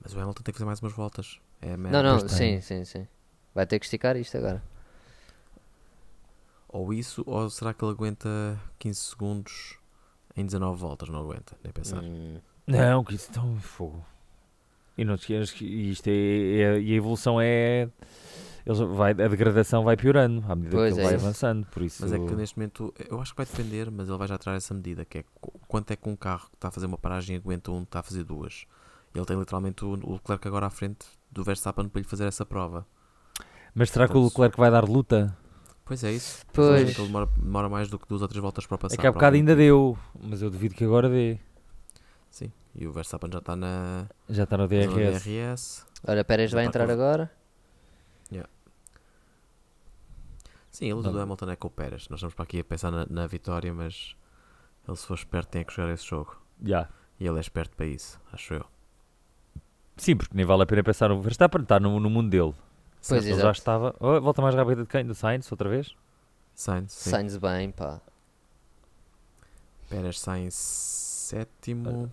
Speaker 1: Mas o Hamilton tem que fazer mais umas voltas. É a merda.
Speaker 2: não, não,
Speaker 3: pois
Speaker 2: sim,
Speaker 3: tem.
Speaker 2: sim, sim. Vai ter que esticar isto agora.
Speaker 1: Ou isso, ou será que ele aguenta 15 segundos em 19 voltas? Não aguenta, nem pensar.
Speaker 2: Hum,
Speaker 3: Não, que
Speaker 1: é
Speaker 3: isso tão fogo. E não te esqueças que isto é, é- E a evolução é. eles vai, a degradação vai piorando à medida
Speaker 2: Pois
Speaker 3: que
Speaker 2: é
Speaker 3: ele vai
Speaker 2: isso.
Speaker 3: avançando. Por isso.
Speaker 1: Mas é que neste momento, eu acho que vai depender, mas ele vai já tirar essa medida, que é qu- quanto é que um carro que está a fazer uma paragem aguenta um que está a fazer duas. Ele tem literalmente o o Leclerc agora à frente do Verstappen para lhe fazer essa prova.
Speaker 3: Mas será que o
Speaker 1: Portanto,
Speaker 3: Leclerc vai dar luta?
Speaker 1: Pois é isso.
Speaker 2: Pois.
Speaker 1: Ele demora, demora mais do que duas ou três voltas para passar.
Speaker 3: É que há
Speaker 1: por
Speaker 3: bocado
Speaker 1: algum
Speaker 3: ainda
Speaker 1: motivo.
Speaker 3: deu, mas eu duvido que agora dê.
Speaker 1: Sim, e o Verstappen já está na
Speaker 3: Já está no
Speaker 1: na zona
Speaker 3: DRS.
Speaker 1: DRS.
Speaker 2: Olha, Pérez
Speaker 1: Já
Speaker 2: vai
Speaker 1: tá
Speaker 2: entrar
Speaker 1: quase.
Speaker 2: agora.
Speaker 1: Sim, a luta do
Speaker 3: Não.
Speaker 1: Hamilton é com o Pérez. Nós estamos para aqui a pensar na, na vitória, mas ele se for esperto tem que jogar esse jogo.
Speaker 3: Já.
Speaker 1: E ele é esperto para isso, acho eu.
Speaker 3: Sim, porque nem vale a pena pensar no Verstappen, está no, no mundo dele.
Speaker 2: Pois é.
Speaker 3: Ele
Speaker 2: exato.
Speaker 3: já estava. Oh, volta mais rápida de quem? Do Sainz, outra vez?
Speaker 1: Sainz, sim.
Speaker 2: Sainz bem, pá.
Speaker 1: Pérez sai em sétimo.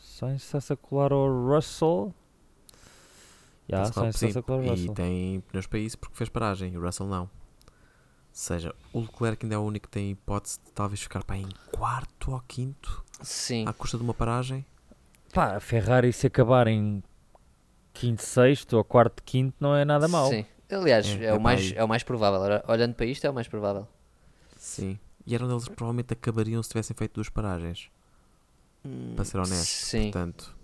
Speaker 3: Sainz está-se a colar ao Russell.
Speaker 2: Então,
Speaker 3: Já,
Speaker 1: Penso que lá-
Speaker 3: Sainz está-se a colar ao
Speaker 1: sim,
Speaker 3: Russell.
Speaker 1: e tem pneus para isso porque fez paragem e o Russell não. Ou seja, o Leclerc ainda é o único que tem hipótese de talvez ficar para em quarto ou quinto
Speaker 2: Sim.
Speaker 1: à custa de uma paragem.
Speaker 3: Pá, a Ferrari se acabar em quinto, sexto ou quarto, quinto não é nada mau.
Speaker 2: Sim. Aliás,
Speaker 1: É,
Speaker 2: é,
Speaker 1: é
Speaker 2: o
Speaker 1: pá,
Speaker 2: mais,
Speaker 1: aí.
Speaker 2: é o mais provável. Ora, Olhando para isto, é o mais provável.
Speaker 1: Sim. E era onde eles provavelmente acabariam se tivessem feito duas paragens. Para ser honesto.
Speaker 2: Sim,
Speaker 1: Portanto,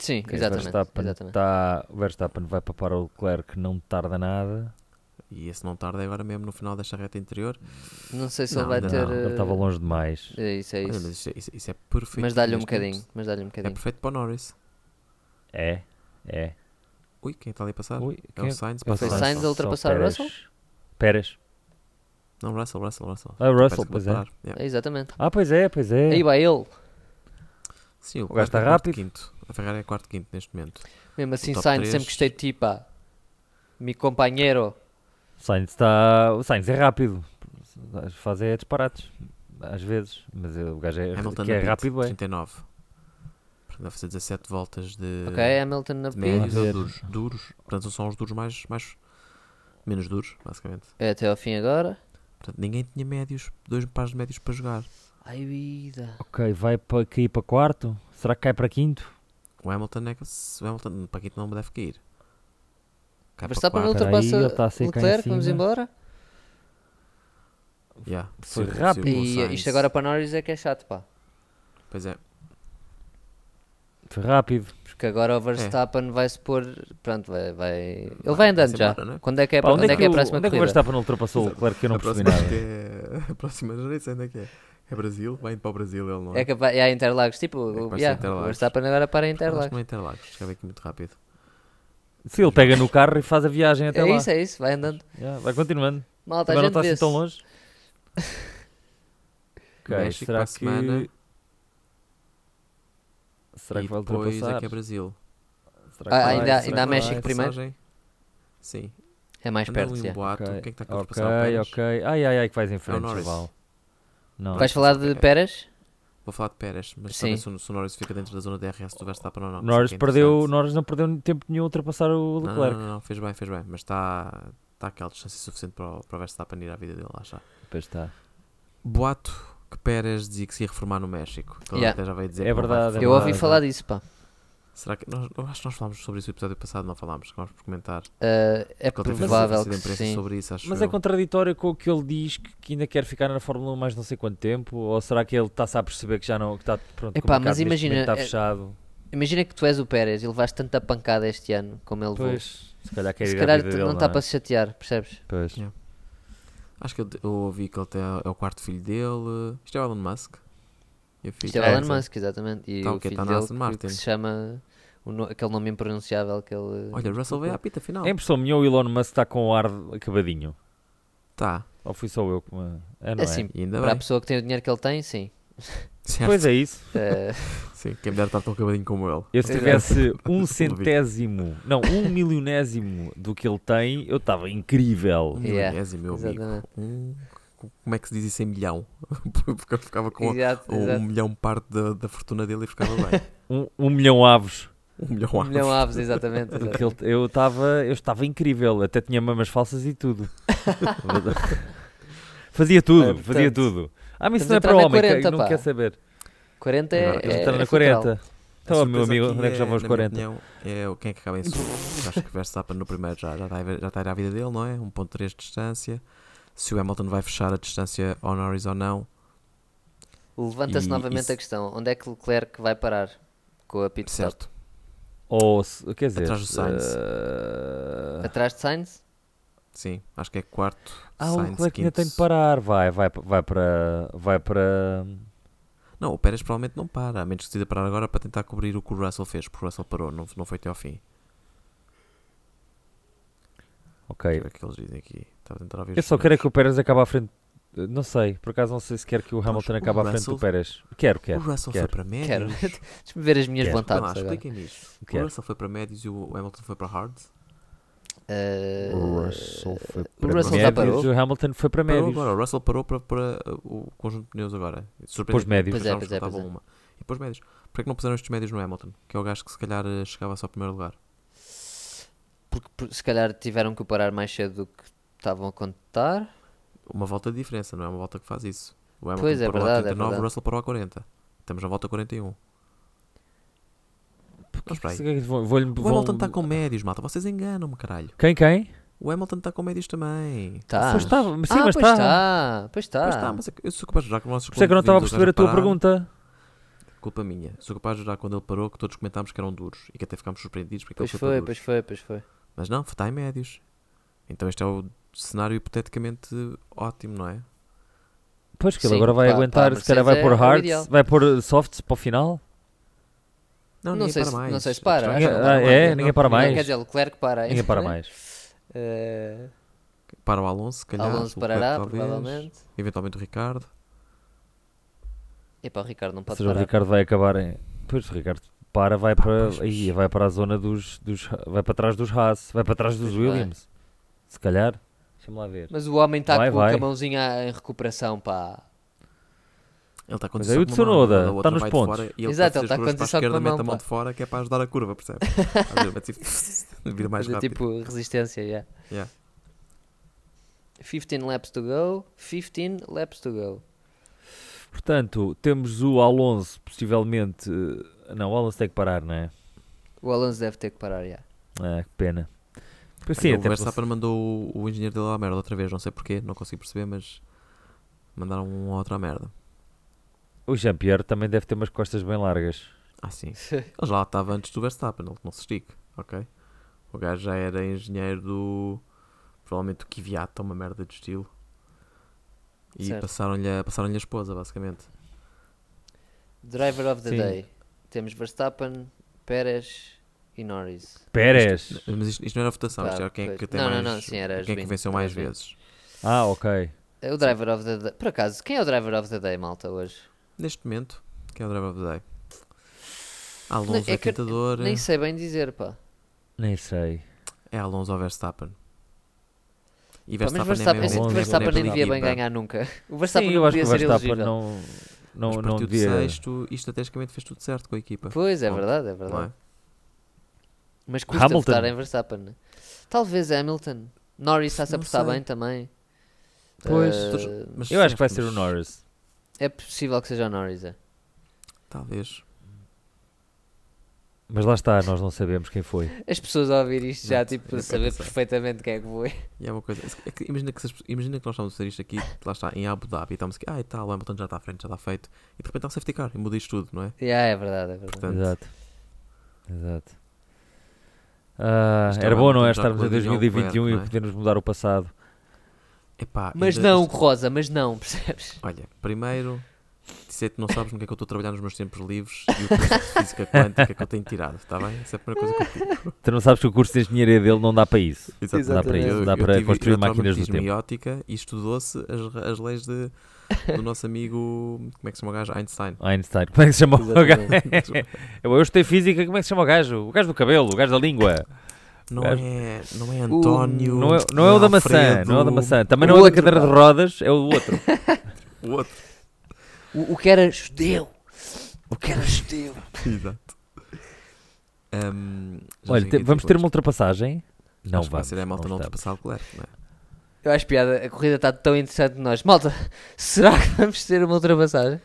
Speaker 2: sim,
Speaker 3: Ok,
Speaker 2: exatamente.
Speaker 3: Verstappen
Speaker 2: exatamente.
Speaker 3: tá- o Verstappen vai para parar o Leclerc, não tarda nada.
Speaker 1: e esse não tarda é agora mesmo no final desta reta interior.
Speaker 2: Não sei se
Speaker 1: Não,
Speaker 2: ele vai
Speaker 1: ainda
Speaker 2: ter.
Speaker 1: não.
Speaker 3: Tá. Ele estava
Speaker 2: eh,
Speaker 3: longe demais.
Speaker 2: É isso, é
Speaker 1: Olha,
Speaker 2: isso.
Speaker 1: mas isso, isso- isso é perfeito.
Speaker 2: Mas dá-lhe um
Speaker 1: neste momento.
Speaker 2: bocadinho. Mas dá-lhe um
Speaker 1: É
Speaker 2: bocadinho.
Speaker 1: perfeito para o Norris.
Speaker 3: É, é.
Speaker 1: Ui, quem está ali a passar?
Speaker 3: Ui,
Speaker 1: é o Sainz.
Speaker 3: quem é que
Speaker 1: passa o
Speaker 2: Foi
Speaker 3: passa?
Speaker 2: Sainz a
Speaker 1: Russell.
Speaker 2: ultrapassar o
Speaker 3: Pérez.
Speaker 2: Russell?
Speaker 3: Pérez.
Speaker 1: Não, Russell, Russell, Russell.
Speaker 3: Ah,
Speaker 1: Parece
Speaker 3: Russell,
Speaker 1: que
Speaker 3: pois
Speaker 1: vai
Speaker 3: é.
Speaker 1: parar. Yeah.
Speaker 2: É, Exatamente.
Speaker 3: Ah, pois é, pois é.
Speaker 2: Aí vai ele.
Speaker 1: Sim, o,
Speaker 3: gajo
Speaker 1: Leclerc
Speaker 3: está
Speaker 1: é quarto
Speaker 3: rápido.
Speaker 1: Quinto. A Ferrari é quarto quinto neste momento.
Speaker 2: Mesmo assim,
Speaker 1: top
Speaker 2: Sainz,
Speaker 1: três.
Speaker 2: sempre gostei de ti, pá. Mi companheiro.
Speaker 3: Sainz está. O Sainz é rápido. Faz é disparates. Às vezes. Mas o gajo é,
Speaker 1: Hamilton
Speaker 3: que
Speaker 1: na
Speaker 3: é
Speaker 1: pit,
Speaker 3: rápido, é.
Speaker 1: 39. Portanto, vai fazer 17 voltas de,
Speaker 2: Ok, é Hamilton na
Speaker 1: de
Speaker 2: pit.
Speaker 1: médios ou
Speaker 3: Vamos ver.
Speaker 1: duros. Duros. Portanto, são os duros mais, mais. menos duros, basicamente.
Speaker 2: É até ao fim agora.
Speaker 1: Portanto, ninguém tinha médios, dois pares de médios para jogar.
Speaker 2: Ai, vida.
Speaker 3: Ok, vai para cair para quarto? Será que cai para quinto?
Speaker 1: O Hamilton é que. se- O Hamilton para quinto não deve cair. Cai Tá para
Speaker 2: Verstappen
Speaker 1: quarto.
Speaker 3: Espera aí,
Speaker 2: ultrapassa
Speaker 3: ele tá a sair cá em
Speaker 2: Leclerc, vamos
Speaker 3: cima.
Speaker 2: embora.
Speaker 1: Yeah,
Speaker 3: Foi
Speaker 1: se o- se o
Speaker 3: rápido.
Speaker 2: E
Speaker 1: Sainz-
Speaker 2: isto agora para Norris é que é chato, pá.
Speaker 1: Pois é.
Speaker 3: Foi rápido.
Speaker 2: Porque
Speaker 1: É.
Speaker 2: agora o Verstappen vai-se pôr. Pronto, vai. vai... Ele vai andando
Speaker 1: vai-se
Speaker 2: já.
Speaker 1: embora, né?
Speaker 2: Quando é que é,
Speaker 3: Pá,
Speaker 2: quando é, que é a próxima
Speaker 3: onde é que o
Speaker 2: corrida?
Speaker 3: Verstappen ultrapassou o Leclerc que eu não
Speaker 1: a
Speaker 3: percebi
Speaker 1: próxima
Speaker 3: nada?
Speaker 1: é. A próxima geração ainda é que é. É Brasil, vai indo para o Brasil, ele não é.
Speaker 2: É, capaz, é a Interlagos, tipo,
Speaker 1: que
Speaker 2: o-
Speaker 1: vai ser
Speaker 2: yeah, o
Speaker 1: Interlagos.
Speaker 2: Verstappen agora para a
Speaker 1: Acho que
Speaker 2: Interlagos.
Speaker 1: não é Interlagos, chega aqui muito rápido.
Speaker 3: Se ele pega no carro e faz a viagem até
Speaker 2: é
Speaker 3: lá.
Speaker 2: isso, é isso, vai andando.
Speaker 3: Yeah, vai continuando.
Speaker 2: Malta,
Speaker 3: Também
Speaker 2: a
Speaker 3: não
Speaker 2: gente vê-se.
Speaker 3: está assim
Speaker 2: é
Speaker 3: tão longe. Ok,
Speaker 1: México
Speaker 3: será
Speaker 1: para a
Speaker 3: que...
Speaker 1: semana
Speaker 3: Será
Speaker 1: e
Speaker 3: que vai
Speaker 1: depois
Speaker 3: ultrapassar?
Speaker 1: é que é Brasil.
Speaker 3: Será
Speaker 2: Ah,
Speaker 3: vai?
Speaker 2: ainda-
Speaker 3: Será
Speaker 1: Será
Speaker 3: que
Speaker 1: que
Speaker 2: há
Speaker 1: vai
Speaker 3: vai?
Speaker 2: México
Speaker 1: a
Speaker 2: primeiro?
Speaker 1: passagem? Sim.
Speaker 2: É mais
Speaker 1: Anda ali
Speaker 2: perto,
Speaker 1: um
Speaker 2: já.
Speaker 1: boato.
Speaker 3: Ok,
Speaker 1: Quem é que está a
Speaker 3: Ok,
Speaker 1: ultrapassar o Pérez?
Speaker 3: ok. Ai, ai, ai, que vais em frente,
Speaker 1: Norris.
Speaker 3: chaval. Não.
Speaker 2: Vais falar de
Speaker 1: Ok.
Speaker 2: Peras?
Speaker 1: Vou falar de Pérez, mas
Speaker 2: Sim.
Speaker 1: também se o se o Norris fica dentro da zona de RS do Verstappen ou não. isso é
Speaker 3: Norris,
Speaker 1: que é
Speaker 3: perdeu,
Speaker 1: interessante.
Speaker 3: Norris não perdeu tempo nenhum a ultrapassar
Speaker 1: Não,
Speaker 3: o
Speaker 1: não,
Speaker 3: Leclerc.
Speaker 1: não, não, fez bem, fez bem, mas está está aquela distância suficiente para o, para o Verstappen ir à vida dele, lá já.
Speaker 3: Pois
Speaker 2: tá.
Speaker 3: está.
Speaker 1: Boato que Pérez dizia que se ia reformar no México. Que ele
Speaker 2: Yeah.
Speaker 1: até já veio dizer
Speaker 3: É
Speaker 1: que não vai
Speaker 3: verdade, é
Speaker 2: Eu
Speaker 1: reformar.
Speaker 2: ouvi
Speaker 3: verdade.
Speaker 2: falar disso, pá.
Speaker 1: Será que nós, eu acho que nós falámos sobre isso no episódio passado, não falámos, acabámos por comentar.
Speaker 2: Ah, é
Speaker 1: Porque ele teve
Speaker 2: provável
Speaker 1: essa
Speaker 2: que
Speaker 1: imprensa
Speaker 2: sim.
Speaker 1: sobre isso, acho
Speaker 3: Mas
Speaker 1: eu.
Speaker 3: é contraditório com o que ele diz que, que ainda quer ficar na Fórmula 1 mais não sei quanto tempo? Ou será que ele está-se a perceber que já não que está pronto que o
Speaker 2: Epá,
Speaker 3: mercado
Speaker 2: mas
Speaker 3: neste
Speaker 2: imagina,
Speaker 3: momento
Speaker 2: é-
Speaker 3: está fechado?
Speaker 2: Imagina que tu és o Pérez e levaste tanta pancada este ano como ele levou.
Speaker 3: Pois, se calhar quer
Speaker 2: Se
Speaker 3: ir
Speaker 2: calhar
Speaker 3: à vida
Speaker 2: tu-
Speaker 3: dele,
Speaker 2: não tá está
Speaker 3: é?
Speaker 2: para se chatear, percebes?
Speaker 3: Pois.
Speaker 1: Yeah. Acho que eu, eu ouvi que ele tem, é o quarto filho dele. Isto é o Elon Musk. E a filha-
Speaker 2: Isto é o Elon Musk, exatamente. E
Speaker 1: Tá,
Speaker 2: o
Speaker 1: ok,
Speaker 2: filho
Speaker 1: tá na
Speaker 2: dele
Speaker 1: Aston
Speaker 2: que- que,
Speaker 1: Martin.
Speaker 2: se chama... o no- aquele nome impronunciável que
Speaker 1: É.
Speaker 2: ele...
Speaker 1: Olha, Russell veio à pita final.
Speaker 2: Oh.
Speaker 3: A É impressão minha, o Elon Musk está com o ar acabadinho.
Speaker 1: Tá,
Speaker 3: Ou fui só eu? que me- É, não é?
Speaker 2: Assim,
Speaker 1: e ainda
Speaker 2: para a
Speaker 1: bem.
Speaker 2: pessoa que tem o dinheiro que ele tem, sim.
Speaker 1: Certo.
Speaker 3: Pois é isso.
Speaker 2: Eh,
Speaker 1: Sim, quem me dera estar tão acabadinho como ele.
Speaker 3: Eu se
Speaker 2: Exato.
Speaker 3: tivesse um centésimo, não, um milionésimo do que ele tem, eu estava incrível.
Speaker 1: Um
Speaker 2: Yeah,
Speaker 1: milionésimo, meu
Speaker 2: exatamente.
Speaker 1: amigo. Um- como é que se diz isso em milhão? Porque eu ficava com
Speaker 2: exato,
Speaker 1: ou um
Speaker 2: exato.
Speaker 1: milhão parte da, da fortuna dele e ficava bem.
Speaker 3: Um, um milhão avos.
Speaker 1: Um milhão
Speaker 2: Um
Speaker 1: a
Speaker 2: milhão aves, exatamente.
Speaker 3: do
Speaker 2: exato.
Speaker 3: que ele- eu estava eu estava incrível, até tinha mamas falsas e tudo. fazia tudo,
Speaker 1: É,
Speaker 2: Ah, portanto,
Speaker 3: fazia tudo. Ah, mas
Speaker 2: estamos a
Speaker 3: isso não é
Speaker 2: entrar
Speaker 3: para
Speaker 2: na
Speaker 3: homem, que-
Speaker 2: 40,
Speaker 3: não
Speaker 2: pá.
Speaker 3: quer saber.
Speaker 2: 40 é,
Speaker 1: Agora,
Speaker 2: é,
Speaker 1: eles
Speaker 3: Estamos a
Speaker 2: é
Speaker 3: entrar tá na
Speaker 2: fulcral.
Speaker 3: 40. Então, meu
Speaker 1: surpresa
Speaker 3: amigo,
Speaker 1: aqui
Speaker 3: onde é que já vão os
Speaker 1: na minha
Speaker 3: 40?
Speaker 1: opinião, é o- quem é que acaba em segundo. Acho que Verstappen no primeiro já, já, está, a ver- já está a ir à vida dele, não é? 1.3 de distância. Se o Hamilton vai fechar a distância ao Norris ou não.
Speaker 2: Levanta-se
Speaker 1: E
Speaker 2: novamente
Speaker 1: isso-
Speaker 2: a questão: onde é que Leclerc vai parar com a pit stop?
Speaker 1: Certo.
Speaker 3: Ou, se- quer dizer,
Speaker 1: Atrás do Sainz.
Speaker 3: eh,
Speaker 2: Atrás de Sainz?
Speaker 1: Sim, acho que é quarto.
Speaker 3: ah, o
Speaker 1: Sainz,
Speaker 3: Leclerc ainda
Speaker 1: quinto.
Speaker 3: tem de parar. Vai, vai, vai para. Vai para.
Speaker 1: Não, o Pérez provavelmente não para, a menos que decida parar agora para tentar cobrir o que o Russell fez, porque o Russell parou, não, não foi até ao fim.
Speaker 3: Ok.
Speaker 1: Deixa eu ver O que eles dizem aqui? Estava a tentar ouvir.
Speaker 3: Eu
Speaker 1: os
Speaker 3: só quero é
Speaker 1: comentários.
Speaker 3: que o Pérez acabe à frente. eh, Não sei, por acaso não sei se quer que o Hamilton
Speaker 1: o
Speaker 3: acabe à frente do
Speaker 1: Russell-
Speaker 3: Pérez. Quero, quero.
Speaker 1: O Russell foi
Speaker 3: quero,
Speaker 1: para médios.
Speaker 2: Quero. Deixa-me ver as minhas
Speaker 3: Quero.
Speaker 1: Não,
Speaker 2: vontades
Speaker 1: lá,
Speaker 2: agora.
Speaker 1: expliquem-me isto. O
Speaker 3: Quero.
Speaker 1: Russell foi para médios e o Hamilton foi para hard.
Speaker 2: Eh,
Speaker 3: O Russell foi
Speaker 2: o
Speaker 3: para
Speaker 2: Russell já
Speaker 3: médios,
Speaker 2: parou.
Speaker 3: O Hamilton foi para
Speaker 1: Parou
Speaker 3: médios.
Speaker 1: agora, o Russell parou para, para uh, o conjunto de pneus agora.
Speaker 3: Pôs
Speaker 1: Surpreendente.
Speaker 3: médios.
Speaker 2: Pois é,
Speaker 1: Achávamos
Speaker 2: pois
Speaker 1: que
Speaker 2: é, pois
Speaker 1: faltava
Speaker 2: é.
Speaker 1: uma. E pôs médios. Porquê é que não puseram estes médios no Hamilton? Que é o gajo que se calhar eh, chegava só ao primeiro lugar.
Speaker 2: Porque por- se calhar tiveram que o parar mais cedo do que estavam a contar.
Speaker 1: Uma volta de diferença, não é uma volta que faz isso. O Hamilton
Speaker 2: Pois, é
Speaker 1: parou
Speaker 2: verdade, é
Speaker 1: a 39,
Speaker 2: verdade.
Speaker 1: o Russell parou a 40. Estamos na volta 41. Mas espera aí.
Speaker 3: é Vou, vou,
Speaker 1: O Hamilton
Speaker 2: tá
Speaker 1: está com médios, malta. Vocês enganam-me, caralho.
Speaker 3: Quem, quem?
Speaker 1: O Hamilton está com médios também.
Speaker 2: Tá.
Speaker 3: Pois está, sim,
Speaker 2: ah,
Speaker 3: mas tá.
Speaker 2: pois
Speaker 3: está.
Speaker 2: está. Pois tá. está.
Speaker 1: Pois está, mas é que- eu sou capaz de jurar que os nossos
Speaker 3: Por isso é que eu não estava a
Speaker 1: ouvintes
Speaker 3: perceber a tua
Speaker 1: repararam.
Speaker 3: pergunta.
Speaker 1: Culpa minha. Sou capaz de jurar quando ele parou que todos comentámos que eram duros e que até ficámos surpreendidos porque
Speaker 2: Pois
Speaker 1: ele foi,
Speaker 2: foi,
Speaker 1: para
Speaker 2: pois
Speaker 1: duros.
Speaker 2: foi, pois foi.
Speaker 1: Mas não, está em médios. Então este é o cenário hipoteticamente ótimo, não é?
Speaker 3: Pois que ele
Speaker 2: Sim,
Speaker 3: agora vai
Speaker 2: pá, pá,
Speaker 3: aguentar, se calhar vai
Speaker 2: Mercedes
Speaker 3: pôr
Speaker 2: é- é o
Speaker 3: hard,
Speaker 2: ideal.
Speaker 3: vai pôr softs para o final.
Speaker 2: Não
Speaker 1: ninguém
Speaker 2: sei
Speaker 1: para
Speaker 2: se-
Speaker 1: mais.
Speaker 2: não sei se
Speaker 1: A
Speaker 2: para,
Speaker 1: questão
Speaker 2: acho que
Speaker 1: que
Speaker 2: não
Speaker 1: para
Speaker 2: para
Speaker 1: mais.
Speaker 3: É, ninguém para
Speaker 1: não,
Speaker 3: mais.
Speaker 2: Quer dizer, Leclerc para ainda.
Speaker 3: Ninguém para mais.
Speaker 2: Eh,
Speaker 1: Para o Alonso, se calhar.
Speaker 2: Alonso
Speaker 1: o Leclerc,
Speaker 2: parará,
Speaker 1: talvez,
Speaker 2: provavelmente.
Speaker 1: Eventualmente o Ricardo.
Speaker 2: E para o Ricardo não
Speaker 3: Ou
Speaker 2: pode
Speaker 3: seja, o
Speaker 2: parar.
Speaker 3: Ricardo vai acabar em. Pois o Ricardo para, vai
Speaker 1: Pá,
Speaker 3: para.
Speaker 1: pois,
Speaker 3: Aí,
Speaker 1: mas-
Speaker 3: vai para a zona dos, dos. Vai para trás dos Haas, vai para trás dos
Speaker 2: Pois vai.
Speaker 3: Williams. Se calhar. Deixa-me lá ver.
Speaker 2: Mas o homem está
Speaker 3: Vai,
Speaker 2: com
Speaker 3: vai.
Speaker 2: a mãozinha em recuperação, pá.
Speaker 1: Ele está com
Speaker 3: Mas aí o
Speaker 1: condição com uma mão,
Speaker 3: Tsunoda
Speaker 1: a outra
Speaker 3: está nos
Speaker 1: vai de
Speaker 3: pontos.
Speaker 1: fora e faz
Speaker 2: Exato, ele está
Speaker 1: as
Speaker 2: com
Speaker 1: curvas para a
Speaker 2: condição
Speaker 1: esquerda,
Speaker 2: com a
Speaker 1: mete a
Speaker 2: mão,
Speaker 1: mão de
Speaker 2: pá.
Speaker 1: fora que é para ajudar a curva, percebe? Às vezes mete assim, Vira mais
Speaker 2: Mas é
Speaker 1: rápido.
Speaker 2: tipo resistência, yeah.
Speaker 1: Yeah.
Speaker 2: 15 laps to go, 15 laps to go.
Speaker 3: Portanto, temos o Alonso, possivelmente. eh, Não, o Alonso tem que parar, não é?
Speaker 2: O Alonso deve ter que parar, yeah.
Speaker 3: Ah, que pena. Pois sim,
Speaker 1: Olha, o
Speaker 3: até
Speaker 1: Verstappen mandou o, o engenheiro dele à merda outra vez, não sei porquê, não consigo perceber, mas mandaram um ou outro à merda.
Speaker 3: O Jean-Pierre também deve ter umas costas bem largas.
Speaker 1: Ah, sim. Ele já lá estava antes do Verstappen, ele não se estica, ok? O gajo já era engenheiro do. Provavelmente do Kvyat, uma merda de estilo. E
Speaker 2: Certo.
Speaker 1: passaram-lhe a, passaram a esposa, basicamente.
Speaker 2: Driver of the
Speaker 3: Sim.
Speaker 2: day. Temos Verstappen, Pérez e Norris.
Speaker 3: Pérez.
Speaker 1: Isto- Mas isto, isto não era votação,
Speaker 2: Pá,
Speaker 1: isto era quem é que
Speaker 2: pois.
Speaker 1: tem
Speaker 2: Não, não,
Speaker 1: mais.
Speaker 2: não, sim, era
Speaker 1: quem é que
Speaker 2: Asbin,
Speaker 1: venceu
Speaker 2: era
Speaker 1: mais
Speaker 2: Asbin.
Speaker 1: vezes.
Speaker 3: Ah, ok.
Speaker 2: É o driver of the day. Por acaso, quem é o driver of the day, malta, hoje?
Speaker 1: Neste momento, quem é o driver of the day? Alonso
Speaker 2: é
Speaker 1: é
Speaker 2: que eu
Speaker 1: tentador,
Speaker 2: Nem sei bem dizer, pá.
Speaker 3: Nem sei.
Speaker 1: é Alonso ou Verstappen. E
Speaker 2: Pá, mas
Speaker 1: Verstappen,
Speaker 2: Verstappen,
Speaker 1: é mesmo,
Speaker 2: esse
Speaker 3: Alonso,
Speaker 2: Verstappen nem
Speaker 3: nem
Speaker 2: devia bem
Speaker 1: equipa.
Speaker 2: ganhar nunca. O Verstappen
Speaker 3: Sim,
Speaker 2: não
Speaker 3: eu acho que
Speaker 2: podia
Speaker 3: o
Speaker 2: ser
Speaker 3: Verstappen
Speaker 2: elegível.
Speaker 3: não, não,
Speaker 1: Mas
Speaker 3: não
Speaker 1: partiu de
Speaker 3: devia.
Speaker 1: sexto e estrategicamente fez tudo certo com a equipa.
Speaker 2: Pois, é
Speaker 1: Ponto.
Speaker 2: verdade, é
Speaker 1: Não
Speaker 2: verdade.
Speaker 1: é?
Speaker 2: Mas custa
Speaker 3: Hamilton.
Speaker 2: votar em Verstappen. né? Talvez Hamilton. Norris está-se a
Speaker 1: Não
Speaker 2: portar
Speaker 1: sei.
Speaker 2: bem também.
Speaker 3: Pois.
Speaker 2: Eh,
Speaker 1: Todos- mas
Speaker 3: Eu acho que vai
Speaker 1: certo,
Speaker 3: ser o
Speaker 1: mas
Speaker 3: Norris.
Speaker 2: é possível que seja o Norris, é.
Speaker 1: Talvez.
Speaker 3: Mas lá está, nós não sabemos quem foi.
Speaker 2: As pessoas a ouvir isto já,
Speaker 1: Não, eu
Speaker 2: tipo,
Speaker 1: nem
Speaker 2: saber
Speaker 1: pensei.
Speaker 2: perfeitamente quem é que foi.
Speaker 1: E é uma coisa. é que Imagina que, se as pessoas- imagina que nós estamos a fazer isto aqui, lá está, em Abu Dhabi, e estamos aqui, ah, e tal, o Hamilton já está à frente, já está feito, e de repente há um safety car e muda isto tudo, não é?
Speaker 2: Yeah, é verdade, é verdade.
Speaker 1: Portanto,
Speaker 3: Exato. Exato. Ah,
Speaker 1: Isto é
Speaker 3: era
Speaker 1: um
Speaker 3: bom, não é?
Speaker 1: Hamilton já
Speaker 3: Estarmos em
Speaker 1: gordinho ao
Speaker 3: 2021
Speaker 1: coberto, não
Speaker 3: e
Speaker 1: é?
Speaker 3: podermos mudar o passado.
Speaker 1: epá,
Speaker 2: Mas
Speaker 1: ainda-
Speaker 2: não, Rosa, mas não, percebes?
Speaker 1: Olha, primeiro, dizer que não sabes no que é que eu estou a trabalhar nos meus tempos livres e o curso de física quântica que eu tenho tirado, está bem? Essa é a primeira coisa que eu digo.
Speaker 3: Tu não sabes que o curso de engenharia dele não dá para isso.
Speaker 1: Exatamente.
Speaker 3: Dá para isso, dá para construir máquinas do tempo.
Speaker 1: miótica e estudou-se as, as leis de, do nosso amigo, como é que se chama o gajo? Einstein.
Speaker 3: Einstein, como é que se chama o gajo?
Speaker 2: Exatamente.
Speaker 3: Eu estudei física, como é que se chama o gajo? O gajo do cabelo, o gajo da língua.
Speaker 1: Não
Speaker 3: Gajo-
Speaker 1: é, não é António.
Speaker 3: Não é, não é o da maçã,
Speaker 1: Alfredo,
Speaker 3: não é o da maçã. Também
Speaker 2: O
Speaker 3: não é o da
Speaker 2: outro,
Speaker 3: cadeira de
Speaker 2: pá.
Speaker 3: rodas, é o outro.
Speaker 1: O outro.
Speaker 2: O, o que era judeu. O que era judeu.
Speaker 1: Exato. Ahm, já
Speaker 3: Olha,
Speaker 1: sei o que
Speaker 3: te-
Speaker 1: é
Speaker 3: vamos
Speaker 1: dizer,
Speaker 3: ter uma ultrapassagem? Não
Speaker 1: Acho que vai
Speaker 3: vamos.
Speaker 1: ser a malta
Speaker 3: não
Speaker 1: não
Speaker 3: estamos.
Speaker 1: ultrapassar o Leclerc, não é?
Speaker 2: Eu acho piada, a corrida está tão interessante de nós. Malta, será que vamos ter uma ultrapassagem?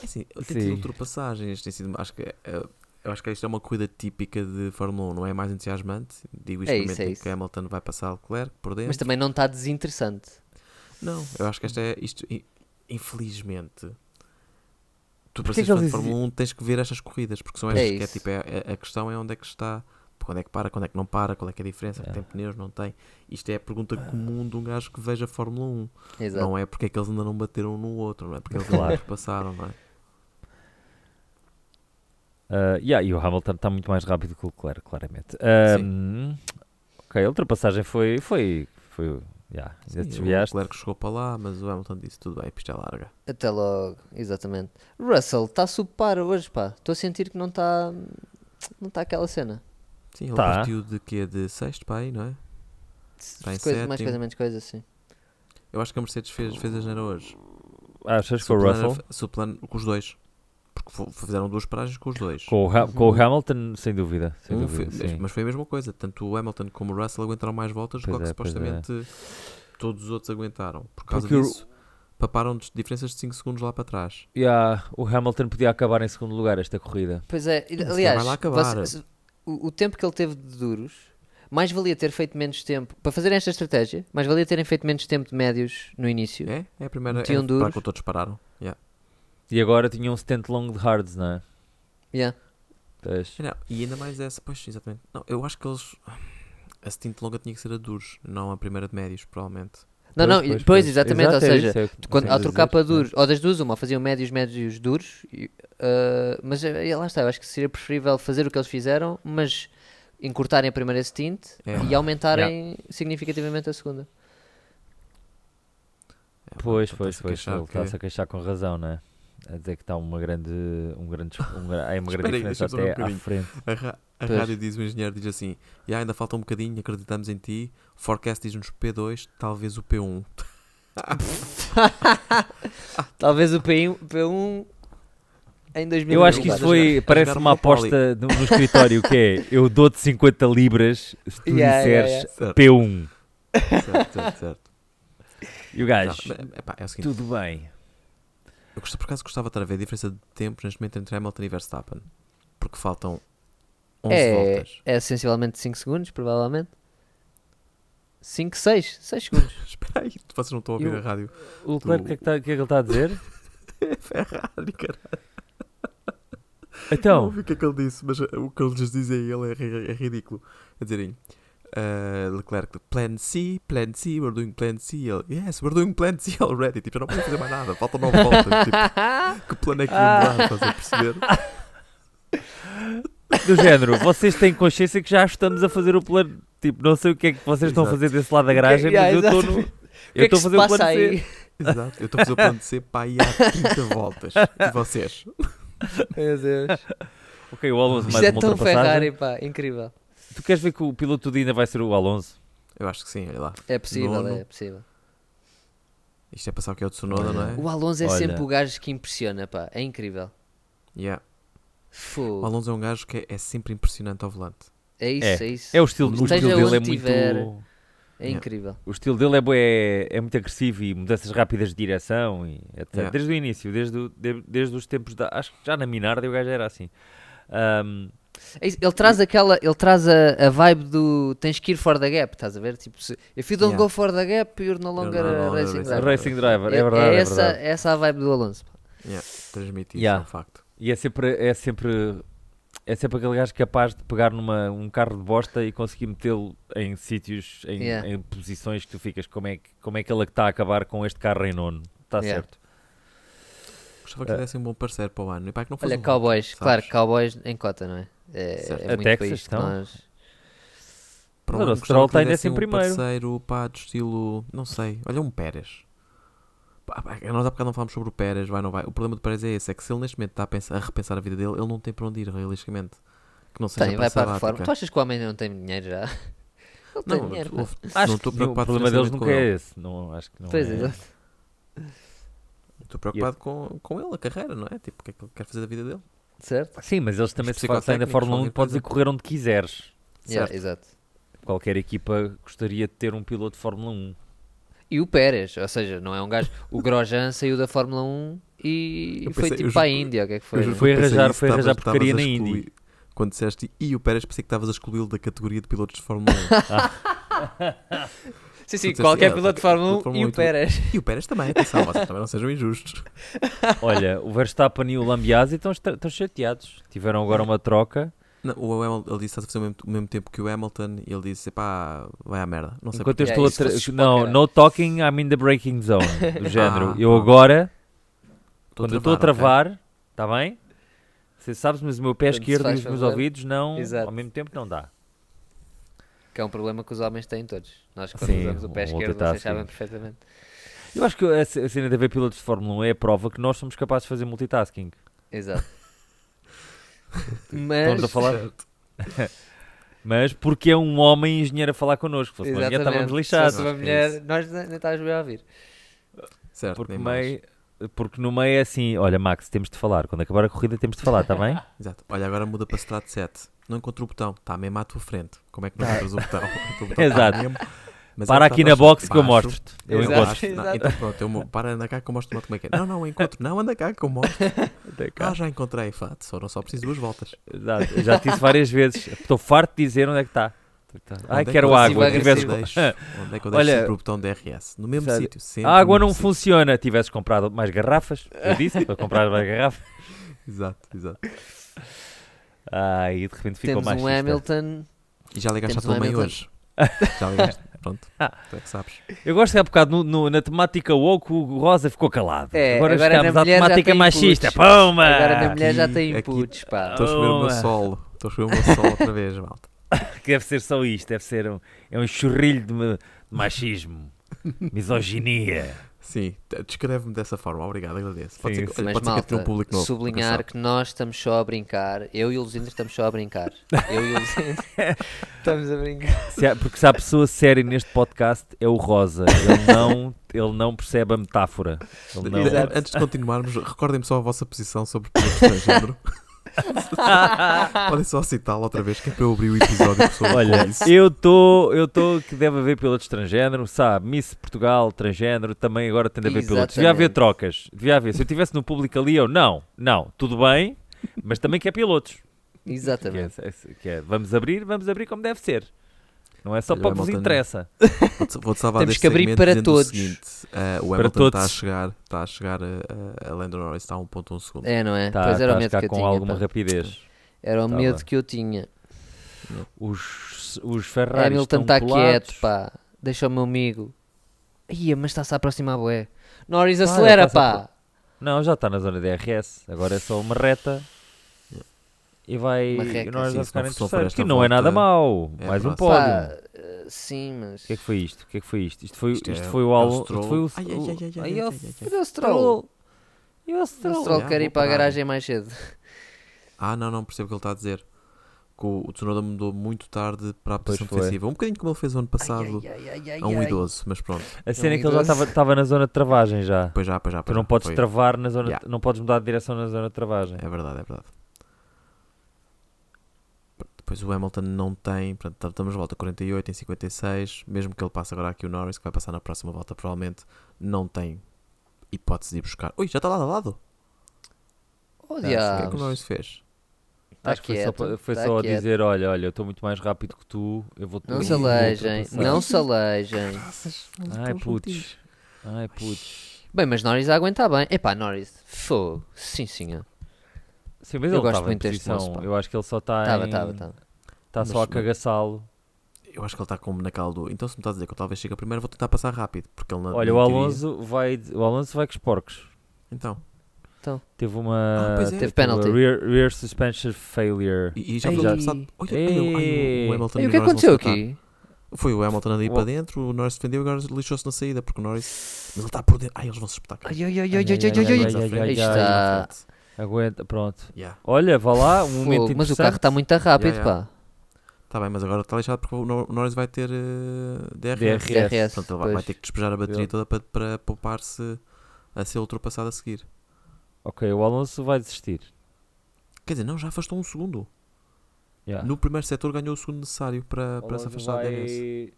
Speaker 1: É Assim, tem
Speaker 3: Sim.
Speaker 1: tido ultrapassagens, tem sido, acho que eh, eu acho que isto é uma corrida típica de Fórmula 1, não é mais entusiasmante. Digo isto
Speaker 2: É
Speaker 1: no
Speaker 2: isso,
Speaker 1: momento
Speaker 2: é
Speaker 1: em
Speaker 2: isso.
Speaker 1: que Hamilton vai passar Leclerc por dentro.
Speaker 2: Mas também não está desinteressante.
Speaker 1: Não, eu acho que esta é isto, i- infelizmente. Tu para seres
Speaker 3: Porquê que
Speaker 1: fã de
Speaker 3: eles
Speaker 1: Fórmula 1 tens que ver estas corridas, porque são
Speaker 2: É
Speaker 1: estas que é
Speaker 2: isso.
Speaker 1: tipo, é, é- a questão é onde é que está, quando é que para, quando é que não para, qual é que é a diferença,
Speaker 3: É.
Speaker 1: tem pneus, não tem. Isto é a pergunta comum de um gajo que veja Fórmula 1.
Speaker 2: Ah. Exato.
Speaker 1: Não é porque é que eles ainda não bateram um no outro, não é porque eles
Speaker 3: Claro.
Speaker 1: ainda não passaram, não é?
Speaker 3: Ah, yeah, e o Hamilton está muito mais rápido que o Leclerc, claramente. Ah, hum, ok, a ultrapassagem foi. foi, foi yeah,
Speaker 1: Sim,
Speaker 3: ainda te desviaste.
Speaker 1: O Leclerc chegou para lá, mas o Hamilton disse tudo bem, pista é larga.
Speaker 2: Até logo, exatamente. Russell está subpar hoje, pá. Estou a sentir que não está. Não está aquela cena.
Speaker 1: Sim, ele
Speaker 3: Tá.
Speaker 1: partiu de quê? De sexto para aí, não é? Tá em
Speaker 2: Coisa- mais
Speaker 1: sétimo.
Speaker 2: coisa, menos coisa, sim.
Speaker 1: Eu acho que a Mercedes fez, fez a geneira hoje.
Speaker 3: Achas
Speaker 1: Se
Speaker 3: que o
Speaker 1: plano era
Speaker 3: Russell?
Speaker 1: fa- se o plano com os dois. Porque fo- fizeram duas paragens com os dois.
Speaker 3: Com o, Ha- com o Hamilton, sem dúvida. Sem
Speaker 1: Um
Speaker 3: dúvida
Speaker 1: fe-
Speaker 3: sim.
Speaker 1: mas foi a mesma coisa. Tanto o Hamilton como o Russell aguentaram mais voltas do
Speaker 3: Pois
Speaker 1: que
Speaker 3: é, pois é.
Speaker 1: supostamente todos os outros aguentaram. Por causa
Speaker 3: Porque o-
Speaker 1: disso, paparam de diferenças de 5 segundos lá para trás.
Speaker 3: Yeah, o Hamilton podia acabar em segundo lugar esta corrida.
Speaker 2: Pois é, e-
Speaker 1: Mas
Speaker 2: aliás,
Speaker 1: vai lá acabar.
Speaker 2: você- se- o, o tempo que ele teve de duros, mais valia ter feito menos tempo. Para fazer esta estratégia, mais valia terem feito menos tempo de médios no início.
Speaker 1: É? É a primeira
Speaker 2: Metiam
Speaker 1: é a para
Speaker 2: duros.
Speaker 1: que todos pararam. Yeah.
Speaker 3: E agora tinha um stint longo de hards, não é?
Speaker 2: Yeah.
Speaker 3: Pois.
Speaker 1: Não, e ainda mais essa, pois, exatamente. Não, eu acho que eles. A stint longa tinha que ser a duros, não a primeira de médios, provavelmente.
Speaker 2: Não, não, e- pois, exatamente.
Speaker 3: Exato,
Speaker 2: ou
Speaker 3: é
Speaker 2: seja,
Speaker 3: isso, é o que
Speaker 2: quando,
Speaker 3: tens a
Speaker 2: ao trocar
Speaker 3: dizer,
Speaker 2: para
Speaker 3: não é?
Speaker 2: duros, ou das duas, uma, faziam médios, médios duros, e, ah, mas eh, lá está, eu acho que seria preferível fazer o que eles fizeram, mas encurtarem a primeira stint
Speaker 1: É.
Speaker 2: e aumentarem significativamente a segunda.
Speaker 1: É,
Speaker 3: Pois,
Speaker 1: portanto,
Speaker 3: pois,
Speaker 1: está-se a
Speaker 3: pois.
Speaker 1: queixar
Speaker 3: Ele
Speaker 1: que-
Speaker 3: está-se a queixar com razão, não é? A dizer que está uma grande. Um grande um, gra- é uma
Speaker 1: Espera
Speaker 3: grande
Speaker 1: aí,
Speaker 3: diferença
Speaker 1: deixa-me só ver um
Speaker 3: até à
Speaker 1: bocadinho.
Speaker 3: frente.
Speaker 1: A, ra- a
Speaker 2: Pois.
Speaker 1: rádio diz, o engenheiro diz assim, e ainda falta um bocadinho, acreditamos em ti. Forecast diz-nos P2, talvez o P1.
Speaker 2: Talvez o P1, P1 em 2000.
Speaker 3: Eu acho que
Speaker 1: Vai
Speaker 3: isso
Speaker 1: jogar- vai
Speaker 3: foi.
Speaker 1: jogar
Speaker 3: Parece
Speaker 1: com
Speaker 3: uma
Speaker 1: o Poli.
Speaker 3: aposta no, no escritório que é: eu dou-te 50 libras se tu
Speaker 2: Yeah,
Speaker 3: disseres
Speaker 2: yeah,
Speaker 1: Certo,
Speaker 3: P1.
Speaker 1: certo, certo. certo.
Speaker 3: E
Speaker 1: Não,
Speaker 3: o gajo,
Speaker 1: mas, epá, é o seguinte,
Speaker 3: tudo bem.
Speaker 1: eu gosto, por acaso gostava de estar a ver a diferença de tempos neste momento entre Hamilton e Verstappen. Porque faltam 11
Speaker 2: é,
Speaker 1: voltas.
Speaker 2: é sensivelmente 5 segundos, provavelmente. 5, 6, 6 segundos.
Speaker 1: Espera aí, vocês não estão a ouvir
Speaker 3: Eu-
Speaker 1: a rádio. É
Speaker 3: O Leclerc, o que, é que, tá- o que é que ele está a dizer?
Speaker 1: Ferrari, cara. Eu não
Speaker 3: Então,
Speaker 1: ouvi o que é que ele disse, mas uh, o que eles dizem a ele é, ri- é ridículo. A dizerem, uh, Leclerc, plan C, plan C, we're doing plan C. Ele, yes, we're doing plan C already. Tipo, já não podemos fazer mais nada, faltam nove voltas. Tipo, que plano é que ia mudar, estás a perceber?
Speaker 3: Do género, vocês têm consciência que já estamos a fazer o plano. Tipo, não sei o que é que vocês estão a fazer desse lado da garagem, mas eu estou no.
Speaker 2: Eu
Speaker 3: Eu
Speaker 2: estou
Speaker 3: estou a fazer o plano C.
Speaker 1: Exato. Eu estou a fazer o plano de ser para aí há 30 voltas. E vocês?
Speaker 2: Meu Deus.
Speaker 3: Ok, o Alonso mais
Speaker 2: Isto é
Speaker 3: uma
Speaker 2: tão Ferrari,
Speaker 3: ultrapassagem.
Speaker 2: pá. Incrível.
Speaker 3: Tu queres ver que o piloto do dia ainda vai ser o Alonso?
Speaker 1: Eu acho que sim, olha lá.
Speaker 2: É possível,
Speaker 1: Nono.
Speaker 2: é possível.
Speaker 1: Isto é passar o que é o Tsunoda, não é?
Speaker 2: O Alonso é
Speaker 3: Olha.
Speaker 2: sempre o gajo que impressiona, pá. É incrível.
Speaker 1: Yeah. O
Speaker 2: Fogo.
Speaker 1: Alonso é um gajo que é, é sempre impressionante ao volante.
Speaker 2: É isso, é, isso.
Speaker 3: É o estilo, o
Speaker 2: Esteja
Speaker 3: estilo dele é
Speaker 2: onde tiver.
Speaker 3: muito.
Speaker 2: É incrível.
Speaker 3: O estilo dele é, bué- é muito agressivo e mudanças rápidas de direção e etc.
Speaker 1: Yeah.
Speaker 3: Desde o início, desde, o- de- desde os tempos da. Acho que já na Minardi o gajo era assim. Um, Ahm,
Speaker 2: É isso, Ele traz aquela, ele traz a, a vibe do tens que ir for the gap, estás a ver? Tipo, se, if you don't
Speaker 1: Yeah.
Speaker 2: go for the gap, you're no longer
Speaker 1: no
Speaker 2: a
Speaker 1: longer
Speaker 2: racing
Speaker 1: racing
Speaker 2: driver.
Speaker 3: Racing driver, é,
Speaker 2: É- é
Speaker 3: verdade. é
Speaker 2: essa,
Speaker 3: verdade.
Speaker 2: essa a vibe do Alonso. pá.
Speaker 1: Yeah. Transmite isso,
Speaker 3: Yeah.
Speaker 1: é um facto.
Speaker 3: E é sempre, é sempre. É sempre aquele gajo capaz de pegar numa, um carro de bosta e conseguir metê-lo em sítios, em,
Speaker 2: Yeah.
Speaker 3: em posições que tu ficas. Como é que, como é que ele é que está a acabar com este carro em nono? Está
Speaker 2: Yeah.
Speaker 3: certo.
Speaker 1: Gostava que
Speaker 3: Eh.
Speaker 1: lhe dessem um bom parceiro para o ano. E pá, que não um fosse
Speaker 2: Olha,
Speaker 1: o Hulk,
Speaker 2: Cowboys,
Speaker 1: sabes?
Speaker 2: claro, Cowboys em cota, não é? É,
Speaker 1: Certo.
Speaker 2: é
Speaker 1: A
Speaker 2: muito
Speaker 3: Texas,
Speaker 2: país que
Speaker 3: então?
Speaker 2: nós-
Speaker 1: Para o
Speaker 3: Mas
Speaker 1: ano,
Speaker 3: o
Speaker 1: gostava
Speaker 3: Stroll
Speaker 1: que lhe
Speaker 3: está em
Speaker 1: dessem um
Speaker 3: décimo primeiro.
Speaker 1: parceiro pá, de estilo. Não sei. Olha, um Pérez. Pá, pá, Nós há bocado não falámos sobre o Pérez, vai não vai. O problema do Pérez é esse: é que se ele neste momento está a, pensar- a repensar a vida dele, ele não tem para onde ir, realisticamente. Que não seja
Speaker 2: Tem, vai
Speaker 1: para
Speaker 2: para
Speaker 1: a
Speaker 2: a reforma. Tu
Speaker 1: Sudáfrica.
Speaker 2: achas que o homem não tem dinheiro já? Ele tem
Speaker 1: Não,
Speaker 2: dinheiro, né?
Speaker 1: tu-
Speaker 2: pá.
Speaker 1: ouve,
Speaker 3: Acho
Speaker 1: não estou
Speaker 3: que o
Speaker 1: preocupado
Speaker 3: problema deles
Speaker 1: financeiramente
Speaker 3: nunca
Speaker 1: com
Speaker 3: é
Speaker 1: ele.
Speaker 3: esse. Não, acho que não
Speaker 2: Pois
Speaker 3: é.
Speaker 2: é.
Speaker 1: Estou preocupado com, com ele, a carreira, não é? Tipo, o que é que ele quer fazer da vida dele?
Speaker 2: certo?
Speaker 3: Sim, mas eles também
Speaker 1: Os
Speaker 3: se fazem da
Speaker 1: psicotécnicos,
Speaker 3: Fórmula 1
Speaker 1: qualquer
Speaker 3: podes ir
Speaker 1: coisa.
Speaker 3: correr onde quiseres.
Speaker 2: Yeah,
Speaker 3: Certo.
Speaker 2: exato.
Speaker 3: Qualquer equipa gostaria de ter um piloto de Fórmula 1.
Speaker 2: E o Pérez, ou seja, não é um gajo. O Grosjean saiu da Fórmula 1 e
Speaker 1: Eu
Speaker 2: foi
Speaker 1: pensei-
Speaker 2: tipo
Speaker 1: eu
Speaker 2: para a
Speaker 1: juro-
Speaker 2: Índia, o que é que
Speaker 1: Eu
Speaker 2: foi?
Speaker 1: juro
Speaker 2: né?
Speaker 1: que
Speaker 3: Foi
Speaker 1: pensei
Speaker 3: arranjar-
Speaker 1: isso,
Speaker 3: foi arranjar
Speaker 1: estavas- estavas
Speaker 3: porcaria
Speaker 1: a
Speaker 3: na
Speaker 1: excluir-
Speaker 3: Indy.
Speaker 1: Quando disseste, e o Pérez, pensei que estavas a excluí-lo da categoria de pilotos de Fórmula 1.
Speaker 2: Sim,
Speaker 1: Tu
Speaker 2: sim,
Speaker 1: disseste,
Speaker 2: qualquer
Speaker 3: É,
Speaker 1: "Ah,
Speaker 2: piloto
Speaker 1: qualquer
Speaker 2: de Fórmula
Speaker 1: piloto de
Speaker 2: 1
Speaker 1: Fórmula
Speaker 2: e
Speaker 1: 1
Speaker 2: o
Speaker 1: e tu-
Speaker 2: Pérez.
Speaker 1: e o Pérez também, atenção, vocês também não sejam injustos.
Speaker 3: Olha, o Verstappen e o Lambiasi estão, estra- estão chateados. Tiveram agora uma troca.
Speaker 1: Não, o Hamilton, ele disse, estás a fazer o mesmo, o mesmo tempo que o Hamilton, e ele disse, pá, vai à merda. Não sei
Speaker 3: Enquanto
Speaker 1: porquê.
Speaker 3: eu
Speaker 2: porquê.
Speaker 3: estou
Speaker 2: É, isso
Speaker 3: a tra-
Speaker 2: fosse para o
Speaker 3: Não,
Speaker 2: caralho.
Speaker 3: no talking, I'm in the breaking zone. Do género. eu
Speaker 1: pá.
Speaker 3: agora,
Speaker 1: Estou
Speaker 3: quando eu estou a
Speaker 1: ok?
Speaker 3: travar, está bem? Você sabes, mas o meu pé
Speaker 2: Portanto, se
Speaker 3: esquerdo e
Speaker 2: faz
Speaker 3: os meus
Speaker 2: favor.
Speaker 3: ouvidos não.
Speaker 2: Exato.
Speaker 3: Ao mesmo tempo não dá.
Speaker 2: Que é um problema que os homens têm todos. Nós quando
Speaker 3: Sim,
Speaker 2: usamos o pé
Speaker 3: um
Speaker 2: esquerdo, vocês
Speaker 3: multitasking.
Speaker 2: sabem perfeitamente.
Speaker 3: Eu acho que a c- a cena de haver pilotos de Fórmula 1 é a prova que nós somos capazes de fazer multitasking.
Speaker 2: Exato.
Speaker 3: Estamos a
Speaker 2: Mas
Speaker 3: falar. Mas porque é um homem engenheiro a falar connosco. Se fosse uma mulher,
Speaker 2: Exatamente.
Speaker 3: estávamos
Speaker 2: Se
Speaker 3: lixados.
Speaker 2: fosse uma
Speaker 1: Acho que é
Speaker 2: mulher,
Speaker 1: isso.
Speaker 2: nós nem nem estávamos bem a ouvir.
Speaker 1: Certo,
Speaker 3: Porque,
Speaker 1: nem mais.
Speaker 3: meio- porque no meio é assim: olha, Max, temos de falar. Quando acabar a corrida, temos de falar, está bem?
Speaker 1: Exato. Olha, agora muda para Strat 7. Não encontro o botão. Está mesmo à tua frente. Como é que não
Speaker 3: Tá.
Speaker 1: encontras o botão? O botão está
Speaker 3: Exato.
Speaker 1: mesmo. Mas
Speaker 3: Para
Speaker 1: é que
Speaker 3: aqui
Speaker 1: está
Speaker 3: na
Speaker 1: baixo-
Speaker 3: box que eu
Speaker 1: baixo.
Speaker 3: mostro-te. Eu
Speaker 1: Exato,
Speaker 3: encontro.
Speaker 1: baixo. Não,
Speaker 2: Exato.
Speaker 1: então pronto, eu mo- para anda cá que eu mostro-te como é que é. Não, não, encontro. Não, anda cá que eu mostro. Ah, já encontrei. Fato, só, só preciso duas voltas.
Speaker 3: Exato. Eu Já te disse várias vezes. Estou farto de dizer onde é que está. Ai,
Speaker 1: Onde é
Speaker 3: quero
Speaker 1: que eu-
Speaker 3: água.
Speaker 1: onde é que eu
Speaker 3: Tivesse...
Speaker 1: deixo- Onde é que eu deixo
Speaker 3: Olha-
Speaker 1: sempre o botão DRS? No mesmo
Speaker 3: Sabe,
Speaker 1: sítio. sempre
Speaker 3: A água
Speaker 1: no
Speaker 3: não
Speaker 1: mesmo
Speaker 3: funciona. Tivesses comprado mais garrafas. Eu disse para comprar mais garrafas.
Speaker 1: sítio. Exato, exato.
Speaker 3: Ai, e de repente ficou
Speaker 2: Temos
Speaker 3: mais.
Speaker 2: um Hamilton.
Speaker 1: E já ligaste à
Speaker 2: Temos um
Speaker 1: tua mãe
Speaker 2: Hamilton.
Speaker 1: hoje. Já ligaste. Pronto.
Speaker 3: Ah.
Speaker 1: Tu é que sabes.
Speaker 3: Eu gosto que há bocado no- no- na temática woke o Rosa ficou calado.
Speaker 2: É,
Speaker 3: agora
Speaker 2: agora na
Speaker 3: chegámos à
Speaker 2: mulher já
Speaker 3: temática
Speaker 2: tem
Speaker 3: machista.
Speaker 2: inputs.
Speaker 3: Pumba!
Speaker 2: Agora a mulher já
Speaker 1: Aqui-
Speaker 2: tem
Speaker 1: aqui-
Speaker 2: inputs, pá.
Speaker 1: Estou a escolher o meu
Speaker 3: Boa.
Speaker 1: solo. Estou a escolher o meu solo outra vez, malta.
Speaker 3: Que deve ser só isto, deve ser um, é um churrilho de ma- de machismo, misoginia.
Speaker 1: Sim, t- descreve-me dessa forma. Obrigado, agradeço. Pode
Speaker 3: Sim,
Speaker 1: ser que,
Speaker 3: sim.
Speaker 1: olha,
Speaker 2: Mas
Speaker 1: pode ser que eu tenha um público novo.
Speaker 2: sublinhar que nós estamos só a brincar, eu e o Luzindo estamos só a brincar. Eu e o Luzindo estamos a brincar.
Speaker 3: Se há- porque se há pessoa séria neste podcast é o Rosa. Ele não, ele não percebe a metáfora. Ele não-
Speaker 1: Não, antes de continuarmos, recordem-me só a vossa posição sobre produtos de género. Podem só citá-la outra vez, que é para eu abrir o episódio sobre
Speaker 3: Olha,
Speaker 1: isso.
Speaker 3: eu estou eu tô que deve haver pilotos transgénero, sabe? Miss Portugal, transgénero, também agora tem de haver pilotos. Devia haver
Speaker 2: Exatamente.
Speaker 3: trocas, devia haver. Se eu estivesse no público ali, eu não, não, tudo bem, mas também quer pilotos. Que é-
Speaker 2: Exatamente.
Speaker 3: é- que é, vamos abrir, vamos abrir como deve ser. Não é só
Speaker 1: Olha,
Speaker 3: para
Speaker 1: o
Speaker 3: o que vos
Speaker 1: Hamilton-
Speaker 3: interessa.
Speaker 1: Vou-te- Vou-te salvar
Speaker 2: Temos
Speaker 1: deste
Speaker 2: que abrir
Speaker 1: segmento
Speaker 2: para
Speaker 1: dizendo o
Speaker 2: todos.
Speaker 1: seguinte, eh, o
Speaker 3: Para
Speaker 1: Hamilton está a
Speaker 3: todos.
Speaker 1: chegar, está a chegar eh, a, a Lando Norris, está a 1.1 segundo.
Speaker 2: É, não é?
Speaker 3: Tá,
Speaker 2: pois era
Speaker 3: tá
Speaker 2: o
Speaker 3: a
Speaker 2: medo que
Speaker 3: ficar
Speaker 2: eu
Speaker 3: com
Speaker 2: tinha.
Speaker 3: alguma
Speaker 2: pá.
Speaker 3: rapidez.
Speaker 2: Era o
Speaker 3: Tá
Speaker 2: medo
Speaker 3: bem.
Speaker 2: que eu tinha.
Speaker 3: Os, os Ferrari
Speaker 2: Hamilton
Speaker 3: estão
Speaker 2: está
Speaker 3: colados.
Speaker 2: quieto, pá. Deixa o meu amigo. Ia, mas está-se a aproximar, boé. Norris,
Speaker 3: Para,
Speaker 2: acelera,
Speaker 3: está-se a
Speaker 2: pá.
Speaker 3: Não, já está na zona DRS. Agora é só uma reta. e vai
Speaker 2: Uma
Speaker 3: e
Speaker 2: reca.
Speaker 3: nós
Speaker 1: Sim,
Speaker 3: vai
Speaker 1: se
Speaker 3: ficar
Speaker 1: não-
Speaker 3: em
Speaker 1: se não for
Speaker 3: terceiro,
Speaker 1: esta
Speaker 3: que não é nada
Speaker 1: volta,
Speaker 3: mau,
Speaker 1: é
Speaker 3: mais um
Speaker 1: próximo.
Speaker 3: pódio.
Speaker 2: Pá, eh, sim, mas.
Speaker 3: O que é que foi isto? O que é que foi isto? Isto foi,
Speaker 1: Isto
Speaker 3: isto
Speaker 1: é-
Speaker 3: foi o
Speaker 1: é o
Speaker 3: álbum.
Speaker 1: Stroll.
Speaker 3: Isto foi o.
Speaker 1: Ai, ai, ai, ai, ai,
Speaker 3: Ai,
Speaker 1: ai,
Speaker 3: o
Speaker 1: ai, ai.
Speaker 2: Cadê o Stroll?
Speaker 3: Stroll. E o
Speaker 2: O
Speaker 3: Stroll.
Speaker 2: Stroll
Speaker 1: Já,
Speaker 2: quer
Speaker 1: vou
Speaker 2: ir para a
Speaker 1: parar.
Speaker 2: garagem mais cedo.
Speaker 1: Ah, não, não percebo o que ele está a dizer. Que o, o Tsunoda mudou muito tarde para a
Speaker 3: Pois
Speaker 1: posição
Speaker 3: foi.
Speaker 1: defensiva. Um bocadinho como ele fez o ano passado a um idoso, mas pronto.
Speaker 3: A cena é que
Speaker 2: um
Speaker 3: ele
Speaker 2: idoso.
Speaker 3: já estava- estava na zona de travagem já.
Speaker 1: Pois já, pois já.
Speaker 3: Tu
Speaker 1: Pois
Speaker 3: não
Speaker 1: já,
Speaker 3: podes
Speaker 1: foi.
Speaker 3: travar na zona.
Speaker 1: Yeah.
Speaker 3: Não podes mudar de direção na zona de travagem.
Speaker 1: É verdade, é verdade. Depois o Hamilton não tem, portanto, tam- estamos de volta a 48 em 56, mesmo que ele passe agora aqui o Norris, que vai passar na próxima volta, provavelmente não tem hipótese de ir buscar. Ui, já está lado a lado.
Speaker 2: Oh,
Speaker 1: o que é que o
Speaker 2: diabos.
Speaker 1: Norris fez? É,
Speaker 2: Tá
Speaker 3: Acho que foi só,
Speaker 2: quieto,
Speaker 3: pa- foi
Speaker 2: tá
Speaker 3: só a
Speaker 2: quieto.
Speaker 3: dizer: olha, olha, eu estou muito mais rápido que tu, eu vou
Speaker 2: Não
Speaker 3: eu
Speaker 2: se
Speaker 3: vou
Speaker 2: aleijem,
Speaker 3: ultrapassar."
Speaker 2: não se aleijem.
Speaker 3: Ai putz. Ai putz.
Speaker 2: Bem, mas Norris a aguentar bem. Epá, Norris, fogo. Sim, senhor.
Speaker 3: Sim, mas
Speaker 2: Eu
Speaker 3: ele
Speaker 2: gosto
Speaker 3: estava em
Speaker 2: muito deste moço,
Speaker 3: posição.
Speaker 2: pá.
Speaker 3: Eu acho que ele só está.
Speaker 2: Estava,
Speaker 3: Estava,
Speaker 2: estava, estava.
Speaker 3: Está só a
Speaker 1: Mas-
Speaker 3: cagaçá-lo.
Speaker 1: Eu acho que ele está como naquela do. Então, se me está a dizer que eu talvez chegue a primeiro, vou tentar passar rápido. Porque ele na,
Speaker 3: Olha,
Speaker 1: na
Speaker 3: o
Speaker 1: teoria-
Speaker 3: Alonso vai, o Alonso vai com os porcos.
Speaker 1: Então,
Speaker 3: Teve uma.
Speaker 1: Ah, pois é.
Speaker 2: Teve
Speaker 3: uma
Speaker 2: penalty.
Speaker 3: rear, rear suspension failure.
Speaker 1: e, e já
Speaker 2: Ei.
Speaker 1: foi ultrapassado. Olha, ai, o- ai, o,
Speaker 3: Ei.
Speaker 1: o Hamilton
Speaker 2: E
Speaker 1: e
Speaker 2: o que
Speaker 1: Norris vão se
Speaker 2: aconteceu
Speaker 1: matar.
Speaker 2: aqui?
Speaker 1: Foi o Hamilton ali
Speaker 3: O-
Speaker 1: para dentro, o Norris defendeu e agora lixou-se na saída, porque o Norris. Mas ele está por dentro. Ai, eles vão se espetar. cara.
Speaker 2: Ai, ai, ai,
Speaker 3: Ai,
Speaker 2: ai, ai,
Speaker 3: ai, ai,
Speaker 2: ai,
Speaker 3: ai,
Speaker 2: ai,
Speaker 3: ai, ai,
Speaker 2: Aí está.
Speaker 3: ai, Aguenta, pronto.
Speaker 1: Yeah.
Speaker 3: Olha, vá lá, um momento
Speaker 2: Fogo, Mas o carro está muito rápido,
Speaker 1: Ya, ya.
Speaker 2: pá.
Speaker 1: Tá bem, mas agora está lixado porque o Nor- Norris vai ter eh, DRS.
Speaker 3: DRS.
Speaker 2: DRS.
Speaker 1: Portanto, ele vai, vai
Speaker 2: pois.
Speaker 1: ter que despejar a bateria
Speaker 3: Ele-
Speaker 1: toda para, para poupar-se a ser ultrapassado a seguir.
Speaker 3: Ok, o Alonso vai desistir.
Speaker 1: Quer dizer, não, já afastou um segundo.
Speaker 3: Yeah.
Speaker 1: No primeiro setor ganhou o segundo necessário para, para se
Speaker 3: Alonso
Speaker 1: afastar do DRS.
Speaker 3: vai...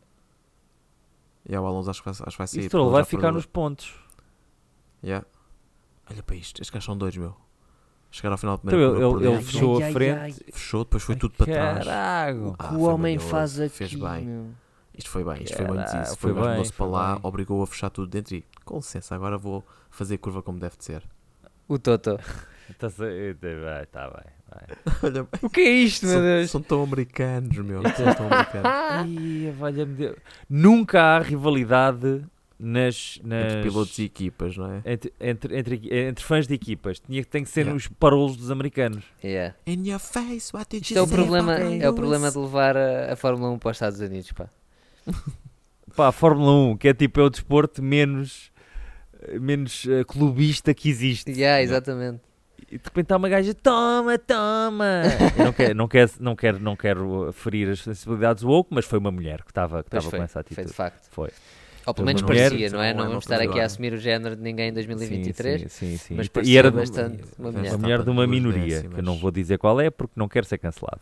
Speaker 1: E yeah, o Alonso acho que vai, acho que vai sair.
Speaker 3: E
Speaker 1: porque
Speaker 3: Stroll vai
Speaker 1: já
Speaker 3: ficar
Speaker 1: perdeu-
Speaker 3: nos pontos.
Speaker 1: Yeah. Olha para isto, estes gajos são dois, meu. Chegar ao final do
Speaker 3: Então
Speaker 1: primeiro.
Speaker 3: ele,
Speaker 1: corredor por
Speaker 3: ele-
Speaker 1: dentro,
Speaker 3: ele fechou
Speaker 2: Ai,
Speaker 3: a
Speaker 2: ai,
Speaker 3: frente.
Speaker 1: fechou, depois foi
Speaker 3: Ai,
Speaker 1: tudo para trás.
Speaker 3: Carago.
Speaker 1: Ah,
Speaker 2: que
Speaker 1: foi
Speaker 2: o homem
Speaker 1: manhoso,
Speaker 2: faz aqui.
Speaker 1: Fez bem.
Speaker 2: meu?
Speaker 1: Isto foi bem, isto foi muito
Speaker 3: Caralho,
Speaker 1: isso.
Speaker 3: foi
Speaker 1: Foi, foi
Speaker 3: bem,
Speaker 1: bem,
Speaker 3: foi
Speaker 1: para lá,
Speaker 3: bem.
Speaker 1: obrigou a fechar tudo dentro e, com licença, agora vou fazer a curva como deve de ser.
Speaker 2: O Toto.
Speaker 3: Está
Speaker 2: eh,
Speaker 3: bem, tá bem. vai.
Speaker 1: Olha,
Speaker 2: O que é isto, meu
Speaker 1: são,
Speaker 2: Deus?
Speaker 1: são tão americanos, meu. São tão americanos.
Speaker 3: Ai, valha-me Deus. Nunca há rivalidade nas. nas...
Speaker 1: Entre pilotos e equipas, não é?
Speaker 3: Entre, entre, entre- entre fãs de equipas. Tinha, tem que ser
Speaker 1: Yeah.
Speaker 3: nos parolos dos americanos.
Speaker 2: Yeah.
Speaker 1: In your face, what did
Speaker 2: Isto é o
Speaker 1: say
Speaker 2: problema,
Speaker 1: about
Speaker 2: é o
Speaker 1: Lewis?
Speaker 2: problema de levar a, a Fórmula 1 para os Estados Unidos, pá.
Speaker 3: Pá, a Fórmula 1, que é tipo é o desporto menos, menos eh, clubista que existe.
Speaker 2: Yeah, exatamente.
Speaker 3: E de repente há uma gaja, toma, toma! Eu não, quero, não, quero, não, quero, não quero eh, ferir as sensibilidades woke, mas foi uma mulher que estava que
Speaker 2: Pois
Speaker 3: estava com
Speaker 2: foi,
Speaker 3: essa
Speaker 2: foi
Speaker 3: atitude.
Speaker 2: de facto.
Speaker 3: Foi.
Speaker 2: Ou pelo
Speaker 3: Uma
Speaker 2: menos
Speaker 3: mulher,
Speaker 2: parecia, não é?
Speaker 1: um
Speaker 2: Não
Speaker 1: homem
Speaker 2: vamos estar aqui
Speaker 1: conservador.
Speaker 2: a assumir o género de ninguém em 2023,
Speaker 3: Sim, sim, sim, sim.
Speaker 2: mas
Speaker 3: E- e
Speaker 2: parecia
Speaker 3: era
Speaker 2: bastante uma
Speaker 1: Mas
Speaker 2: mulher.
Speaker 3: uma
Speaker 1: Esta
Speaker 3: mulher de
Speaker 1: tapa
Speaker 3: uma
Speaker 1: de duas
Speaker 3: minoria, que eu não
Speaker 1: décimas.
Speaker 3: vou dizer qual é porque não quero ser cancelado.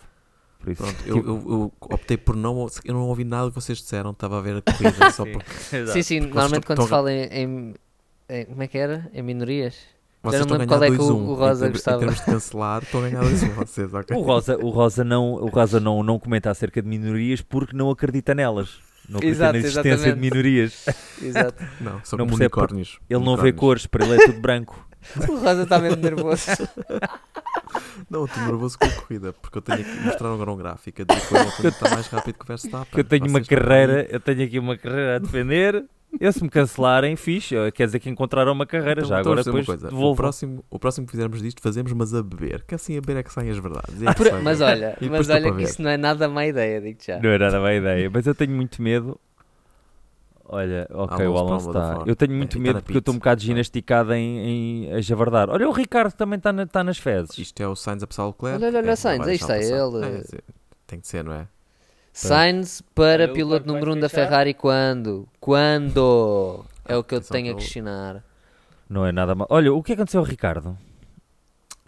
Speaker 3: Por isso. tipo,
Speaker 1: Pronto, eu, eu- eu optei por não. ou- Eu não ouvi nada do que vocês disseram, estava a ver a corrida só
Speaker 3: Sim.
Speaker 1: porque.
Speaker 2: Sim, sim,
Speaker 1: Porque
Speaker 2: normalmente
Speaker 1: vocês
Speaker 2: quando se
Speaker 1: estão-
Speaker 2: fala em, em- em- Como é que era? Em minorias?
Speaker 1: Vocês estão
Speaker 2: não
Speaker 1: a
Speaker 2: lembro
Speaker 1: ganhar
Speaker 2: qual é que o-
Speaker 1: 2-1.
Speaker 2: o Rosa
Speaker 1: em, termos-
Speaker 2: gostava.
Speaker 1: em termos de cancelar, estão a ganhar 2-1 vocês, ok?
Speaker 3: O Rosa, o Rosa, não, o Rosa não, não comenta acerca de minorias porque não acredita nelas. Não acredita
Speaker 2: Exato,
Speaker 3: na existência de
Speaker 2: exatamente.
Speaker 3: minorias.
Speaker 2: Exato.
Speaker 1: Não, são
Speaker 3: Não
Speaker 1: como
Speaker 3: percebe porque
Speaker 1: unicórnios.
Speaker 3: Ele não vê
Speaker 1: Unicórnios.
Speaker 3: cores, para ele é tudo branco.
Speaker 2: o Rosa está mesmo nervoso.
Speaker 1: Não, eu estou nervoso com a corrida, porque eu tenho que mostrar agora um gráfico a dizer que o Hamilton está mais rápido que o Verstappen.
Speaker 3: Que eu tenho uma
Speaker 1: Vocês estão
Speaker 3: carreira, eu tenho aqui uma carreira a defender. Eu se me cancelarem, fixe. Eu- Quer dizer que encontraram uma carreira
Speaker 1: Então,
Speaker 3: já.
Speaker 1: então
Speaker 3: Agora
Speaker 1: vamos
Speaker 3: depois
Speaker 1: fazer uma coisa.
Speaker 3: devolvo.
Speaker 1: O próximo, o próximo que fizermos disto, fazemos, mas a beber. Que assim a beber é que saem as verdades.
Speaker 3: Ah,
Speaker 1: É que
Speaker 2: Por-
Speaker 1: saem.
Speaker 2: mas olha,
Speaker 1: E depois
Speaker 2: mas
Speaker 1: estou
Speaker 2: olha
Speaker 1: para
Speaker 2: que
Speaker 1: ver.
Speaker 2: isso não é nada má ideia, digo já.
Speaker 3: Não tá. era nada má ideia, mas eu tenho muito medo. Olha,
Speaker 1: Alonso
Speaker 3: ok, o Alonso
Speaker 1: para o
Speaker 3: está.
Speaker 1: Botafogo.
Speaker 3: Eu tenho
Speaker 1: É,
Speaker 3: muito
Speaker 1: e tá
Speaker 3: medo
Speaker 1: na
Speaker 3: porque eu estou um
Speaker 1: pizza.
Speaker 3: bocado ginasticado em, em a javardar. Olha, o Ricardo também está na- está nas fezes.
Speaker 1: Isto é o Sainz a passar o Leclerc.
Speaker 2: Olha, olha, olha,
Speaker 1: É, não
Speaker 2: Sainz,
Speaker 1: vai
Speaker 2: aí
Speaker 1: deixar
Speaker 2: está
Speaker 1: passar.
Speaker 2: ele.
Speaker 1: É, sim. tem que ser, não é?
Speaker 2: Sainz para
Speaker 3: Olha, o
Speaker 2: piloto
Speaker 3: Leclerc
Speaker 2: número 1
Speaker 3: vai
Speaker 2: um da
Speaker 3: fechar.
Speaker 2: Ferrari quando? Quando? É o que eu
Speaker 1: Atenção que
Speaker 2: tenho a
Speaker 1: eu-
Speaker 2: questionar.
Speaker 3: Não é nada mal. Olha, o que aconteceu ao Ricardo?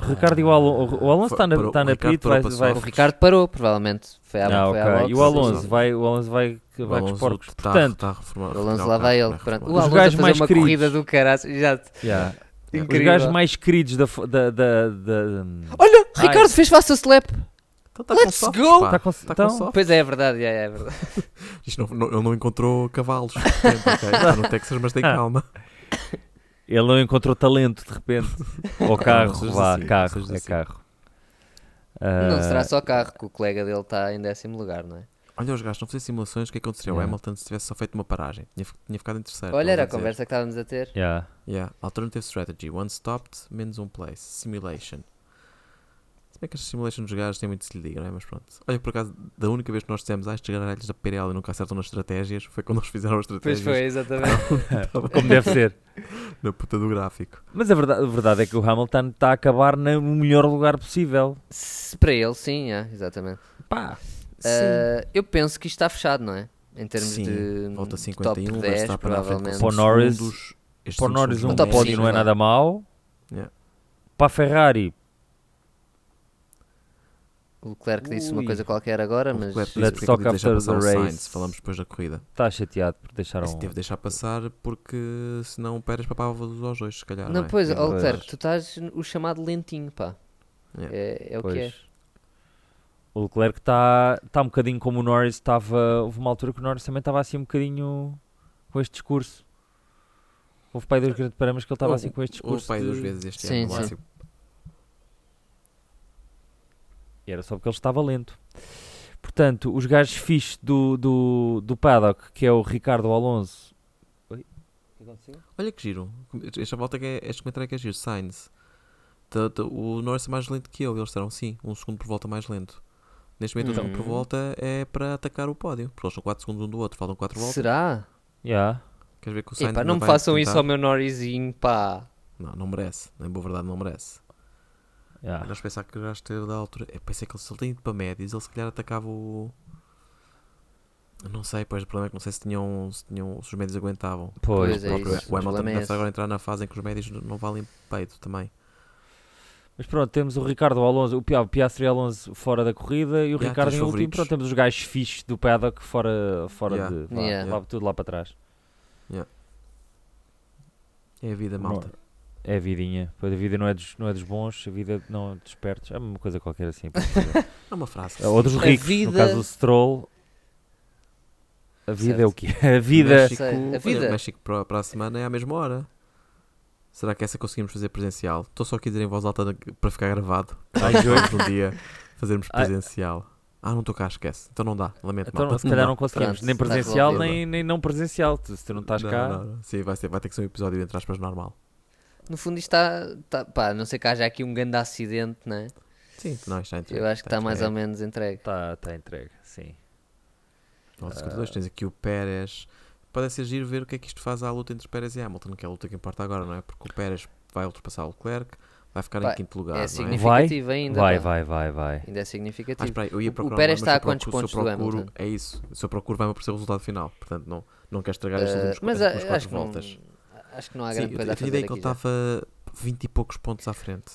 Speaker 3: O Ricardo e o Alonso. O Alonso
Speaker 1: Ah, Foi-
Speaker 3: está na,
Speaker 1: parou-
Speaker 3: tá
Speaker 1: o
Speaker 3: na
Speaker 1: Ricardo
Speaker 3: pit,
Speaker 1: parou
Speaker 3: vai.
Speaker 1: para
Speaker 3: vai
Speaker 2: O Ricardo parou, provavelmente. Foi à,
Speaker 3: ah,
Speaker 2: foi
Speaker 3: ok.
Speaker 2: à boxe.
Speaker 3: E o Alonso
Speaker 1: sim.
Speaker 3: vai, o Alonso vai, que
Speaker 1: O
Speaker 3: vai com os
Speaker 1: Alonso
Speaker 3: porcos.
Speaker 1: está-
Speaker 3: Portanto,
Speaker 1: está a reformar-
Speaker 2: O Alonso
Speaker 1: não,
Speaker 2: lá
Speaker 1: não,
Speaker 2: vai
Speaker 1: não é
Speaker 2: ele. Pronto. O
Speaker 1: reformar.
Speaker 3: Os
Speaker 2: Alonso a
Speaker 3: gajos
Speaker 2: fazer
Speaker 3: mais
Speaker 2: uma
Speaker 3: queridos.
Speaker 2: corrida do caralho. Exato.
Speaker 3: yeah. os
Speaker 2: Incrível.
Speaker 3: gajos mais queridos da. fo- da, da, da-
Speaker 2: Olha,
Speaker 3: Ai.
Speaker 2: Ricardo fez face a slap.
Speaker 1: Então está com
Speaker 2: Let's
Speaker 1: soft,
Speaker 2: go!
Speaker 1: pá.
Speaker 3: Está com-
Speaker 1: Está
Speaker 3: então-
Speaker 1: com soft.
Speaker 2: Pois é, é verdade, é, é verdade.
Speaker 1: Isto não- não- Ele não encontrou cavalos. por exemplo, ok? Está no Texas, mas tem calma.
Speaker 3: Ele não encontrou talento de repente. Ou carro,
Speaker 1: sejas
Speaker 3: vá,
Speaker 1: assim, não
Speaker 3: carro,
Speaker 1: sejas
Speaker 3: é
Speaker 1: assim.
Speaker 3: carro.
Speaker 2: Não
Speaker 3: Ah,
Speaker 2: será só carro, que o colega dele está em décimo lugar, não é?
Speaker 1: Olha, os gajos, não fazer simulações, o que aconteceria?
Speaker 3: Yeah.
Speaker 1: O Hamilton, se tivesse só feito uma paragem, tinha, fi- tinha ficado em terceiro.
Speaker 2: Olha, era a
Speaker 1: estamos dizer.
Speaker 2: conversa que estávamos a ter.
Speaker 3: yeah.
Speaker 1: Yeah. Alternative strategy. One stopped, menos um place. Simulation. Se bem que as simulations dos gajos têm muito que se lhe diga, não é? Mas pronto. Olha, por acaso, da única vez que nós dissemos, ah, estes garalhos da Pirelli nunca acertam nas estratégias, foi quando eles fizeram as
Speaker 2: Pois
Speaker 1: estratégias.
Speaker 2: foi, exatamente.
Speaker 3: Como deve ser.
Speaker 1: Na puta do gráfico.
Speaker 3: Mas a verdade, a verdade é que o Hamilton está a acabar na- no melhor lugar possível.
Speaker 2: Se- Para ele, sim, é, exatamente.
Speaker 3: Pá,
Speaker 2: Ah, eu penso que isto está fechado, não é? Em termos
Speaker 1: Sim,
Speaker 2: de
Speaker 1: Volta
Speaker 2: Hum, top
Speaker 1: 51, vai
Speaker 2: 10,
Speaker 1: estar um, para a frente com
Speaker 2: provavelmente.
Speaker 3: Pô, Norris-
Speaker 1: segundos. Estes
Speaker 3: para o
Speaker 1: cinco
Speaker 3: Norris
Speaker 1: segundos
Speaker 3: um
Speaker 2: top
Speaker 1: não
Speaker 3: pódio
Speaker 2: cinco,
Speaker 3: não é
Speaker 2: vá.
Speaker 3: nada mau.
Speaker 1: Yeah.
Speaker 3: Para a Ferrari,
Speaker 2: O Leclerc disse uma
Speaker 3: Ui.
Speaker 2: coisa qualquer agora, mas.
Speaker 1: Leclerc disse
Speaker 3: Let's
Speaker 1: porque é que
Speaker 3: talk
Speaker 1: ele deixa
Speaker 3: after
Speaker 1: passar
Speaker 3: the
Speaker 1: o
Speaker 3: race.
Speaker 1: Sainz, falamos depois da corrida.
Speaker 3: está tá chateado por deixar
Speaker 1: Esse
Speaker 3: um...
Speaker 1: teve de deixar passar porque senão o Pérez papava-vos aos dois, se calhar.
Speaker 2: Não,
Speaker 1: é?
Speaker 2: pois,
Speaker 1: Digo
Speaker 2: ó,
Speaker 1: eu.
Speaker 2: Leclerc, tu estás o chamado lentinho, pá.
Speaker 1: Yeah.
Speaker 2: É, é o que é.
Speaker 3: Pois. O Leclerc está tá um bocadinho como o Norris estava. Houve uma altura que o Norris também estava assim um bocadinho com este discurso. Houve pai dois grandes paramas que ele estava
Speaker 1: O-
Speaker 3: assim com este
Speaker 1: O
Speaker 3: discurso.
Speaker 1: pai
Speaker 3: de-
Speaker 1: duas vezes este
Speaker 2: Sim,
Speaker 1: ano. lá,
Speaker 2: sim.
Speaker 1: assim,
Speaker 3: E era só porque ele estava lento. Portanto, os gajos fixe do, do, do paddock, que é o Ricardo Alonso.
Speaker 1: Olha que giro. Esta volta que é, este comentário é que é giro. Sainz. Tá- tá- O Norris é mais lento que eu. Eles disseram sim, um segundo por volta mais lento. Neste momento, um
Speaker 2: Hum.
Speaker 1: segundo por volta é para atacar o pódio. Porque eles são 4 segundos um do outro, faltam 4 voltas.
Speaker 2: Será?
Speaker 3: Yeah.
Speaker 1: Queres ver que o Sainz
Speaker 2: Epá,
Speaker 1: ainda
Speaker 2: não me
Speaker 1: vai
Speaker 2: façam isso
Speaker 1: tentar?
Speaker 2: ao meu Norrisinho, pá.
Speaker 1: Não, não merece. Na boa verdade, não merece.
Speaker 3: yeah.
Speaker 1: Nós pensar que o gajo esteve da altura. Eu pensei que ele, se ele tinha ido para médias, ele se calhar atacava o. Eu Não sei, pois o problema é que não sei se tinham, se, tinham, se os médios aguentavam.
Speaker 3: Pois,
Speaker 2: Pois é
Speaker 1: o, próprio-
Speaker 2: isso,
Speaker 1: o
Speaker 2: o
Speaker 1: Hamilton
Speaker 2: problema é
Speaker 1: deve
Speaker 2: esse.
Speaker 1: agora entrar na fase em que os médios não- não valem peito também.
Speaker 3: Mas pronto, temos o Ricardo Alonso, o Pia- o Piastri Alonso fora da corrida e o
Speaker 1: Yeah,
Speaker 3: Ricardo
Speaker 1: três
Speaker 3: em último.
Speaker 1: favoritos.
Speaker 3: Pronto, temos os gajos fixe do paddock fora, fora
Speaker 1: Yeah.
Speaker 3: de. vá,
Speaker 2: Yeah.
Speaker 3: lá- tudo lá para trás.
Speaker 1: É a vida,
Speaker 3: Não.
Speaker 1: malta.
Speaker 3: É a vidinha. Pois A vida não é dos, não é dos bons, a vida não é dos espertos. É uma coisa qualquer assim. pode ser.
Speaker 1: É uma frase.
Speaker 3: Ou dos
Speaker 2: A
Speaker 3: ricos, no
Speaker 2: vida-
Speaker 3: caso do Stroll. A vida é o quê? A vida.
Speaker 1: México,
Speaker 2: Sei, a
Speaker 1: olha,
Speaker 2: vida.
Speaker 1: México para, para a semana é à mesma hora. Será que essa conseguimos fazer presencial? Estou só aqui a dizer em voz alta na- para ficar gravado.
Speaker 3: Ai,
Speaker 1: Nós
Speaker 3: juro.
Speaker 1: vamos um dia fazermos
Speaker 3: Ai.
Speaker 1: presencial. Ah, não estou cá, esquece. Então não dá, lamento.
Speaker 3: Então,
Speaker 1: malta.
Speaker 3: se calhar não conseguimos,
Speaker 2: Pronto,
Speaker 3: nem
Speaker 2: está
Speaker 3: presencial,
Speaker 1: resolvido.
Speaker 3: nem, nem não presencial. Tu- Se tu não estás
Speaker 1: Não,
Speaker 3: cá,
Speaker 1: não, não. Sim, vai, ser- vai ter que ser um episódio entre aspas normal.
Speaker 2: No fundo, isto está. está- pá, a não sei que haja aqui um grande acidente, né?
Speaker 1: Sim, tá não, isto está entre.
Speaker 2: Eu acho que está mais ou
Speaker 1: entregue.
Speaker 2: menos entregue.
Speaker 3: está tá entregue. Sim.
Speaker 1: Não,
Speaker 2: ah.
Speaker 1: 52, tens aqui o Pérez. Pode ser giro ver o que é que isto faz à luta entre Pérez e Hamilton, que é a luta que importa agora, não é? Porque o Pérez vai ultrapassar o Leclerc, vai ficar
Speaker 2: Pá,
Speaker 1: em quinto lugar.
Speaker 2: é
Speaker 1: não é?
Speaker 2: significativo ainda.
Speaker 3: vai,
Speaker 2: pá.
Speaker 3: vai, vai, vai.
Speaker 2: Ainda é
Speaker 1: Ah,
Speaker 2: significativo.
Speaker 1: espera aí, eu ia
Speaker 2: O- o
Speaker 1: procurar um
Speaker 2: Pérez
Speaker 1: nome, mas
Speaker 2: está a
Speaker 1: se eu
Speaker 2: quantos
Speaker 1: procu- se eu
Speaker 2: pontos do
Speaker 1: procuro-
Speaker 2: Hamilton?
Speaker 1: É isso. Se eu procuro, vai-me aparecer o resultado final. Portanto, não, não quero estragar estas
Speaker 2: Ah,
Speaker 1: últimas
Speaker 2: mas
Speaker 1: últimas
Speaker 2: a- acho
Speaker 1: quatro
Speaker 2: que, não,
Speaker 1: voltas.
Speaker 2: acho que não há
Speaker 1: Sim,
Speaker 2: grande
Speaker 1: eu
Speaker 2: coisa a
Speaker 1: tive a ideia
Speaker 2: fazer
Speaker 1: que ele
Speaker 2: aqui né? já.
Speaker 1: estava 20 e poucos pontos à frente.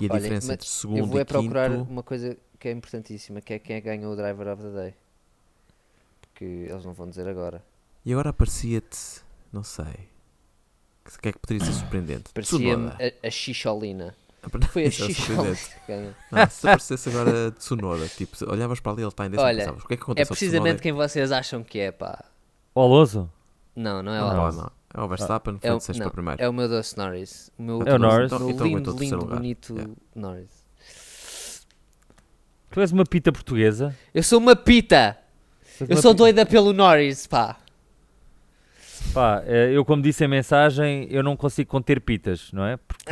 Speaker 1: E a
Speaker 2: Olha,
Speaker 1: diferença
Speaker 2: mas
Speaker 1: entre segundo
Speaker 2: Eu vou
Speaker 1: e
Speaker 2: é procurar
Speaker 1: um quinto.
Speaker 2: uma coisa que é importantíssima, que é quem é que ganhou o Driver of the Day. Porque eles não vão dizer agora.
Speaker 1: E agora aparecia-te, não sei. que se- que é que poderia ser surpreendente?
Speaker 2: Parecia-me
Speaker 1: Tsunoda.
Speaker 2: a, a Xixolina.
Speaker 1: Aparece-
Speaker 2: Foi assim a
Speaker 1: Isso é
Speaker 2: Xixolina
Speaker 1: surpreendente.
Speaker 2: que ganhou.
Speaker 1: Não, se aparecesse agora Tsunoda, tipo, se olhavas para ali, ele está em décimo
Speaker 2: Olha,
Speaker 1: pensavas, O que é que
Speaker 2: É
Speaker 1: acontece ao
Speaker 2: precisamente
Speaker 1: Tsunoda?
Speaker 2: quem vocês acham que é, pá.
Speaker 3: O Alonso?
Speaker 2: Não, não é o
Speaker 1: Não,
Speaker 2: Alonso.
Speaker 1: não, não. É o Verstappen,
Speaker 2: É
Speaker 1: foi
Speaker 2: o-
Speaker 1: de sexto
Speaker 2: não,
Speaker 1: para primeiro.
Speaker 2: É o meu doce Norris. O meu,
Speaker 1: Ah,
Speaker 3: É o Norris.
Speaker 2: o meu
Speaker 1: Então- então aguentou
Speaker 2: lindo,
Speaker 1: o terceiro
Speaker 2: lindo,
Speaker 1: lugar.
Speaker 2: bonito
Speaker 1: Yeah.
Speaker 2: Norris.
Speaker 3: Tu és uma pita portuguesa?
Speaker 2: Eu sou uma pita!
Speaker 3: Tu és
Speaker 2: Eu
Speaker 3: uma
Speaker 2: sou
Speaker 3: pita-
Speaker 2: doida pelo Norris, pá.
Speaker 3: Pá, eh, eu como disse em mensagem, eu não consigo conter pitas, não é? Porque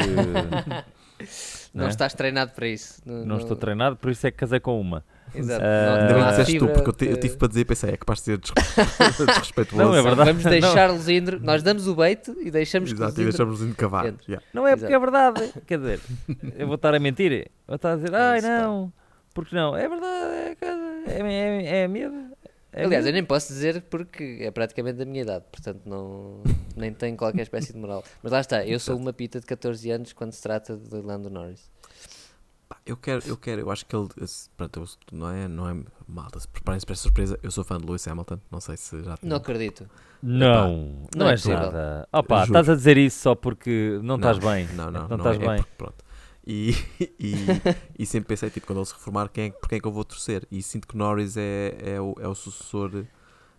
Speaker 2: Não,
Speaker 3: Não é?
Speaker 2: estás treinado para isso.
Speaker 3: não estou treinado, por isso é que casei com uma.
Speaker 2: Exato.
Speaker 3: Ah,
Speaker 2: não-
Speaker 1: Ainda
Speaker 2: não
Speaker 1: bem
Speaker 2: há
Speaker 1: que disseste tu,
Speaker 2: fibra eh,
Speaker 1: porque eu, te- eu
Speaker 2: de-
Speaker 1: tive para dizer, pensei, é capaz de ser desre- desrespeituoso.
Speaker 3: Não, é verdade.
Speaker 2: Vamos deixá-los indo. Nós damos o bait e deixamos que os
Speaker 1: Exato, e
Speaker 2: Indro-
Speaker 1: deixamos indo cavar.
Speaker 2: Entre.
Speaker 1: Yeah.
Speaker 3: Não é porque é verdade, quer dizer, eu vou estar a mentir, vou estar a dizer, ai
Speaker 2: isso, pá.
Speaker 3: não, porque não, é verdade, é, coisa- é, é, é medo. É
Speaker 2: Aliás, eu
Speaker 3: medo.
Speaker 2: nem posso dizer porque é praticamente da minha idade, portanto não, nem tenho qualquer espécie de moral. Mas lá está, eu sou uma pita de 14 anos quando se trata de Lando Norris.
Speaker 1: Pá, Eu quero, eu quero, eu acho que ele. esse- Pronto, eu- não é, não é malta. se Preparem-se para esta surpresa. Eu sou fã de Lewis Hamilton. Não sei se já
Speaker 2: Não acredito.
Speaker 3: Não, não
Speaker 2: é
Speaker 3: és
Speaker 2: possível.
Speaker 3: nada. Opa,
Speaker 1: Juro.
Speaker 3: estás a dizer isso só porque não estás bem.
Speaker 1: Não, não,
Speaker 3: Não
Speaker 1: não
Speaker 3: estás
Speaker 1: é- é
Speaker 3: bem.
Speaker 1: porque- pronto. E, e, e sempre pensei, tipo, quando ele se reformar, quem é, por quem é que eu vou torcer? E sinto que Norris é, é, o, é o sucessor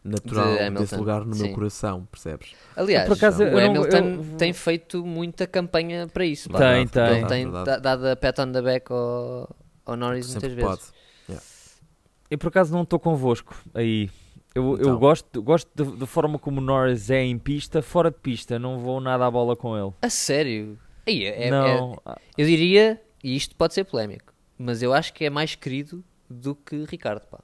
Speaker 1: natural
Speaker 2: De Hamilton,
Speaker 1: desse lugar no
Speaker 2: sim.
Speaker 1: meu coração, percebes?
Speaker 2: Aliás,
Speaker 3: por acaso,
Speaker 2: o
Speaker 3: eu não-
Speaker 2: Hamilton
Speaker 3: eu-
Speaker 2: tem feito muita campanha para isso. pá.
Speaker 3: Tem, tem.
Speaker 2: Ele tem
Speaker 1: Verdade.
Speaker 2: da- dado a pet on the back ao, ao Norris muitas
Speaker 1: Sempre
Speaker 2: vezes.
Speaker 1: pode.
Speaker 3: Eu por acaso não estou convosco aí. Eu, eu
Speaker 1: Então.
Speaker 3: gosto, gosto da- da forma como o Norris é em pista, fora de pista, não vou nada à bola com ele.
Speaker 2: A sério? Aí, é- é-
Speaker 3: não,
Speaker 2: eu diria, e isto pode ser polémico, Mas eu acho que é mais querido do que Ricardo, pá.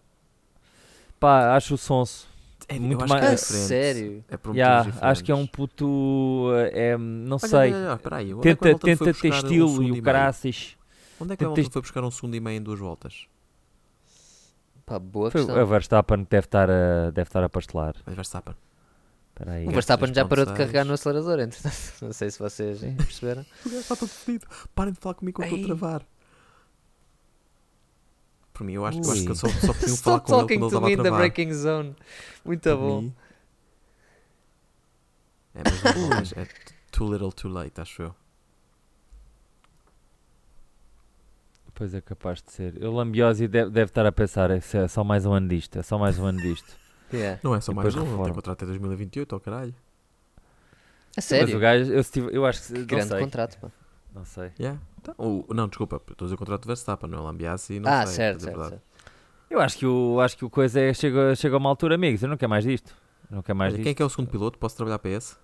Speaker 3: Pá, acho o sonso.
Speaker 1: É, eu
Speaker 3: Muito
Speaker 1: acho
Speaker 3: mais-
Speaker 1: que é
Speaker 2: A
Speaker 1: diferente.
Speaker 2: sério.
Speaker 1: É por
Speaker 3: Yeah,
Speaker 1: motivos
Speaker 3: acho que é um
Speaker 1: diferentes.
Speaker 3: puto. É, não
Speaker 1: Olha,
Speaker 3: sei.
Speaker 1: olha, olha, peraí, onde é que o
Speaker 3: Tenta,
Speaker 1: Hamilton foi
Speaker 3: tenta ter
Speaker 1: buscar um
Speaker 3: estilo
Speaker 1: segundo
Speaker 3: e o
Speaker 1: meio?
Speaker 3: caraças.
Speaker 1: Onde é que o
Speaker 3: tenta
Speaker 1: Hamilton
Speaker 3: este-
Speaker 1: foi buscar um segundo e meio em duas voltas?
Speaker 2: Pá, boa
Speaker 3: Foi-
Speaker 2: questão.
Speaker 3: O Verstappen deve estar a, deve estar a pastelar.
Speaker 1: Mas Verstappen.
Speaker 3: Espera aí.
Speaker 2: O Verstappen já parou de
Speaker 1: 3.6.
Speaker 2: carregar no acelerador, entretanto. Não sei se vocês perceberam.
Speaker 1: O gajo está todo fedido. Parem de falar comigo que eu estou a
Speaker 2: Ei.
Speaker 1: travar. Por mim, eu acho, eu acho
Speaker 3: Ui.
Speaker 1: que eu só, só podiam falar
Speaker 2: Stop
Speaker 1: com ele quando
Speaker 2: talking
Speaker 1: ele
Speaker 2: to
Speaker 1: estava
Speaker 2: me
Speaker 1: a
Speaker 2: in the
Speaker 1: travar.
Speaker 2: breaking zone. Muito
Speaker 1: Por
Speaker 2: bom.
Speaker 1: mim. É, mas não vale, mas é t- too little too late, acho eu.
Speaker 3: Pois é capaz de ser. O Lambiosi deve, deve estar a pensar, "Esse é só mais um ano disto, é só mais um ano disto.
Speaker 2: Yeah.
Speaker 1: Não é só
Speaker 3: E
Speaker 1: mais
Speaker 3: depois
Speaker 1: um, ele tem
Speaker 3: reforma.
Speaker 1: contrato até 2028, ao caralho.
Speaker 2: A
Speaker 3: Mas o
Speaker 2: sério.
Speaker 3: gajo, eu, se tive- eu acho que, não
Speaker 2: Grande
Speaker 3: sei.
Speaker 2: contrato, pá.
Speaker 3: Não sei.
Speaker 1: Yeah. Tá. Ou- não, desculpa, estou a dizer o contrato do Verstappen, não é Lambiasi, não
Speaker 2: Ah,
Speaker 1: sei.
Speaker 2: certo,
Speaker 1: mas é
Speaker 2: certo,
Speaker 1: verdade.
Speaker 2: certo.
Speaker 3: Eu acho que o, acho que o coisa é, chega, chega a uma altura, amigos, eu não quero mais disto. Eu não quero mais
Speaker 1: Olha,
Speaker 3: disto.
Speaker 1: quem é que é o segundo piloto? Posso trabalhar para esse?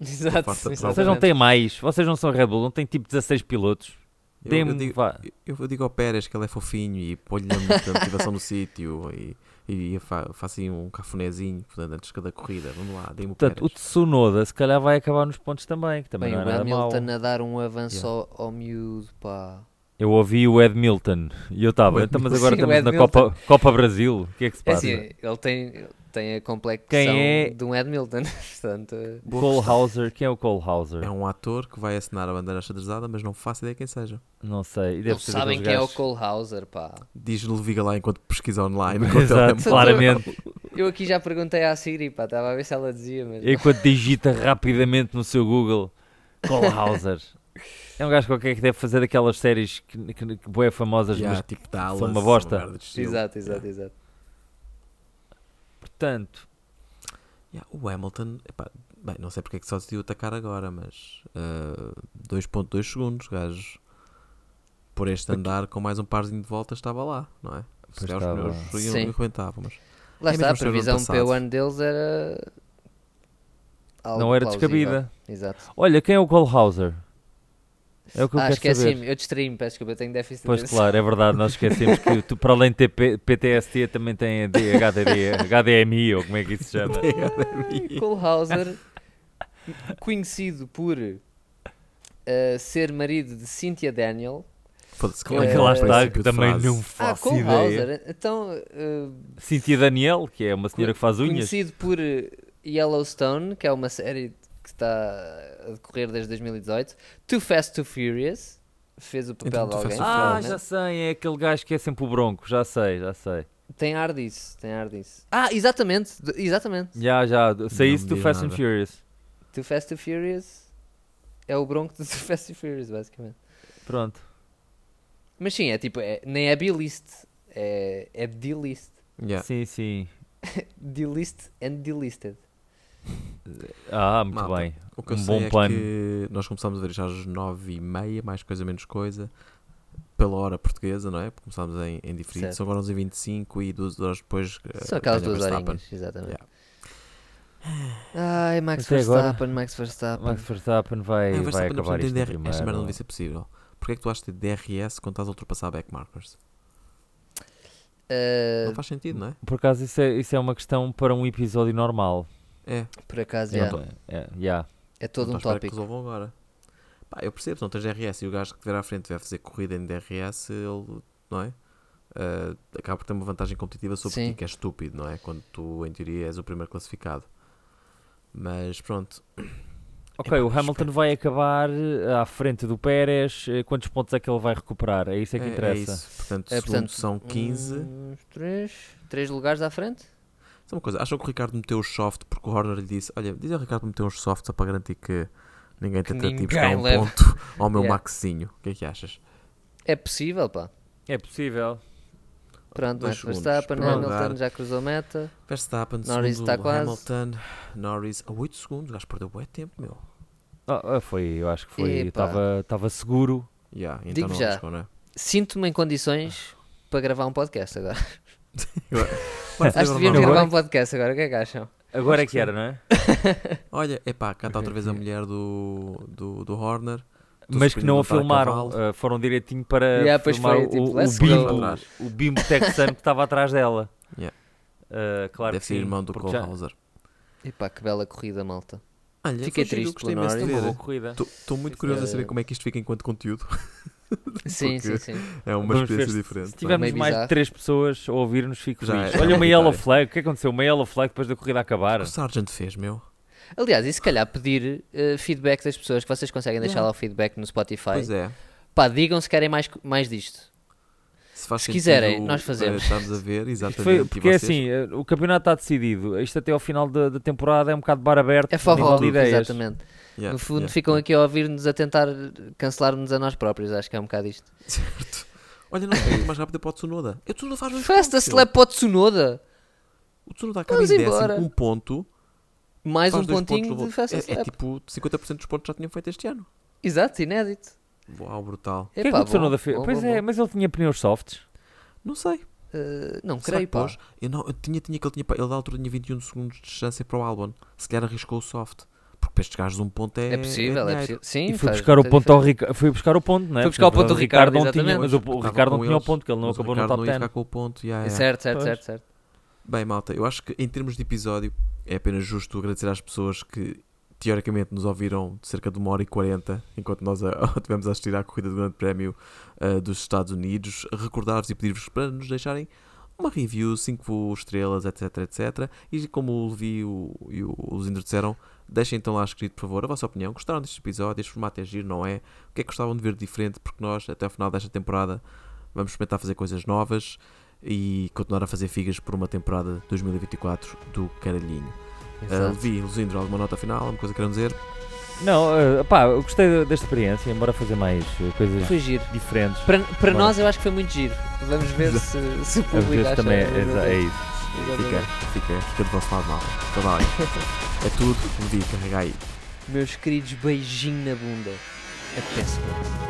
Speaker 2: Exato.
Speaker 1: Faça-
Speaker 2: exatamente.
Speaker 3: Vocês não têm mais, vocês não são Red Bull, não têm tipo 16 pilotos.
Speaker 1: Eu- eu
Speaker 2: um
Speaker 3: Dê-me,
Speaker 1: digo-
Speaker 3: vá.
Speaker 1: Eu, eu digo ao Pérez que ele é fofinho e ponho-lhe a muita motivação no sítio e, e, fa- faço aí um cafunézinho portanto, antes de cada corrida. Vamos lá, dei-me o
Speaker 3: Portanto, o
Speaker 1: Pérez.
Speaker 3: Tsunoda se calhar vai acabar nos pontos também, que também
Speaker 2: Bem, o
Speaker 3: não é nada mau.
Speaker 2: Hamilton a dar um avanço
Speaker 1: Yeah.
Speaker 2: ao, ao miúdo, pá.
Speaker 3: Eu ouvi o Ed Milton e eu
Speaker 1: O
Speaker 3: estava,
Speaker 1: Ed
Speaker 3: então, mas
Speaker 1: Milton.
Speaker 3: agora
Speaker 2: Sim, o
Speaker 3: estamos
Speaker 2: Ed
Speaker 3: na
Speaker 2: Milton.
Speaker 3: Copa, Copa Brasil, o que é que se
Speaker 2: É
Speaker 3: passa?
Speaker 2: assim, ele tem, ele tem a complexão
Speaker 3: Quem é-
Speaker 2: de um Edmilton, portanto... eh,
Speaker 1: Boa
Speaker 3: Cole
Speaker 1: questão.
Speaker 3: Hauser, quem é o Cole Hauser?
Speaker 1: É um ator que vai assinar a bandeira xadrezada, mas não faço ideia quem seja.
Speaker 3: Não sei, e deve
Speaker 2: Não
Speaker 3: ser
Speaker 2: sabem
Speaker 3: daqueles
Speaker 2: quem é o
Speaker 3: gajos.
Speaker 2: Cole Hauser, pá.
Speaker 1: Diz Leviga lá enquanto pesquisa online.
Speaker 2: é
Speaker 1: com o
Speaker 3: Exato,
Speaker 1: telemóvel.
Speaker 3: claramente.
Speaker 2: Eu aqui já perguntei à Siri, pá, estava a ver se ela dizia, mas...
Speaker 3: Enquanto digita rapidamente no seu Google Cole Hauser. É um gajo qualquer que deve fazer daquelas séries que, que, que bué famosas,
Speaker 1: Yeah,
Speaker 3: mas
Speaker 1: tipo Dallas,
Speaker 3: são uma bosta.
Speaker 1: merda de estilo.
Speaker 2: Exato, exato,
Speaker 3: É.
Speaker 2: exato.
Speaker 3: portanto,
Speaker 1: Yeah, o Hamilton, epá, bem, não sei porque é que só decidiu atacar agora, mas ah, 2.2 segundos, gajo. Por este andar, com mais um parzinho de voltas, estava lá, não é? Se
Speaker 3: Pois
Speaker 1: calhar
Speaker 3: estava.
Speaker 1: os pneus iam-
Speaker 2: Sim.
Speaker 1: iam arrebentavam, mas...
Speaker 2: Lá
Speaker 1: É
Speaker 2: está, a
Speaker 3: um
Speaker 1: mesmo ser o ano
Speaker 2: previsão para o
Speaker 1: passado.
Speaker 2: ano deles era... algo
Speaker 3: não era
Speaker 2: plausível.
Speaker 3: descabida.
Speaker 2: Exato.
Speaker 3: Olha, quem é o Cole Hauser? É o que eu
Speaker 2: ah,
Speaker 3: quero saber.
Speaker 2: esqueci-me, eu distraí-me, peço desculpa, eu tenho déficit de
Speaker 3: Pois
Speaker 2: atenção.
Speaker 3: claro, é verdade, nós esquecemos que tu, para além de ter P- PTSD, também tem HD, HDMI, ou como é que isso se chama?
Speaker 2: Cole Hauser, conhecido por eh, ser marido de Cynthia Daniel.
Speaker 1: Foda-se,
Speaker 2: Com
Speaker 1: é
Speaker 2: aquele
Speaker 1: um
Speaker 2: hashtag
Speaker 1: princípio de
Speaker 3: também
Speaker 1: frase.
Speaker 3: não
Speaker 2: Ah,
Speaker 3: faço
Speaker 2: Cole
Speaker 3: ideia.
Speaker 2: Hauser, então eh,
Speaker 3: Cintia Daniel, que é uma senhora que faz unhas.
Speaker 2: conhecido por eh, Yellowstone, que é uma série que está a decorrer desde 2018. Too Fast, Too Furious, fez o papel
Speaker 1: Então,
Speaker 2: de
Speaker 1: Too
Speaker 2: alguém.
Speaker 1: Fast, Too
Speaker 3: Ah,
Speaker 2: provavelmente.
Speaker 3: já sei, é aquele gajo que é sempre o bronco, já sei, já sei.
Speaker 2: Tem ar disso, tem ar disso. Ah, exatamente, de- exatamente.
Speaker 3: Já, já, sei
Speaker 1: Não
Speaker 3: isso
Speaker 1: me
Speaker 3: do
Speaker 1: diz
Speaker 3: Fast and
Speaker 1: nada.
Speaker 3: Furious.
Speaker 2: Too Fast, Too Furious é o bronco de Too Fast, Too Furious, basicamente.
Speaker 3: Pronto.
Speaker 2: Mas sim, é tipo, é- nem é B-list, é, é D-list.
Speaker 1: Yeah.
Speaker 3: Sim, sim.
Speaker 2: D-list and delisted.
Speaker 3: Ah, muito
Speaker 1: Malta,
Speaker 3: bem.
Speaker 1: O que eu
Speaker 3: Um
Speaker 1: sei
Speaker 3: bom
Speaker 1: é
Speaker 3: plano.
Speaker 1: que nós começámos a ver já às 9h30, mais coisa menos coisa, pela hora portuguesa, não é? Porque começámos em, em diferido,
Speaker 2: Certo.
Speaker 1: são agora 11h25 e duas horas depois. eh,
Speaker 2: São aquelas
Speaker 1: ganha
Speaker 2: duas
Speaker 1: Verstappen.
Speaker 2: horinhas, exatamente. Ai, Max
Speaker 3: Até agora-
Speaker 2: Verstappen, Max Verstappen.
Speaker 3: Max Verstappen vai,
Speaker 1: Ah, o
Speaker 3: vai
Speaker 1: Verstappen não
Speaker 3: acabar
Speaker 1: precisa
Speaker 3: isto
Speaker 1: ter
Speaker 3: em
Speaker 1: DR Esta merda não devia
Speaker 3: primeiro.
Speaker 1: ser possível. Porquê é que tu achas de DRS quando estás a ultrapassar backmarkers?
Speaker 2: Ah,
Speaker 1: Não faz sentido, não é?
Speaker 3: Por acaso, isso é, isso é uma questão para um episódio normal.
Speaker 1: É,
Speaker 2: por acaso,
Speaker 3: Eu
Speaker 2: já.
Speaker 3: não tô- É, yeah.
Speaker 2: é todo
Speaker 1: não
Speaker 2: um
Speaker 1: estou à então espera que
Speaker 2: tópico.
Speaker 1: resolvam agora. Pá, eu percebo, se não tens DRS e o gajo que tiver à frente vai fazer corrida em DRS, ele, não é? Ah, acaba por ter uma vantagem competitiva sobre
Speaker 2: Sim.
Speaker 1: ti, que é estúpido, não é? Quando tu, em teoria, és o primeiro classificado. Mas pronto,
Speaker 3: Ok,
Speaker 1: Epá,
Speaker 3: o Hamilton
Speaker 1: espero.
Speaker 3: vai acabar eh, à frente do Pérez. eh, Quantos pontos é que ele vai recuperar? É isso
Speaker 1: é,
Speaker 3: é que
Speaker 1: é
Speaker 3: interessa.
Speaker 1: isso. Portanto,
Speaker 2: É,
Speaker 1: segundo
Speaker 2: portanto, hum,
Speaker 1: são 15.
Speaker 2: Uns três, três lugares à frente?
Speaker 1: Só uma coisa, acham que o Ricardo meteu os soft porque o Horner lhe disse: Olha, diz ao Ricardo que meteu os soft só para garantir que ninguém
Speaker 2: Que
Speaker 1: tenta tipo
Speaker 2: ninguém
Speaker 1: dar um
Speaker 2: leva."
Speaker 1: ponto ao meu
Speaker 2: Yeah.
Speaker 1: Maxinho. O que é que achas?
Speaker 2: É possível, pá.
Speaker 3: É possível.
Speaker 2: Pronto,
Speaker 1: Dois
Speaker 2: Max
Speaker 1: segundos.
Speaker 2: Verstappen,
Speaker 1: Primeiro
Speaker 2: Hamilton
Speaker 1: lugar.
Speaker 2: já cruzou meta.
Speaker 1: Verstappen,
Speaker 2: Norris
Speaker 1: segundo,
Speaker 2: está quase.
Speaker 1: Hamilton, Norris a 8 segundos. O gajo perdeu bué tempo, meu.
Speaker 3: Ah, ah, foi, eu acho que foi.
Speaker 2: Epá.
Speaker 3: Estava seguro.
Speaker 1: Yeah, então
Speaker 2: Digo
Speaker 1: não
Speaker 2: já.
Speaker 1: arriscou, não é?
Speaker 2: Sinto-me em condições para gravar um podcast agora.
Speaker 1: Pode ser
Speaker 2: Acho que
Speaker 1: agora
Speaker 2: devíamos
Speaker 1: não.
Speaker 2: gravar um podcast agora, o que é que acham?
Speaker 3: Agora é que era, não é?
Speaker 1: Olha, epá, cá está outra vez a mulher do, do, do Horner. do
Speaker 3: mas que
Speaker 1: Supremo
Speaker 3: não a
Speaker 1: montar
Speaker 3: filmaram,
Speaker 1: cavalo.
Speaker 3: ah, foram direitinho para
Speaker 2: Yeah, pois
Speaker 3: filmar
Speaker 2: foi,
Speaker 3: o,
Speaker 2: tipo,
Speaker 3: o
Speaker 2: let's
Speaker 1: go.
Speaker 3: bimbo, o bimbo texano que estava atrás dela.
Speaker 1: Yeah.
Speaker 3: Ah, claro
Speaker 1: Deve
Speaker 3: que
Speaker 1: ser
Speaker 3: sim,
Speaker 1: irmão do
Speaker 3: porque
Speaker 1: Cole
Speaker 3: já-
Speaker 1: Hauser.
Speaker 2: Epá, que bela corrida, malta.
Speaker 1: Olha,
Speaker 2: Fiquei
Speaker 1: foi giro, gostei
Speaker 2: triste pelo
Speaker 1: imenso de
Speaker 2: Norris.
Speaker 1: ver.
Speaker 3: Boa corrida.
Speaker 1: Tô- Estou muito
Speaker 3: Sim,
Speaker 1: curioso a
Speaker 2: sim.
Speaker 1: saber como é que isto fica enquanto conteúdo.
Speaker 2: Sim,
Speaker 1: Porque-
Speaker 2: sim, sim.
Speaker 1: É uma
Speaker 3: Vamos ver
Speaker 1: experiência
Speaker 3: se-
Speaker 1: diferente. é?
Speaker 3: Se tivermos
Speaker 2: Meio
Speaker 3: mais de
Speaker 2: bizarro.
Speaker 3: três pessoas a ouvir-nos, fico
Speaker 1: Já
Speaker 3: feliz.
Speaker 1: é-
Speaker 3: Olha,
Speaker 1: é
Speaker 3: uma yellow
Speaker 1: vitória.
Speaker 3: flag. O que aconteceu? Uma yellow flag depois da corrida acabar.
Speaker 1: O Sargent fez, meu.
Speaker 2: Aliás, e se calhar pedir eh, feedback das pessoas, que vocês conseguem deixar
Speaker 1: Yeah.
Speaker 2: lá o feedback no Spotify.
Speaker 1: Pois é.
Speaker 2: Pá, digam se querem mais, co- mais disto.
Speaker 1: Se, faz
Speaker 2: Se
Speaker 1: sentido,
Speaker 2: quiserem, nós
Speaker 1: eh,
Speaker 2: fazemos.
Speaker 1: Estamos a ver,
Speaker 3: Isto
Speaker 1: exatamente.
Speaker 3: foi-
Speaker 1: e
Speaker 3: porque é
Speaker 1: vocês?
Speaker 3: assim, eh, o campeonato está decidido. Isto até ao final da, da temporada é um bocado bar aberto.
Speaker 2: É favor,
Speaker 3: nível de ideias.
Speaker 2: exatamente.
Speaker 1: Yeah,
Speaker 2: no fundo,
Speaker 1: yeah,
Speaker 2: ficam
Speaker 1: yeah.
Speaker 2: aqui a ouvir-nos a tentar cancelar-nos a nós próprios. Acho que é um bocado isto.
Speaker 1: Certo. Olha, não, é mais rápido é para o Tsunoda. É, O Tsunoda faz dois
Speaker 2: Festa
Speaker 1: pontos, meu.
Speaker 2: slap para o Tsunoda.
Speaker 1: O Tsunoda acaba em
Speaker 2: Vamos
Speaker 1: décimo,
Speaker 2: embora.
Speaker 1: um ponto.
Speaker 2: Mais
Speaker 1: faz
Speaker 2: um
Speaker 1: dois pontos no
Speaker 2: pontinho de
Speaker 1: volta.
Speaker 2: festa
Speaker 1: é, é
Speaker 2: slap.
Speaker 1: tipo 50% dos pontos já tinham feito este ano.
Speaker 2: Exato, inédito.
Speaker 1: Uau, brutal.
Speaker 3: O que é que
Speaker 2: Epá,
Speaker 3: o Tsunoda
Speaker 2: bom,
Speaker 3: fez?
Speaker 2: bom,
Speaker 3: Pois
Speaker 2: bom,
Speaker 3: é,
Speaker 2: bom.
Speaker 3: mas ele tinha pneus softs.
Speaker 1: Não sei.
Speaker 2: Eh, não
Speaker 1: Será
Speaker 2: creio,
Speaker 1: que
Speaker 2: pá.
Speaker 1: pôs? Eu não, eu tinha, tinha que ele tinha, pa- ele da altura tinha 21 segundos de distância para o álbum. Se calhar arriscou o soft. Porque para estes gajos um ponto é.
Speaker 2: É possível, é
Speaker 1: dinheiro.
Speaker 2: possível. Sim,
Speaker 3: E foi
Speaker 2: faz
Speaker 3: buscar o
Speaker 2: muita
Speaker 3: ponto ao
Speaker 2: diferença.
Speaker 3: Ricardo. Foi buscar o ponto, né?
Speaker 2: Foi buscar o
Speaker 3: Porque
Speaker 2: ponto do Ricardo,
Speaker 3: não tinha,
Speaker 2: exatamente.
Speaker 3: mas o, o
Speaker 1: Estava
Speaker 3: Ricardo
Speaker 1: com
Speaker 3: não tinha o
Speaker 1: eles,
Speaker 3: ponto, que ele não
Speaker 1: mas o
Speaker 3: acabou no
Speaker 1: Ricardo
Speaker 3: top
Speaker 1: não ia
Speaker 3: 10.
Speaker 1: ficar com o ponto. Yeah, yeah.
Speaker 2: É Certo, certo,
Speaker 3: Pois.
Speaker 2: certo, certo.
Speaker 1: Bem, malta, eu acho que em termos de episódio é apenas justo agradecer às pessoas que teoricamente nos ouviram de cerca de uma hora e quarenta enquanto nós a, tivemos a assistir à corrida do Grande Prémio ah, dos Estados Unidos. Recordar-vos e pedir-vos para nos deixarem uma review, 5 estrelas, etc, etc. E como o Levi e o, e o Luzindo disseram, deixem então lá escrito, por favor, a vossa opinião. Gostaram deste episódio? Este formato é giro, não é? O que é que gostavam de ver diferente? Porque nós, até ao final desta temporada, vamos experimentar fazer coisas novas e continuar a fazer figas por uma temporada 2024 do caralhinho.
Speaker 3: É
Speaker 1: Uh,
Speaker 2: Exato.
Speaker 1: Levi, Luzindro, alguma nota final? Alguma coisa que queiram dizer?
Speaker 3: Não, eh, pá, eu gostei da- desta experiência, embora fazer mais eh, coisas
Speaker 2: Foi giro.
Speaker 3: diferentes.
Speaker 2: Para, para
Speaker 3: Bora.
Speaker 2: nós eu acho que foi muito giro. Vamos ver se, se o
Speaker 3: Às
Speaker 2: público
Speaker 3: vezes
Speaker 2: acha
Speaker 3: também é,
Speaker 2: mesmo
Speaker 3: é- é
Speaker 2: bem.
Speaker 3: isso.
Speaker 1: Fica, fica, fica do vosso lado mal. Então vai. É tudo, Levi, carrega aí.
Speaker 2: É Meus queridos, beijinho na bunda. Até segunda.